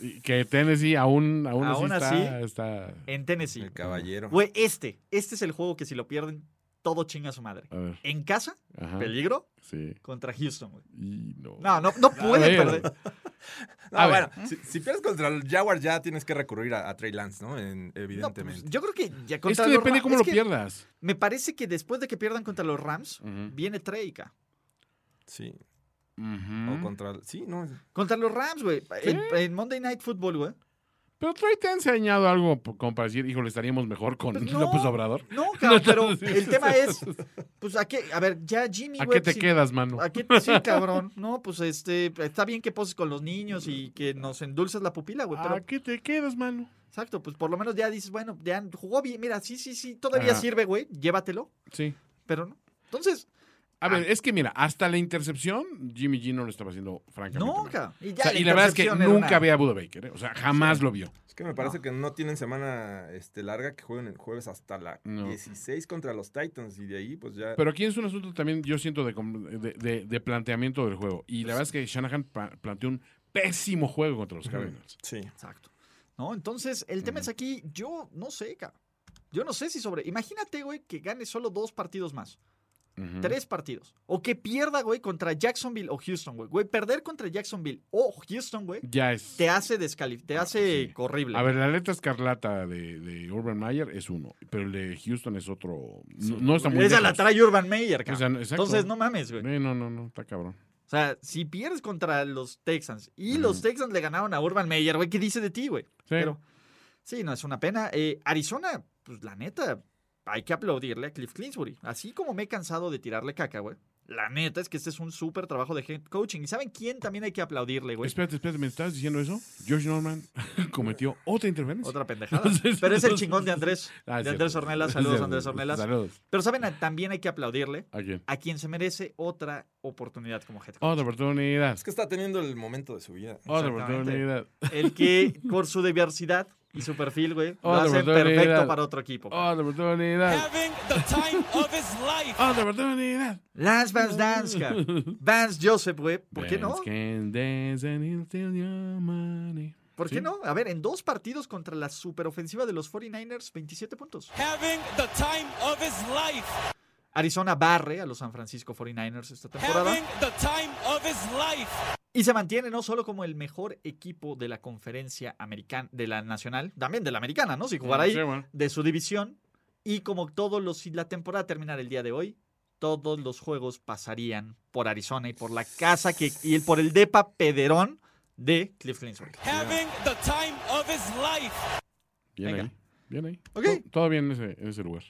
F: Y Que Tennessee aún, aún,
B: Aún
F: así, está-
B: así,
F: está,
B: En Tennessee.
C: El caballero.
B: Güey, este. Este es el juego que si lo pierden, todo chinga a su madre.
F: A ver.
B: En casa,
F: Ajá.
B: peligro
F: Sí.
B: contra Houston, güey.
F: Y no.
B: No, no,
F: Ah,
B: no pues, puede
F: ver.
B: perder.
C: No,
F: A ver.
C: bueno, si, si pierdes contra el Jaguars ya tienes que recurrir a, a Trey Lance, ¿no? En-
B: No, pues,
C: evidentemente.
B: yo creo que ya
F: Es
B: contra
F: que
B: los
F: depende
B: Ra-
F: cómo
B: es
F: lo
B: que
F: pierdas.
B: Me parece que después de que pierdan contra los Rams,
F: Ujú.
B: viene Treica.
C: sí.
F: Ujú.
C: O contra... el- Sí, no.
B: Contra los Rams, güey. En, en Monday Night Football, güey.
F: Pero Trey te ha enseñado algo p- como para decir, híjole, estaríamos mejor con
B: Pues no.
F: López Obrador.
B: No, cabrón, pero
F: sí,
B: el
F: sí,
B: tema
F: sí.
B: es, pues, ¿a qué? A ver, ya Jimmy,
F: ¿A
B: güey, pues
F: qué te
B: sí-
F: quedas, mano?
B: ¿A qué? Sí, cabrón. No, pues, este, está bien que poses con los niños y que nos endulces la pupila, güey,
F: ¿A
B: pero,
F: qué te quedas, mano?
B: exacto, pues, por lo menos ya dices, bueno, ya jugó bien, mira, sí, sí, sí, todavía
F: Ajá.
B: sirve, güey, llévatelo,
F: Sí.
B: pero no. Entonces,
F: A
B: Ah.
F: ver, es que mira, hasta la intercepción, Jimmy G no lo estaba haciendo francamente.
B: no,
F: mal.
B: cabrón. Y,
F: O
B: ya
F: sea, y la verdad es que
B: intercepción era
F: nunca
B: una-
F: ve a Buda Baker, ¿eh? o sea, jamás lo vio.
C: Es que me parece que no tienen semana este, larga, que juegan el jueves hasta la
F: No.
C: 16 contra los Titans y de ahí pues ya...
F: Pero aquí es un asunto también, yo siento, de, com- de- de- de planteamiento del juego. Y la verdad es que Shanahan pa- planteó un pésimo juego contra los Cardinals.
C: Sí.
B: Exacto. No, entonces, el tema es aquí, yo no sé, cabrón. Yo no sé si sobre... Imagínate, güey, que gane solo dos partidos más.
F: Ujú.
B: Tres partidos. O que pierda, güey, contra Jacksonville o Houston, güey. Güey, perder contra Jacksonville o Houston, güey,
F: Ya es.
B: te hace descalificar, te hace
F: Ah, pues sí.
B: horrible.
F: A ver, la letra escarlata de, de Urban Meyer es uno, pero el de Houston es otro. No, no está muy
B: Esa la
F: lejos.
B: trae Urban Meyer,
F: O sea,
B: cabrón.
F: no- exacto.
B: Entonces, no mames, güey.
F: Eh, no, no, no, está cabrón.
B: O sea, si pierdes contra los Texans y los Texans le ganaron a Urban Meyer, güey, ¿qué dice de ti, güey?
F: Sí.
B: Pero sí, no es una pena. Eh, Arizona, pues la neta, hay que aplaudirle a Cliff Clinsbury. Así como me he cansado de tirarle caca, güey. La neta es que este es un súper trabajo de head coaching. ¿Y saben quién también hay que aplaudirle, güey?
F: Espérate, espérate, ¿me estás diciendo eso? George Norman cometió otra interferencia.
B: Otra pendejada. Pero es el chingón de Andrés.
F: Ah, es
B: de Andrés
F: cierto.
B: Ornelas.
F: Es
B: Saludos,
F: cierto.
B: Andrés Ornelas.
F: Saludos.
B: Pero saben, a- también hay que aplaudirle
F: ¿A quién?
B: a quien se merece otra oportunidad como head coach.
F: Otra oportunidad.
C: Es que está teniendo el momento de su vida.
F: Otra
B: Exactamente.
F: oportunidad.
B: El que, por su diversidad y su perfil, güey, lo
F: Otra
B: hace
F: oportunidad.
B: perfecto para otro equipo.
F: Otra oportunidad. Otra oportunidad.
B: Lance Vance Danska. Vance Joseph, güey. ¿Por qué no?
F: Dance can dance and he'll steal your money.
B: ¿Por qué
F: Sí.
B: no? A ver, en dos partidos contra la superofensiva de los 49ers, 27 puntos. Arizona barre a los San Francisco 49ers esta temporada. Y se mantiene no solo como el mejor equipo de la conferencia americana, de la nacional, también de la americana, ¿no? Si jugará ahí,
F: Ah, Sí, bueno.
B: de su división. Y como todos los, si la temporada terminara el día de hoy, todos los juegos pasarían por Arizona y por la casa que, y el- por el depa pederón de Cliff Kingsbury.
F: Bien
B: Venga.
F: ahí. Bien ahí.
B: Ok.
F: To- Todo bien en ese, en ese lugar.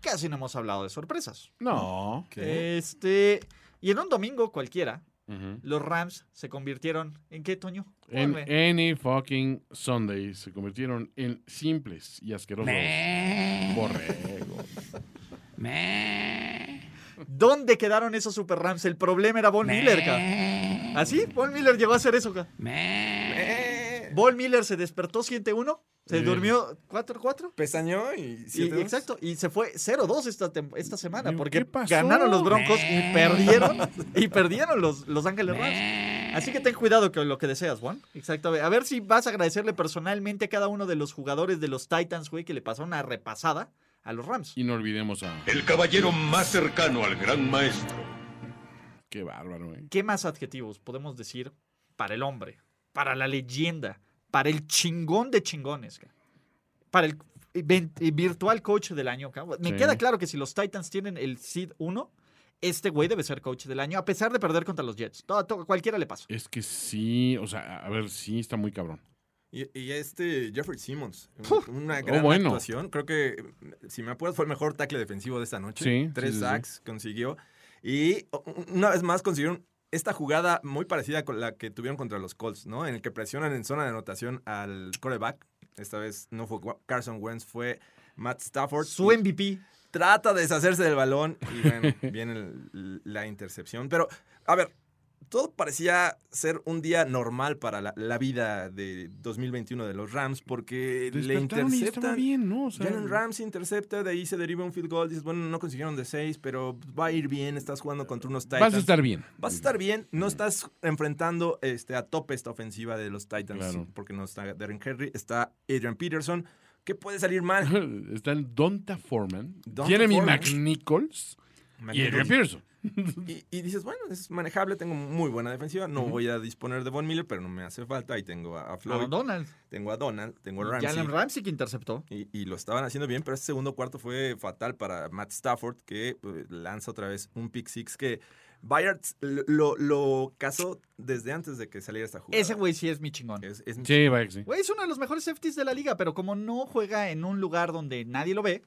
B: Casi no hemos hablado de sorpresas.
F: No.
B: Este. Y en un domingo cualquiera,
F: Ujú.
B: los Rams se convirtieron en qué, Toño?
F: En
B: Ponme.
F: Any Fucking Sunday se convirtieron en simples y asquerosos. Borrego.
B: ¿Dónde quedaron esos Super Rams? El problema era Von Miller, ca. ¿Así? Von Miller llegó a hacer eso, ca. Von Miller se despertó 7-1, se
F: Sí.
B: durmió 4-4.
C: Pestañó y...
B: Y,
C: siete, dos.
B: exacto, y se fue 0-2 esta, tem- esta semana
F: Digo,
B: porque
F: ¿qué pasó?
B: ganaron los Broncos y perdieron y perdieron los, los Ángeles Rams. Así que ten cuidado con lo que deseas, Juan. Exacto. A ver si vas a agradecerle personalmente a cada uno de los jugadores de los Titans, güey, que le pasó una repasada a los Rams.
F: Y no olvidemos a.
H: El caballero más cercano al gran maestro.
F: Qué bárbaro, eh. güey.
B: ¿Qué más adjetivos podemos decir para el hombre, para la leyenda, para el chingón de chingones, ca? para el ven- eh, virtual coach del año? ca. Me
F: Sí.
B: queda claro que si los Titans tienen el seed 1, este güey debe ser coach del año, a pesar de perder contra los Jets. Todo- todo- cualquiera le pasa.
F: Es que sí, o sea, a ver, sí está muy cabrón.
C: Y, y este Jeffrey Simmons, una
F: Oh,
C: gran
F: bueno.
C: actuación. Creo que, mm, si me apuras, fue el mejor tackle defensivo de esta noche.
F: Sí,
C: Tres
F: sí, sí, sí.
C: sacks consiguió. Y o- una vez más consiguieron esta jugada muy parecida con la que tuvieron contra los Colts, ¿no? En el que presionan en zona de anotación al coreback. Esta vez no fue Wa- Carson Wentz, fue Matt Stafford.
B: Su MVP.
C: Trata de deshacerse del balón y bueno, viene el- la intercepción. Pero, a ver, todo parecía ser un día normal para la, la vida de 2021 de los Rams porque le
F: Despertaron y estaba
C: interceptan.
F: bien, ¿no? O sea,
C: Jalen Rams intercepta, de ahí se deriva un field goal. Dices, bueno, no consiguieron de 6, pero va a ir bien. Estás jugando contra unos Titans.
F: Vas a estar bien.
C: Vas a estar bien, no estás enfrentando este, a tope esta ofensiva de los Titans,
F: Claro.
C: porque no está Darren Henry, está Adrian Peterson. ¿Qué puede salir mal?
F: Están Donta Foreman,
C: Donta
F: Jeremy
C: Foreman.
F: McNichols y Adrian Pearson.
C: Y, y dices, bueno, es manejable, tengo muy buena defensiva, no voy a disponer de Von Miller, pero no me hace falta. Ahí tengo a, a Floyd,
B: A Donald.
C: tengo a Donald, tengo a
B: Y Alan
C: Ramsey.
B: Ramsey que interceptó.
C: Y, y lo estaban haciendo bien, pero este segundo cuarto fue fatal para Matt Stafford, que eh, lanza otra vez un pick six que Bayard lo, lo cazó desde antes de que saliera esta jugada.
B: Ese güey sí es mi chingón.
C: Es, es-
F: Sí, vaya que sí.
B: Güey, es uno de los mejores safeties de la liga, pero como no juega en un lugar donde nadie lo ve,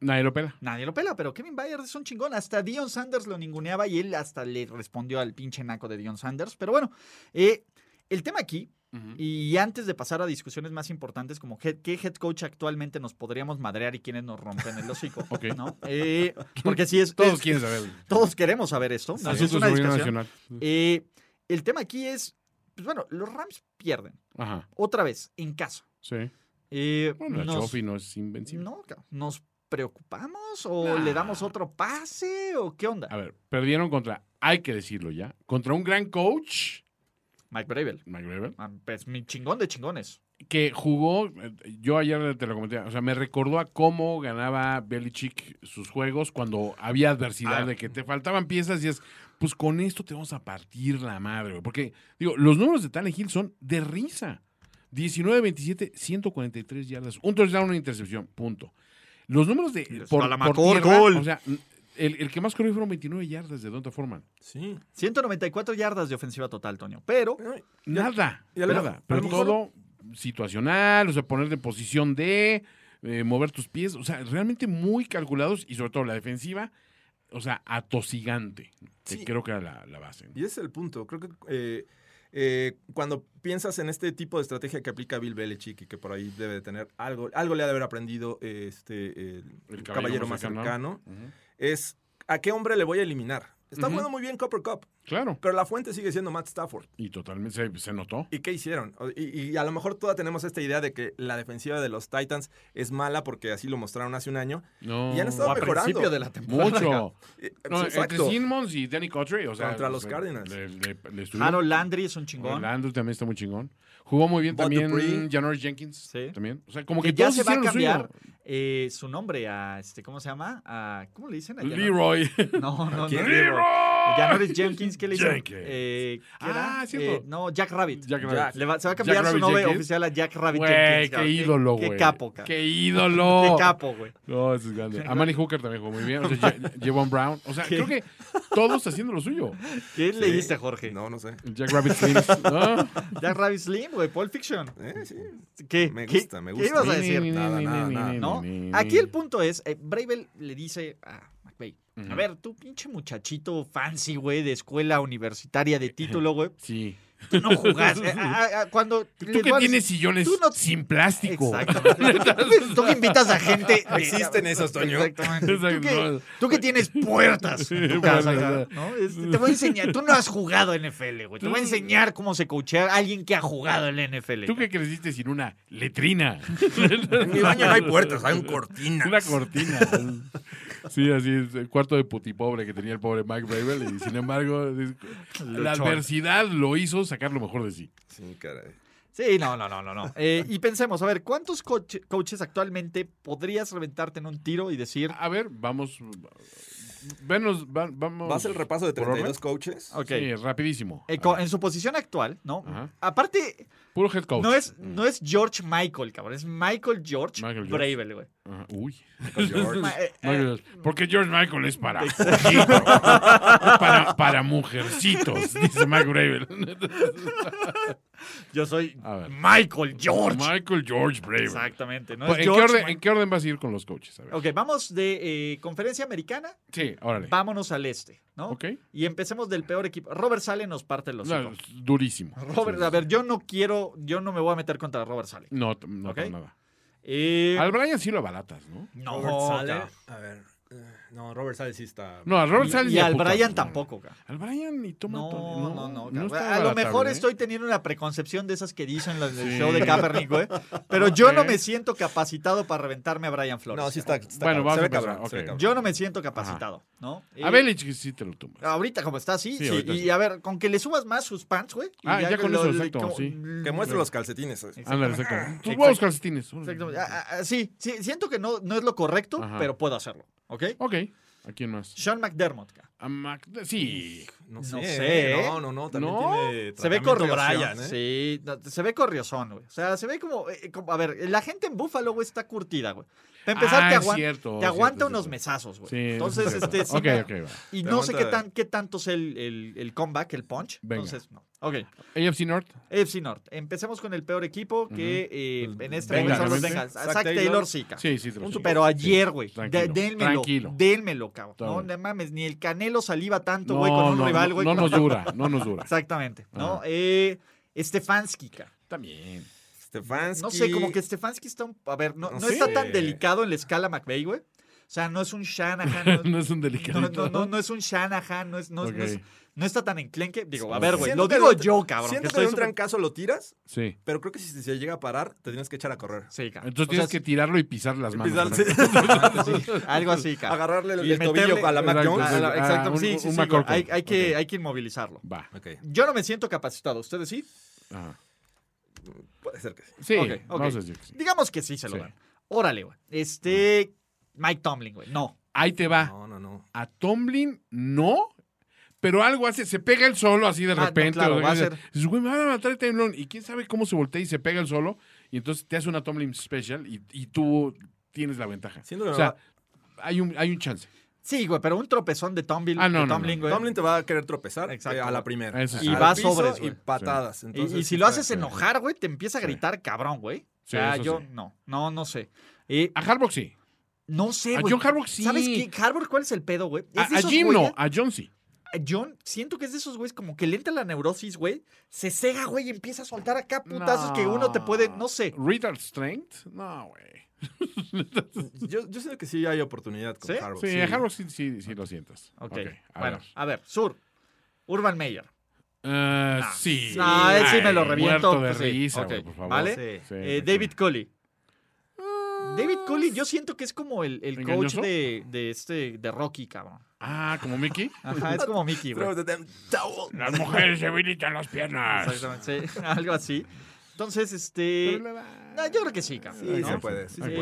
F: Nadie lo pela.
B: Nadie lo pela, pero Kevin Byard es un chingón. Hasta Dion Sanders lo ninguneaba y él hasta le respondió al pinche naco de Dion Sanders. Pero bueno, eh, el tema aquí, y antes de pasar a discusiones más importantes como head- qué head coach actualmente nos podríamos madrear y quiénes nos rompen el hocico,
F: Ok.
B: ¿no? Eh, porque si es...
F: Todos
B: es-
F: quieren saber.
B: Todos queremos saber esto. ¿no?
F: Asuntos
B: Es
F: de
B: una
F: seguridad
B: discusión.
F: nacional.
B: Eh, el tema aquí es, pues bueno, los Rams pierden.
F: Ajá,
B: Otra vez, en casa.
F: sí.
B: Eh,
F: Bueno, la
B: nos-
F: Chofi no es invencible.
B: no, cabrón. ¿nos preocupamos o le damos otro pase o qué onda?
F: A ver, perdieron contra, hay que decirlo ya, contra un gran coach,
B: Mike Bravel.
F: Mike Vrabel,
B: Ah, Pues mi chingón de chingones.
F: que jugó, eh, yo ayer te lo comenté, o sea, me recordó a cómo ganaba Belichick sus juegos cuando había adversidad
B: Ah.
F: de que te faltaban piezas y es, pues con esto te vamos a partir la madre, güey. Porque, digo, los números de Tane Hill son de risa. 19-27, 143 yardas, un touchdown, una intercepción, punto. Los números de...
B: Les
F: Por,
B: palamacó
F: por
B: el
F: tierra,
B: gol.
F: o sea, el, el que más corrió fueron 29 yardas de Donta Foreman.
C: Sí.
B: 194 yardas de ofensiva total, Toño. Pero
F: Eh,
C: No,
F: Nada,
C: y a lo- a
F: nada.
C: lo
F: Pero
C: mejor-
F: todo situacional, o sea, ponerte en posición de, eh, mover tus pies, o sea, realmente muy calculados y sobre todo la defensiva o sea, atosigante. que
C: Sí.
F: creo que era la, la base. ¿no?
C: Y ese es el punto. Creo que eh, eh, cuando piensas en este tipo de estrategia que aplica Bill Belichick y que por ahí debe de tener algo, algo le ha de haber aprendido eh, este, el,
F: El
C: caballero, más cercano,
F: Ujú.
C: es a qué hombre le voy a eliminar. Está
F: Ujú.
C: jugando muy bien Copper Cup,
F: Claro.
C: pero la fuente sigue siendo Matt Stafford.
F: Y totalmente se, se notó.
C: ¿Y qué hicieron? O- Y, y a lo mejor todavía tenemos esta idea de que la defensiva de los Titans es mala porque así lo mostraron hace un año.
F: No.
C: Y han
B: O
C: estado
B: a
C: mejorando.
B: principio de la temporada.
F: Mucho.
C: Eh,
F: No, entre
C: exacto.
F: Simmons y Danny Cottrey, o sea,
C: Contra los
F: se-
C: Cardinals.
F: Le, le- le estuvieron-
B: Harold Landry es un chingón.
F: Orlando también está muy chingón. Jugó muy bien
C: Bud Dupree.
F: también Janoris Jenkins.
B: Sí.
F: También. O sea, como que,
B: que ya
F: todos
B: se va a
F: hicieron lo suyo.
B: cambiar eh, su nombre a este, ¿cómo se llama? A, ¿Cómo le dicen? A Janoris?
F: Leroy.
B: No, no,
C: quién?
B: no.
C: Leroy
B: Janoris Jenkins, ¿qué le dicen?
F: Jenkins.
B: Eh, ¿qué era?
F: Ah, cierto.
B: Eh, no, Jack Rabbit.
F: Jack
C: Jack.
F: Rabbit.
B: Le va- se va a cambiar su
F: Rabbit
B: nombre
F: Jenkins.
B: oficial a Jack Rabbit
F: Güey,
B: Jenkins.
F: qué ídolo, güey.
B: Qué capo, cabrón.
F: Qué ídolo.
B: Qué capo, güey.
F: No, eso es grande. A Manny Hooker también jugó muy bien. O sea, Je- Jevon Brown. O sea, creo que todos haciendo lo suyo.
B: ¿Qué leíste, Jorge?
C: Eh, No, no sé.
F: El Jack Rabbit Slims. ¿no?
B: Jack Rabbit Slim, güey, Pulp Fiction.
C: Eh, sí.
B: ¿Qué?
C: Me
B: ¿Qué-
C: gusta, me
B: ¿Qué
C: gusta.
B: ibas a decir?
C: Nada, nada, nada.
B: ¿no? Aquí el punto es, eh, Bravel le dice a McVeigh, a ver, tú pinche muchachito fancy, güey, de escuela universitaria de título, güey,
F: Sí.
B: tú no jugás. Eh, ah, ah, cuando
F: Tú que tienes sillones
B: tú no-
F: sin plástico.
B: Exactamente. Tú que- tú que invitas a gente. de-
C: Existen esos, Toño.
B: Exactamente. Tú que,
F: Exacto.
B: tú que tienes puertas en tu casa, ¿no? Este, te voy a enseñar. Tú no has jugado NFL, güey. Te voy a enseñar cómo se coachea a alguien que ha jugado el NFL.
F: Tú que creciste sin una letrina.
C: En mi baño no hay puertas, hay un cortina.
F: Una cortina. Sí, así es. El cuarto de putipobre que tenía el pobre Mike Bravel. Y sin embargo, es- la
B: Luchón.
F: adversidad lo hizo sacar lo mejor de sí.
C: Sí, caray.
B: Sí, no, no, no, no, no. Eh, y pensemos, a ver, ¿cuántos coach- coaches actualmente podrías reventarte en un tiro y decir,
F: A ver, vamos. Venos, va- vamos.
C: ¿Vas el repaso de
F: por orden.
C: 32 coaches?
B: ok,
F: Sí, rapidísimo.
B: eh,
F: A
B: co-
F: ver,
B: en su posición actual, ¿no?
F: Ajá.
B: Aparte,
F: Puro head coach.
B: no es, no es George Michael, cabrón, es Michael George
F: Michael George.
B: Bravel, güey.
F: Ajá, Uy.
C: Pues
B: Ma- eh,
F: Michael
B: eh,
F: George. Porque George Michael es para poquito, para, para mujercitos, dice Mike Bravel.
B: yo soy
F: A ver.
B: Michael George.
F: Michael George Bravel.
B: Exactamente, ¿no?
F: Pues,
B: es
F: ¿En qué,
B: George
F: orden,
B: Mi-
F: ¿En qué orden vas a ir con los coaches? A ver.
B: Ok, vamos de eh, conferencia americana,
F: Sí, órale.
B: vámonos al este, ¿no?
F: Ok.
B: Y empecemos del peor equipo. Robert Sale nos parte los
F: No, es durísimo.
B: Robert, a ver, yo no quiero, yo no me voy a meter contra Robert Sale.
F: No, t- no
B: Ok.
F: para nada.
B: Eh,
F: Al Brian sí lo abalatas, ¿no?
B: no, ca.
C: A ver. eh, No, Robert Sale sí está.
F: No, al Robert Sale
B: Y,
F: ni a
B: al
F: putas,
B: Brian
F: güey.
B: tampoco, ca.
F: Al Brian ni toma
B: No,
F: to-
B: no, no. ca.
F: está
B: a lo
F: abalatable,
B: mejor
F: ¿eh?
B: estoy teniendo una preconcepción de esas que dicen las del
F: Sí.
B: show de Kaepernick, güey. Pero yo no
F: Ok.
B: me siento capacitado para reventarme a Brian Flores.
C: No, sí
B: ca.
C: está. está cabrón.
F: Bueno, vamos
C: se
F: a
C: ve
F: empezar,
C: cabrón, se ve
F: ok.
C: cabrón.
B: Yo no me siento capacitado, ¿no? Eh,
F: A Belich sí te lo tomas.
B: Ahorita como está, sí.
F: Sí,
B: sí,
F: ahorita
B: y
F: sí.
B: a ver, con que le subas más sus pants, güey. y
F: Ah, ya con eso, exacto,
B: como- mm,
F: sí.
C: Que muestre los calcetines. eh.
F: Ándale, exacto. Tus
B: Exacto.
F: huevos calcetines. órale.
B: Exactamente. Ah, ah, ah, sí, sí, siento que no, no es lo correcto,
F: Ajá.
B: pero puedo hacerlo, ¿ok?
F: Ok. ¿A quién más?
B: Sean McDermott, ca.
F: A Mac... Sí.
C: No
B: sé, ¿eh?
C: No, no, no. También
F: No.
C: tiene.
B: Se ve
C: tratamiento
B: corro
C: de
B: Brian,
C: opción, ¿eh?
B: sí. no, Se ve corriosón, güey. O sea, se ve como, eh, como- A ver, la gente en Buffalo, güey, está curtida, güey. Para empezar,
F: Ah,
B: te,
F: es
B: aguan-
F: cierto,
B: te aguanta
F: cierto,
B: unos
F: cierto.
B: mesazos, güey.
F: Sí,
B: Entonces,
F: eso es
B: este.
F: cierto.
B: sí
F: Ok,
B: me-
F: ok, va.
B: Y
C: Te
B: no sé qué,
C: aguanta-
B: tan, qué tanto es el, el- el comeback, el punch.
F: Venga.
B: Entonces, no. Ok.
F: AFC North.
B: AFC North. Empecemos con el peor equipo que eh, en este
F: Pues, Bengals.
B: momento son los Bengals.
F: Bengals.
B: Zach,
C: Zach
B: Taylor,
C: Taylor,
B: sí, cabrón.
F: Sí, sí. te lo
B: Un
F: tomas.
B: Pero ayer, güey.
F: Sí,
B: de-
F: tranquilo,
B: dénmelo.
F: Tranquilo.
B: Dénmelo, cabrón.
F: Está
B: No,
F: bien.
B: no mames, ni el Canelo saliva tanto,
F: No,
B: güey, con un
F: no,
B: rival,
F: no,
B: güey.
F: No nos
B: cuando-
F: dura, no nos dura.
B: Exactamente, ¿no?
F: Ajá.
B: Eh, Stefanski, cara.
F: También.
C: Stefanski.
B: No sé, como que Stefanski está un... A ver, no,
C: No
B: no está
C: sé.
B: tan delicado en la escala McVeigh, güey. O sea, no es un Shanahan.
F: No es un
B: No, no,
F: delicadito.
B: no, no es un Shanahan, no, es, no, es- no es-
F: Ok.
B: no está tan enclenque. Digo, a
F: Sí.
B: ver, güey,
C: Siento
B: lo
C: que
B: digo
C: en un-
B: yo, cabrón. que
C: Siento que
B: estoy
C: en un
B: súper-
C: trancazo lo tiras,
F: Sí.
C: pero creo que si se llega a parar, te tienes que echar a correr.
B: Sí, cabrón.
F: Entonces
B: O
F: tienes
B: sea,
F: que tirarlo y pisar las manos.
C: Pisar-
F: ¿no?
C: sí.
B: Algo así, cabrón.
C: Agarrarle el,
B: Y
C: el
B: meterle-
C: tobillo a la Mac
F: Exacto,
C: Jones.
F: exacto. Ah,
B: Exacto,
F: un-
B: sí, sí,
F: un
B: sí,
F: McCorkle.
B: güey. Hay, hay que,
F: Ok.
B: hay que inmovilizarlo.
F: Va.
C: Ok,
B: Yo no me siento capacitado, ¿ustedes sí?
F: Ajá.
C: puede ser que sí.
F: Sí,
B: Ok, ok.
F: vamos a decir que sí.
B: Digamos que sí se lo
F: Sí. Mm.
B: dan. Órale, güey. Este... Mike Tomlin, güey. No.
F: Ahí te
B: Ah.
F: va.
C: No, no, no.
F: A Tomlin, no. Pero algo hace, se pega el solo así de
B: Ah, no,
F: repente.
B: claro,
F: o de-
B: va a ser-
F: dices, güey, me van a matar el temblón. Y quién sabe cómo se voltea y se pega el solo. Y entonces te hace una Tomlin special y, y tú tienes la ventaja.
C: Siento que
F: o sea, hay un, hay un chance.
B: Sí, güey, pero un tropezón de Tomlin,
F: Ah, no,
B: de
F: no,
B: Tomlin, güey.
C: Tomlin te va a querer tropezar
B: Exacto.
C: eh, a la primera.
F: Eso sí.
B: Y
C: Al
B: va
C: piso
B: sobres,
C: Y
B: güey.
C: patadas.
B: Y-
C: Entonces,
B: y, si
C: sí
B: lo
C: está-
B: haces enojar, güey, te empieza a gritar cabrón, güey. O sea,
F: Sí, eso
B: yo
F: sí.
B: no, no, no sé. Eh,
F: A Harbaugh sí.
B: No sé,
F: A
B: güey.
F: John Harbaugh sí.
B: ¿Sabes qué? ¿Harbaugh cuál es el pedo, güey? Es
F: A,
B: de
F: a
B: esos
F: Jim no,
B: güeyes-
F: a John sí.
B: a John, siento que es de esos güeyes como que le entra la neurosis, güey. Se cega, güey, y empieza a soltar acá putazos que uno te puede, no sé.
F: Reader Strength, no, güey.
C: Yo, yo siento que sí hay oportunidad con
B: ¿Sí?
C: Harbaugh,
F: Sí, a Harbaugh sí, sí, sí lo sientas.
B: Ok.
F: Ok, a
B: bueno,
F: ver.
B: a ver, Sur. Urban Meyer.
F: Eh, sí.
B: No, a él sí me lo
F: Ay,
B: reviento.
F: Muerto de
B: pues sí.
F: risa,
B: Ok,
F: güey, por favor.
B: ¿Vale?
C: Sí.
F: Sí,
B: Eh,
F: sí,
B: David
F: sí.
B: Coley. David Coley, yo siento que es como el, el coach
F: ¿Engañoso?
B: de, de este de Rocky, cabrón.
F: Ah, como Mickey.
B: Ajá, es como Mickey, güey.
C: Throw the damn towel.
F: Las mujeres se habilitan las piernas.
B: Exactamente, sí, algo así. Entonces, este. no, yo creo que sí, cabrón.
C: Sí,
B: ¿no?
C: se puede, sí se
B: Eh,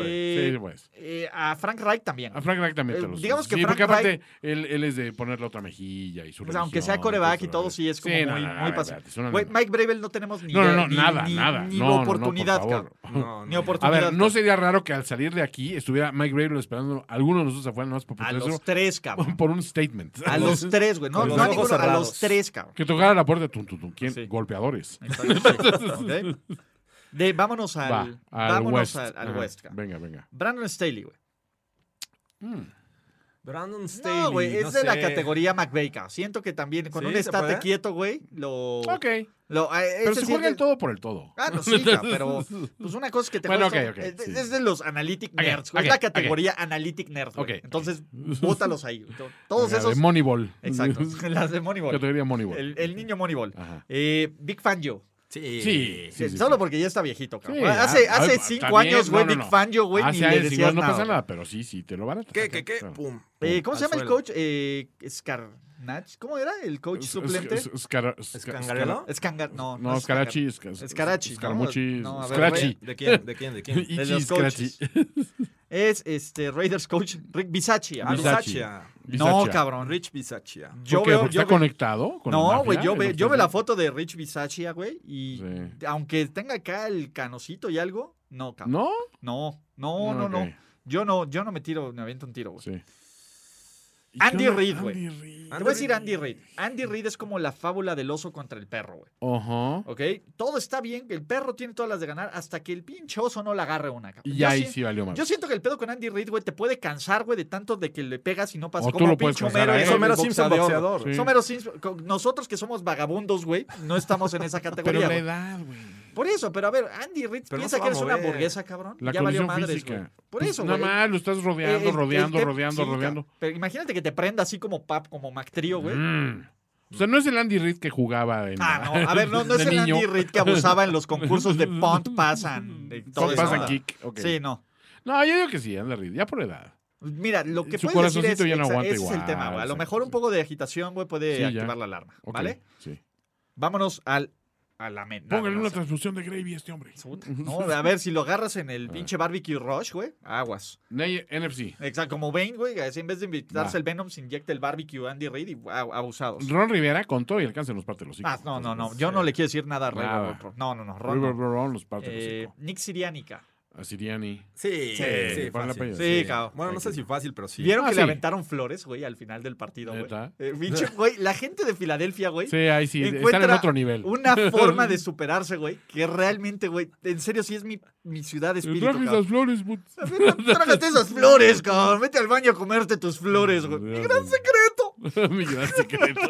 C: puede.
F: Sí, pues.
B: eh, a Frank Reich también.
F: A Frank Reich también
B: Eh,
F: te los-
B: digamos que
F: Sí,
B: Frank
F: porque aparte él, él es de ponerle otra mejilla y su
B: O sea, aunque
F: Pues, religión
B: sea coreback y
F: su-
B: todo, sí es como
F: Sí, no,
B: muy,
F: no, no,
B: muy
F: a ver,
B: pasado.
F: espérate, es una-
B: Güey, Mike Bravel no tenemos ni
F: No, no,
B: idea,
F: no,
B: ni-
F: nada,
B: ni-
F: nada.
B: Ni
F: No, no, no, por
B: oportunidad,
F: favor.
B: cabrón.
C: No,
B: Ni
C: no.
F: A
B: oportunidad.
F: ver, no sería raro que al salir de aquí estuviera Mike Bravel esperando a alguno de nosotros afuera, nomás por,
B: A
F: por
B: los
F: pues, eso,
B: tres, cabrón.
F: por un statement.
B: A los tres, güey. No,
C: Con los
B: no a
C: ojos
B: ninguno, a los
C: cerrados.
B: tres, cabrón.
F: Que tocara la puerta, tum, tum, tum, ¿quién?
B: Sí.
F: Golpeadores.
B: Ok. De, vámonos al,
F: Va, al
B: vámonos
F: West.
B: al, al
F: Ajá,
B: West, cabrón.
F: Venga, venga.
B: Brandon Staley, güey. Hmm.
C: Brandon Staley.
B: No, güey, es
C: no
B: de la
C: sé.
B: categoría McVeigh, cabrón. Siento que también con
C: ¿Sí?
B: un
C: ¿Se
B: estate
C: puede?
B: quieto, güey, lo...
F: Ok.
B: lo- ah,
F: Pero
B: ese
F: se
B: sí
F: juega
B: es
F: el todo por el todo.
B: Ah, no, sí, cabrón, pero pues una cosa es que te
F: Bueno,
B: cuesta-
F: ok, ok,
B: es, de-
F: sí.
B: es de los analytic
F: Ok,
B: nerds, güey.
F: ok,
B: es la categoría analytic nerds, güey.
F: Ok, ok.
B: Entonces, bótalos ahí. güey. Todos
F: La
B: esos.
F: De Moneyball.
B: Exacto, las de Moneyball.
F: Categoría Moneyball.
B: El, el niño Moneyball.
F: Ajá.
B: Eh, Big Fangio.
C: Sí.
F: Sí, sí,
B: Eh,
F: sí,
B: Solo
F: sí.
B: porque ya está viejito, cabrón.
F: Sí,
B: hace
F: ah,
B: hace
F: ah,
B: cinco
F: también,
B: años, güey,
F: no, no,
B: Big
F: no. Ah,
B: Fangio, güey, ni
F: Hace
B: le
F: años,
B: decías
F: igual no
B: nada.
F: pasa nada, pero sí, sí, te lo van a
C: ¿Qué,
F: atacar,
C: qué, qué?
F: claro.
C: Pum.
B: Eh, ¿Cómo
C: Al
B: se llama el
C: suelo.
B: coach? Eh, Scarnach. ¿Cómo era el coach
F: Es-
B: suplente?
F: es- es- Scar- Scar-
C: ¿Escangarelo?
B: Escangar, no.
F: No,
B: es Scangar.
F: Scarachi. Scar-
B: Scarachi, ¿no?
F: Scaramucci.
B: No, a ver,
F: Scratchy.
C: ¿De quién? ¿De quién? ¿De quién?
F: Ichi
B: De los
F: Scratchy.
B: coaches. Es este Raiders coach Rick Bisacci.
C: Ah,
B: amigo.
F: Bisacci.
C: Bisaccia.
B: No,
F: Bisaccia.
B: cabrón.
C: Rich Bisaccia.
F: ¿Por qué? ¿Porque está conectado? con la
B: No,
F: mafia?
B: güey, yo,
F: ¿Es
B: ve-
F: lo que
B: yo veo la
F: dice?
B: foto de Rich Bisaccia, güey, y
F: Sí.
B: aunque tenga acá el canocito y algo, no, cabrón.
F: ¿No?
B: No, Ah. no, no,
F: Ok.
B: no. Yo no, yo no me tiro, me aviento un tiro, güey.
F: Sí. ¿Y
B: Andy
F: qué onda?
B: Reid, güey.
F: Andy Reid.
B: Te voy a decir Andy Reid. Andy Reid es como la fábula del oso contra el perro, güey.
F: Ajá.
B: ¿Ok? Todo está bien, el perro tiene todas las de ganar hasta que el pinche oso no le agarre una, cabrón.
F: Y
B: Yo
F: ahí
B: sí-
F: sí valió más.
B: Yo siento que el pedo con Andy Reid, güey, te puede cansar, güey, de tanto de que le pegas y no pasa
F: O tú
B: como
F: lo puedes
B: pinche
F: cansar
B: Homero.
F: a
B: en
F: él.
B: el
C: Homero Simpson,
B: boxeador.
C: boxeador.
F: Sí.
B: Es Homero Simpson. Co- Nosotros que somos vagabundos, güey, no estamos en esa
F: Pero
B: categoría.
F: la
B: güey.
F: edad, güey.
B: Por eso, pero a ver, Andy Reid
C: Pero no
B: piensa
C: se va
B: que
C: a
B: eres una
C: mover.
B: hamburguesa, cabrón.
F: La
B: ya valió
F: condición
B: madres, güey.
F: física.
B: Por
F: Pues,
B: eso,
F: Nada
B: güey.
F: más, lo estás
B: Eh,
F: rodeando,
B: el-
F: rodeando,
B: el te-
F: rodeando,
B: sí, cabrón.
F: rodeando.
B: Pero imagínate que te prenda así como pap, como Mactrío, güey.
F: Mm. O sea, no es el Andy Reid que jugaba en.
B: Ah, no, a ver, no, no es
F: de
B: el
F: niño.
B: Andy Reid que abusaba en los concursos de punt, pass and... de todo
F: Con
B: eso,
F: pass and
B: ¿no?
F: kick. ok.
B: Sí, no.
F: No, yo digo que sí, Andy Reid, ya por edad.
B: Mira, lo que
F: Su
B: puedes decir es,
F: corazoncito ya no
B: exa-
F: aguanta
B: ese es el
F: igual,
B: tema, güey. A lo
F: exacto,
B: mejor un
F: sí.
B: poco de agitación, güey, puede
F: Sí, ya.
B: activar la alarma,
F: Ok,
B: ¿vale?
F: Sí.
B: Vámonos al a la men- no,
F: Póngale
B: no,
F: una
B: no,
F: transfusión de gravy a este hombre.
B: puta, No, a ver, si lo agarras en el pinche barbecue rush, güey, aguas.
F: Ney- NFC.
B: Exacto, como Bane, güey, así en vez de invitarse
F: Va.
B: el Venom, se inyecta el barbecue Andy Reid y wow, abusados.
F: Ron Rivera con todo y alcance nos parte los hijos.
B: Ah, no, no, no, yo no le quiero decir nada a Ray
F: Nada.
B: Barroco. No, no, no, Ron, no.
F: River Ron los parte
B: Eh,
F: los hijos.
B: Nick Sirianica.
F: A Siriani.
C: Sí, sí,
F: sí, pon la
C: fácil.
F: pella.
B: Sí, cabrón.
C: Bueno, no sé si fácil, pero sí.
B: ¿Vieron
F: Ah,
B: que le
F: sí.
B: aventaron flores, güey, al final del partido, güey?
F: ¿Neta?
B: Eh, pinche, güey, la gente de Filadelfia, güey,
F: Sí, ahí sí. Están en
B: encuentra
F: otro nivel.
B: una forma de superarse, güey, que realmente, güey, en serio, sí es mi, mi ciudad de
F: Te
B: espíritu,
F: traje
B: cabrón.
F: esas flores, but-
B: Trágate esas flores, cabrón. Vete al baño a comerte tus
F: Mm,
B: flores, güey. Mi gran secreto.
F: Mi gran secreto.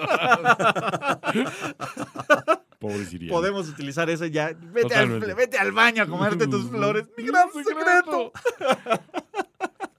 F: Pobre Siriani.
B: Podemos utilizar eso ya. Vete al,
F: Totalmente. Mm,
B: vete al baño a comerte tus flores. Mi gran secreto.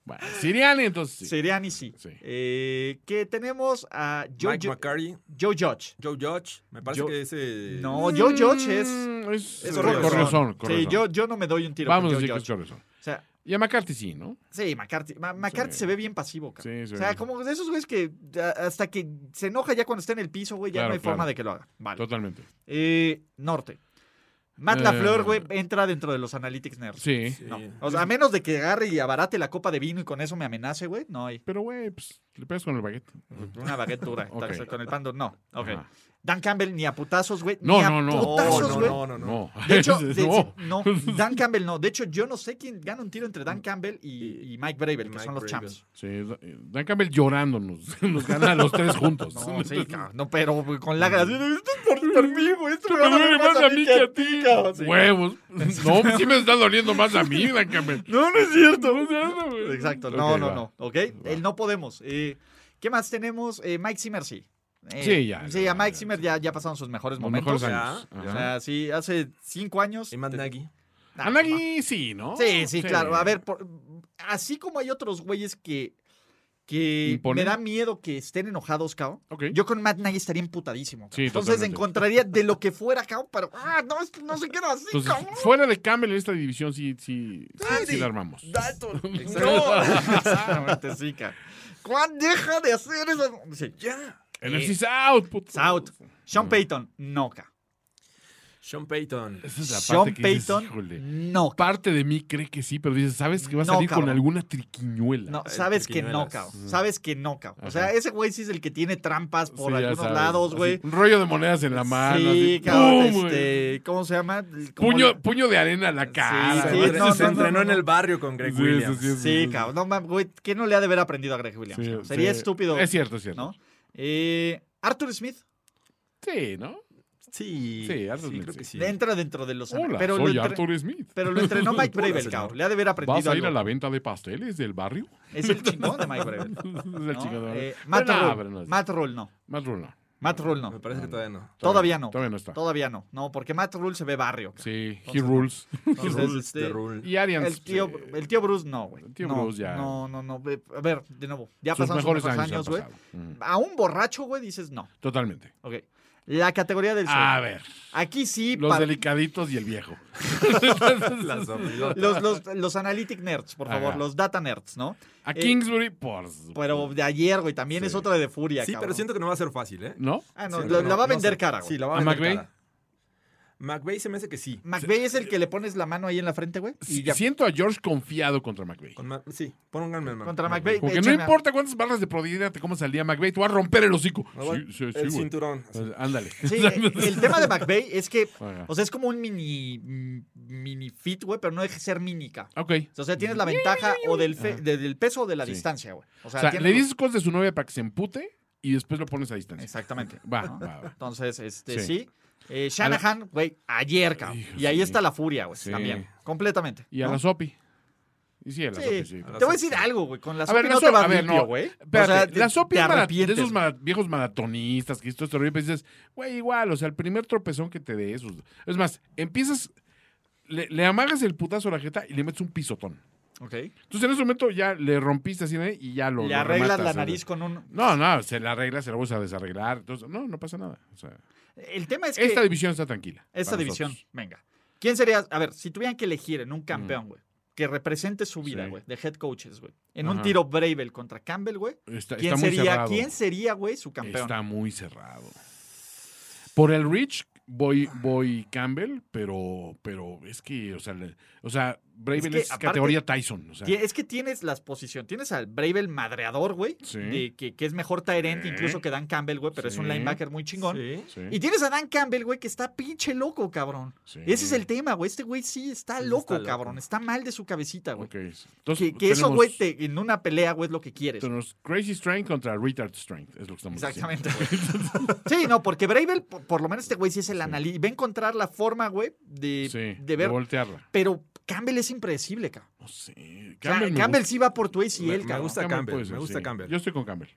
F: Bueno, Siriani, entonces sí.
B: Seriani sí.
F: Sí.
B: Eh, que tenemos a Joe,
C: Mike
B: Jo-
C: McCarthy,
B: Joe Judge.
C: Joe Judge. Me parece
B: Yo-
C: que ese.
B: No, Joe Judge es.
F: Mm, Es,
B: Es
C: corriozón.
F: corriozón.
B: Sí,
F: corriozón.
B: yo, yo no me doy un tiro.
F: Vamos
B: con
F: a
B: Joe
F: decir que es
B: Judge.
F: corriozón.
B: O sea,
F: Y a McCarthy sí, ¿no?
B: Sí, McCarthy. Ma- McCarthy
F: Sí.
B: se ve bien pasivo, cabrón.
F: Sí,
B: o
F: se ve
B: sea,
F: bien.
B: como de esos güeyes que a- hasta que se enoja ya cuando está en el piso, güey, ya
F: Claro,
B: no hay
F: claro.
B: forma de que lo haga. Vale.
F: Totalmente.
B: Eh, norte. Matt
F: Eh.
B: LaFleur, güey, entra dentro de los Analytics Nerds.
F: Sí.
B: No. O sea, a menos de que agarre y abarate la copa de vino y con eso me amenace, güey, no hay.
F: Pero, güey, pues le pegas con el baguette.
B: Una baguette dura.
F: Ok.
B: tal vez Con el pando, no. Ok.
F: Ajá.
B: Dan Campbell ni a putazos, güey.
F: No,
B: ni a
F: no, no.
B: Putazos,
C: no,
B: güey.
C: no, no, no.
B: De hecho, de-
F: no.
B: no. Dan Campbell no. De hecho, yo no sé quién gana un tiro entre
F: Mm.
B: Dan Campbell y, y Mike Bravel, que
C: Mike
B: son los
C: Bravel.
B: champs.
F: Sí, Dan Campbell llorando nos, nos gana a los tres juntos.
B: No, sí, cabrón. No, pero güey, con lágrimas. Esto es por mí, dormir, güey. Esto
F: Esto me duele más a mí que a ti.
B: cabrón, sí.
F: Huevos. No, sí me está doliendo más a mí, la cabrón.
B: No, no es cierto.
F: No es cierto, güey.
B: Exacto. No,
F: Ok,
B: no,
F: va.
B: no. ¿Ok? Eh, no podemos. Eh, ¿Qué más tenemos? Eh, Mike Zimmer, sí. Eh,
F: Sí, ya,
B: Sí,
F: ya,
B: a Mike
F: ya,
B: Zimmer ya, ya pasaron sus mejores
F: Los
B: momentos.
F: mejores años.
B: O
F: Ajá.
B: sea, sí, hace cinco años.
C: Y Matt Nagy.
B: Ah,
F: Anagui sí, ¿no?
B: Sí, sí, claro. A ver, por- así como hay otros güeyes que, que me
F: Imponen.
B: da miedo que estén enojados, cabrón.
F: Ok.
B: Yo con Matt Nagy estaría emputadísimo. cabrón.
F: Sí,
B: Entonces
F: totalmente.
B: encontraría de lo que fuera, cabrón, pero ah, no, es que no se queda así,
F: Entonces,
B: cabrón.
F: fuera de Campbell en esta división sí, sí, sí,
B: Ah,
F: sí
B: sí.
F: la armamos.
C: Dalton.
B: No, exactamente, sí, cabrón. Juan, deja de hacer eso. Sí,
C: Ya.
F: NFC's out, puto.
B: it's out.
F: Mm.
B: Sean Payton, no, cabrón.
C: Sean Payton.
F: Esa es la
B: Sean
F: parte que dices,
B: Payton,
F: híjole.
B: no, cabrón.
F: Parte de mí cree que sí, pero dices, ¿sabes que va a
B: No,
F: salir con
B: cabrón.
F: alguna triquiñuela?
B: No, sabes que no,
C: triquiñuelas.
B: cabrón. Sabes que no, cabrón. O sea,
F: mm. Ajá.
B: ese güey sí es el que tiene trampas por
F: Sí, ya
B: algunos
F: sabes,
B: lados,
F: así,
B: güey.
F: Un rollo de monedas en la mano.
B: Sí,
F: así,
B: cabrón.
F: ¡pum!
B: Este, ¿Cómo se llama? El- como
F: puño,
B: la-
F: puño de arena a la cara.
B: sí,
F: ¿no?
C: Ah, se
B: no, no, no,
C: entrenó
B: no,
C: en
B: no.
C: el barrio con Greg
F: Sí,
C: Williams.
F: sí, sí, sí.
B: Sí, cabrón. No mames, güey. ¿Qué no le ha de haber aprendido a Greg Williams?
F: Sí,
B: cabrón? Sería
F: sí.
B: estúpido.
F: Es cierto, es cierto.
B: ¿no? Eh, Arthur Smith
F: Sí, ¿no?
C: Sí,
F: Sí, Arthur Smith,
C: creo que sí.
B: entra dentro de los.
F: Hola,
B: pero,
F: soy
B: lo entre-
F: Arthur Smith.
B: pero lo entrenó Mike
C: Hola,
B: Bravel,
C: señor.
B: cabrón. Le ha de haber aprendido.
F: ¿Vas a ir a
B: algo.
F: la venta de pasteles del barrio?
B: Es el chingón de Mike Bravel.
F: Es el
B: ¿no?
F: chingón, ¿verdad?
B: Eh, Matt,
F: Pero no,
B: Roll,
F: pero no es-
B: Matt Roll no.
F: Matt Rule no.
B: Matt Roll no.
C: Me parece que todavía no.
B: Todavía no.
F: Todavía no está.
B: Todavía no. No, porque Matt Roll se ve barrio. cabrón.
F: Sí, He Rules.
B: Entonces,
C: Rules,
B: este,
C: the rule.
F: Y Arians.
B: El tío,
F: sí.
B: el tío Bruce no, güey.
F: El tío
B: No,
F: Bruce ya.
B: No, no, no. ve- A ver, de nuevo. Ya
F: Sus
B: pasaron
F: mejores
B: sus mejores
F: años
B: años,
F: han
B: güey.
F: pasado. Ujú.
B: Mm. A un borracho, güey, dices no.
F: Totalmente.
B: Ok. La categoría del
F: A
B: sol.
F: ver,
B: Aquí sí.
F: los
B: pa-
F: delicaditos y el viejo.
C: Las hormigotas.
B: los, los, los analytic nerds, por favor.
F: Ajá.
B: Los data nerds, ¿no?
F: A
B: Eh,
F: Kingsbury, por supuesto.
B: Pero de ayer, güey, también es otra de furia,
C: Sí, pero
B: cabrón.
C: siento que no va a ser fácil, ¿eh?
F: ¿No?
B: Ah, no,
C: Siento
B: la,
C: que
B: la va a
C: no
B: vender
C: sé.
B: cara, güey.
C: Sí, la va a
F: ¿A
C: vender
F: McVay?
C: cara. McVeigh se me hace que sí.
B: McVeigh es el que le pones la mano ahí en la frente, güey. Y
F: Si-
B: ya.
F: Siento a George confiado contra McVeigh.
C: Con Ma- sí, pónganme a Mc-
B: Contra McVeigh.
F: Porque no
B: échame a-
F: importa cuántas barras de prodigidad te comas al día, McVeigh, te va a romper el hocico.
C: Me voy-
F: Sí, sí, sí,
C: el
F: güey.
C: cinturón. así.
F: Pues, Ándale.
B: Sí, eh, el tema de McVeigh es que,
F: Ajá.
B: o sea, es como un mini, mm, mini fit, güey, pero no deja de ser mini, cabrón.
F: Ok.
B: O sea, tienes la ventaja o del, fe- de- del peso o de la
F: Sí.
B: distancia, güey. O
F: O
B: sea,
F: sea,
B: tienes
F: le
B: los-
F: dices cosas de su novia para que se empute y después lo pones a distancia.
B: Exactamente.
F: Va,
B: ¿no?
F: va, va.
B: Entonces, este,
F: Sí.
B: sí. Eh, Shanahan, güey, ayer, cabrón.
F: Hijo,
B: y ahí
F: sí.
B: está la furia, güey,
F: Sí.
B: también. Completamente.
F: Y a
B: ¿no?
F: la Sopi. Y sí, a la
B: Sí.
F: Sopi, sí.
C: la
B: Te voy a
C: Sopi.
B: decir algo, güey. Con la
F: A
B: Sopi
F: ver, la
B: no te
F: Sopi,
B: vas
F: a ver,
B: limpio,
F: no.
B: güey.
F: Espérate,
B: te-
F: la Sopi
B: te
F: es mara- de
B: arrepientes,
F: esos
B: güey.
F: mara- viejos maratonistas que esto es terrible. y dices, güey, igual, o sea, el primer tropezón que te dé esos. Es más, empiezas, le, le amagas el putazo a la jeta y le metes un pisotón.
B: Ok.
F: Entonces en ese momento ya le rompiste así ¿eh? y ya lo.
B: Le
F: lo
B: arreglas
F: rematas,
B: la
F: ¿sabes?
B: nariz con un...
F: No, no, se la arreglas, se la vas a desarreglar. Entonces, no, no pasa nada. O sea,
B: El tema es que...
F: esta división está tranquila.
B: Esta
F: para
B: división,
F: nosotros. Mm.
B: venga. ¿Quién sería, a ver, si tuvieran que elegir en un campeón, güey, que represente su vida,
F: Sí.
B: güey, de head coaches, güey, en un
F: Ajá.
B: tiro Bravel contra Campbell, güey,
F: Está,
B: ¿quién,
F: está muy
B: sería,
F: cerrado.
B: ¿quién sería, güey, su campeón?
F: Está muy cerrado. Por el Rich voy, voy Campbell, pero, pero es que, o sea, le- o sea Bravel es,
B: que aparte-
F: categoría Tyson. O sea,
B: Tie- Es que tienes las posiciones. Tienes al Bravel madreador, güey.
F: Sí.
B: de- Que, que es mejor Tyrant
F: Sí.
B: incluso que Dan Campbell, güey, pero es un
F: Sí.
B: linebacker muy chingón.
C: Sí.
F: sí.
B: Y tienes a Dan Campbell, güey, que está pinche loco, cabrón.
F: Sí.
B: Ese es el tema, güey. Este güey sí está
C: Sí,
B: loco,
C: está loco.
B: cabrón. Está mal de su cabecita, güey.
F: Ok, entonces
B: Que, que eso,
F: tenemos-
B: güey, te- en una pelea, güey, es lo que quieres.
F: tenemos Crazy Strength contra Retard Strength, es lo que estamos
B: Exactamente, güey. Sí, no, porque Bravel, por, por lo menos este güey sí es el analista. Va a encontrar la forma, güey, de,
F: diciendo. Sí,
B: de ver.
F: voltearla.
B: pero Campbell es impredecible, cabrón.
F: No sé.
B: O sea,
F: Campbell,
B: Campbell,
F: me gusta.
B: sí va por tu ACL,
C: Me- me
B: cabrón.
C: gusta Campbell,
F: puede ser,
C: me gusta
F: sí.
C: Campbell.
F: Yo estoy con Campbell.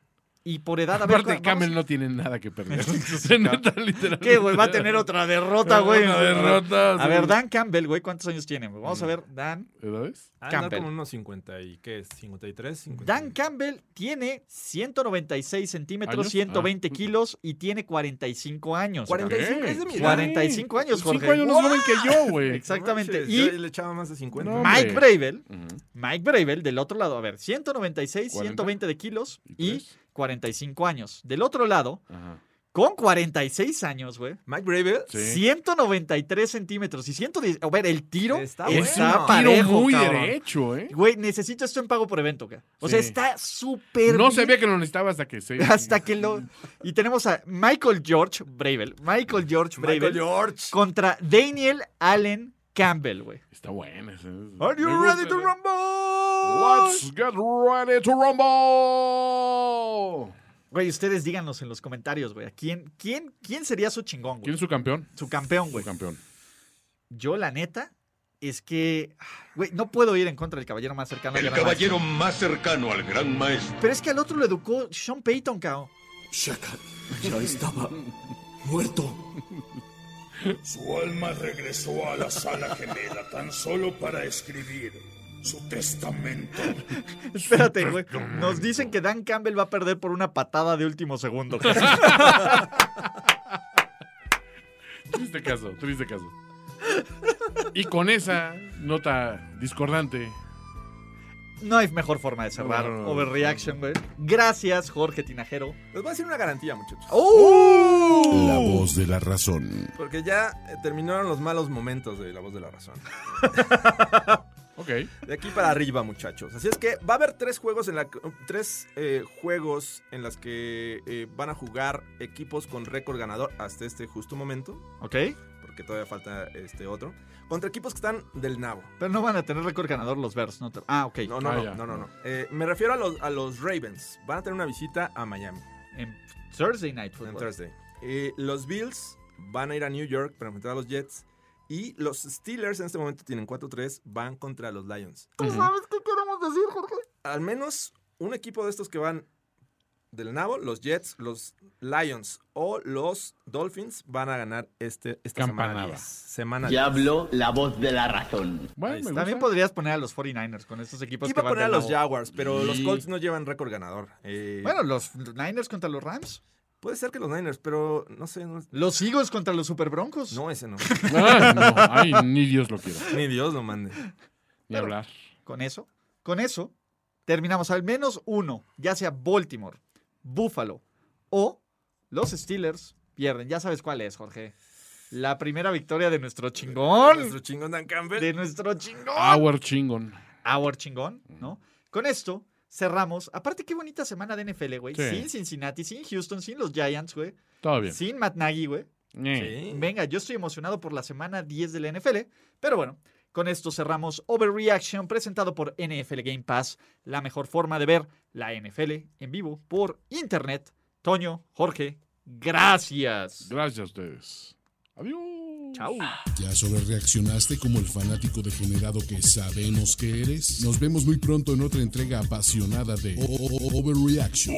B: Y por edad, a ver. ¿cuál-
F: Aparte, Campbell
B: vamos?
F: no tiene nada que perder. Neta, literal.
B: ¿Qué, güey? Va a tener otra derrota, güey.
F: Una derrota,
B: A
F: sí. Mm.
B: ver, Dan Campbell, güey, ¿cuántos años tiene? güey? Vamos a ver, Dan.
F: ¿Sabes?
C: Ah, andaba
B: Campbell.
C: como unos 50 y qué es, 53, 50.
B: Dan Campbell tiene 196 centímetros,
F: ¿Años?
B: 120
F: Ah.
B: kilos y tiene 45 años. cabrón.
C: 45, es de mi edad.
B: 45 años, Jorge.
F: 5 años más joven que yo, güey.
B: Exactamente.
C: Manches,
B: Y
C: yo le echaba más de 50.
F: No,
B: Mike
F: hombre.
B: Bravel,
F: Ujú.
B: Mike Bravel del otro lado, a ver, 196,
F: 40,
B: 120 de kilos
F: ¿Y
B: y
F: tres?
B: 45 años. Del otro lado,
F: Ajá.
B: con 46 años, güey.
C: Mike Bravel.
F: Sí.
B: 193 centímetros y 110. A ver, el tiro está,
C: Está bueno. Es un
F: Tiro
B: parejo,
F: muy
B: cabrón.
F: derecho, ¿eh?
B: Güey, necesito esto en pago por evento, güey. O sea,
F: Sí.
B: está súper.
F: No
B: bien.
F: sabía que lo necesitaba hasta que se.
B: Hasta que lo. Y tenemos a Michael George Bravel. Michael George Bravel.
C: Michael George.
B: Contra Daniel Allen Campbell, güey.
F: Está buena. esa-
B: Are you
F: Me gusta,
B: ready to
F: ¿eh?
B: rumble?
F: Let's get ready to rumble.
B: Güey, ustedes díganos en los comentarios, güey. ¿a ¿Quién, quién, ¿Quién sería su chingón,
F: ¿Quién
B: güey?
F: es su campeón?
B: Su campeón,
F: Su
B: güey.
F: campeón.
B: Yo, la neta, es que. ah, Güey, no puedo ir en contra del caballero más cercano. al
G: El
B: Gran
G: caballero más cercano al gran maestro.
B: Maestro. Pero es que al otro lo educó Sean Payton, cao.
H: Shaka ya estaba muerto.
I: Su alma regresó a la sala gemela tan solo para escribir su testamento.
B: Espérate, güey. Nos dicen que Dan Campbell va a perder por una patada de último segundo. güey.
F: Triste caso, triste caso. Y con esa nota discordante,
B: No hay mejor forma de cerrar
F: No, no, no.
B: Overreaction, güey. Gracias, Jorge Tinajero.
C: Les voy a decir una garantía, muchachos.
B: Oh.
A: La voz de la razón.
C: Porque ya eh, terminaron los malos momentos de La Voz de la Razón.
F: ok.
C: De aquí para arriba, muchachos. Así es que va a haber tres juegos en la tres eh, juegos en las que eh, van a jugar equipos con récord ganador hasta este justo momento,
B: ¿Ok?
C: porque todavía falta este otro, contra equipos que están del nabo.
B: Pero no van a tener récord ganador los Bears, ¿no? te- Ah, ok.
C: No, no,
F: Ah,
C: no,
F: ya.
C: no, no, no. Eh, me refiero a los, a los Ravens. Van a tener una visita a Miami
B: En Thursday Night
C: en
B: Football.
C: Thursday. Eh, los Bills van a ir a New York para enfrentar a los Jets. Y los Steelers en este momento tienen 4-3, van contra los Lions.
B: ¿Sabes qué queremos decir, Jorge?
C: al menos un equipo de estos que van del Nabo, los Jets, los Lions o los Dolphins van a ganar este, esta
F: Campanada.
C: semana. 10. Semana 10.
D: Diablo, la voz de la razón.
F: Bueno, me
B: También
F: gusta.
B: podrías poner a los 49ers con estos equipos
C: Iba
B: pues que
C: a
B: van
C: poner a
B: del
C: los
B: nabo.
C: Jaguars, pero los
F: Y-
C: Colts no llevan récord ganador. Eh,
B: Bueno, los Niners contra los Rams.
C: puede ser que los Niners, pero no sé. No,
B: Los Eagles contra los Super Broncos.
C: no, ese no.
F: Ah, no, ay, ni Dios lo quiera.
C: Ni Dios lo mande.
F: Ni hablar.
B: Con eso, con eso, terminamos al menos uno, ya sea Baltimore, Buffalo o los Steelers pierden. Ya sabes cuál es, Jorge. La primera victoria de nuestro
C: Nuestro
B: chingón.
C: chingón Dan Campbell.
B: De nuestro chingón.
F: Our chingon.
B: Our chingón,
F: Mm.
B: ¿no? Con esto cerramos. Aparte, qué bonita semana de NFL, güey.
F: Sí.
B: Sin Cincinnati, sin Houston, sin los Giants, güey.
F: Todo bien.
B: Sin Matt Nagy, güey.
F: Eh.
C: Sí.
B: Venga, yo estoy emocionado por la semana 10 de la NFL, pero bueno, con esto cerramos Overreaction presentado por NFL Game Pass, la mejor forma de ver la NFL en vivo por internet. Toño, Jorge, gracias.
F: Gracias a ustedes. Adiós.
B: Chao.
A: ¿Ya sobre reaccionaste como el fanático degenerado que sabemos que eres? Nos vemos muy pronto en otra entrega apasionada de O- O- O- Overreaction.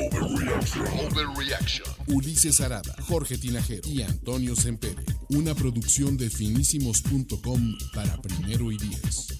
A: Ulises Arada, Jorge Tinajero y Antonio Sempere. Una producción de finísimos.com para primero y diez.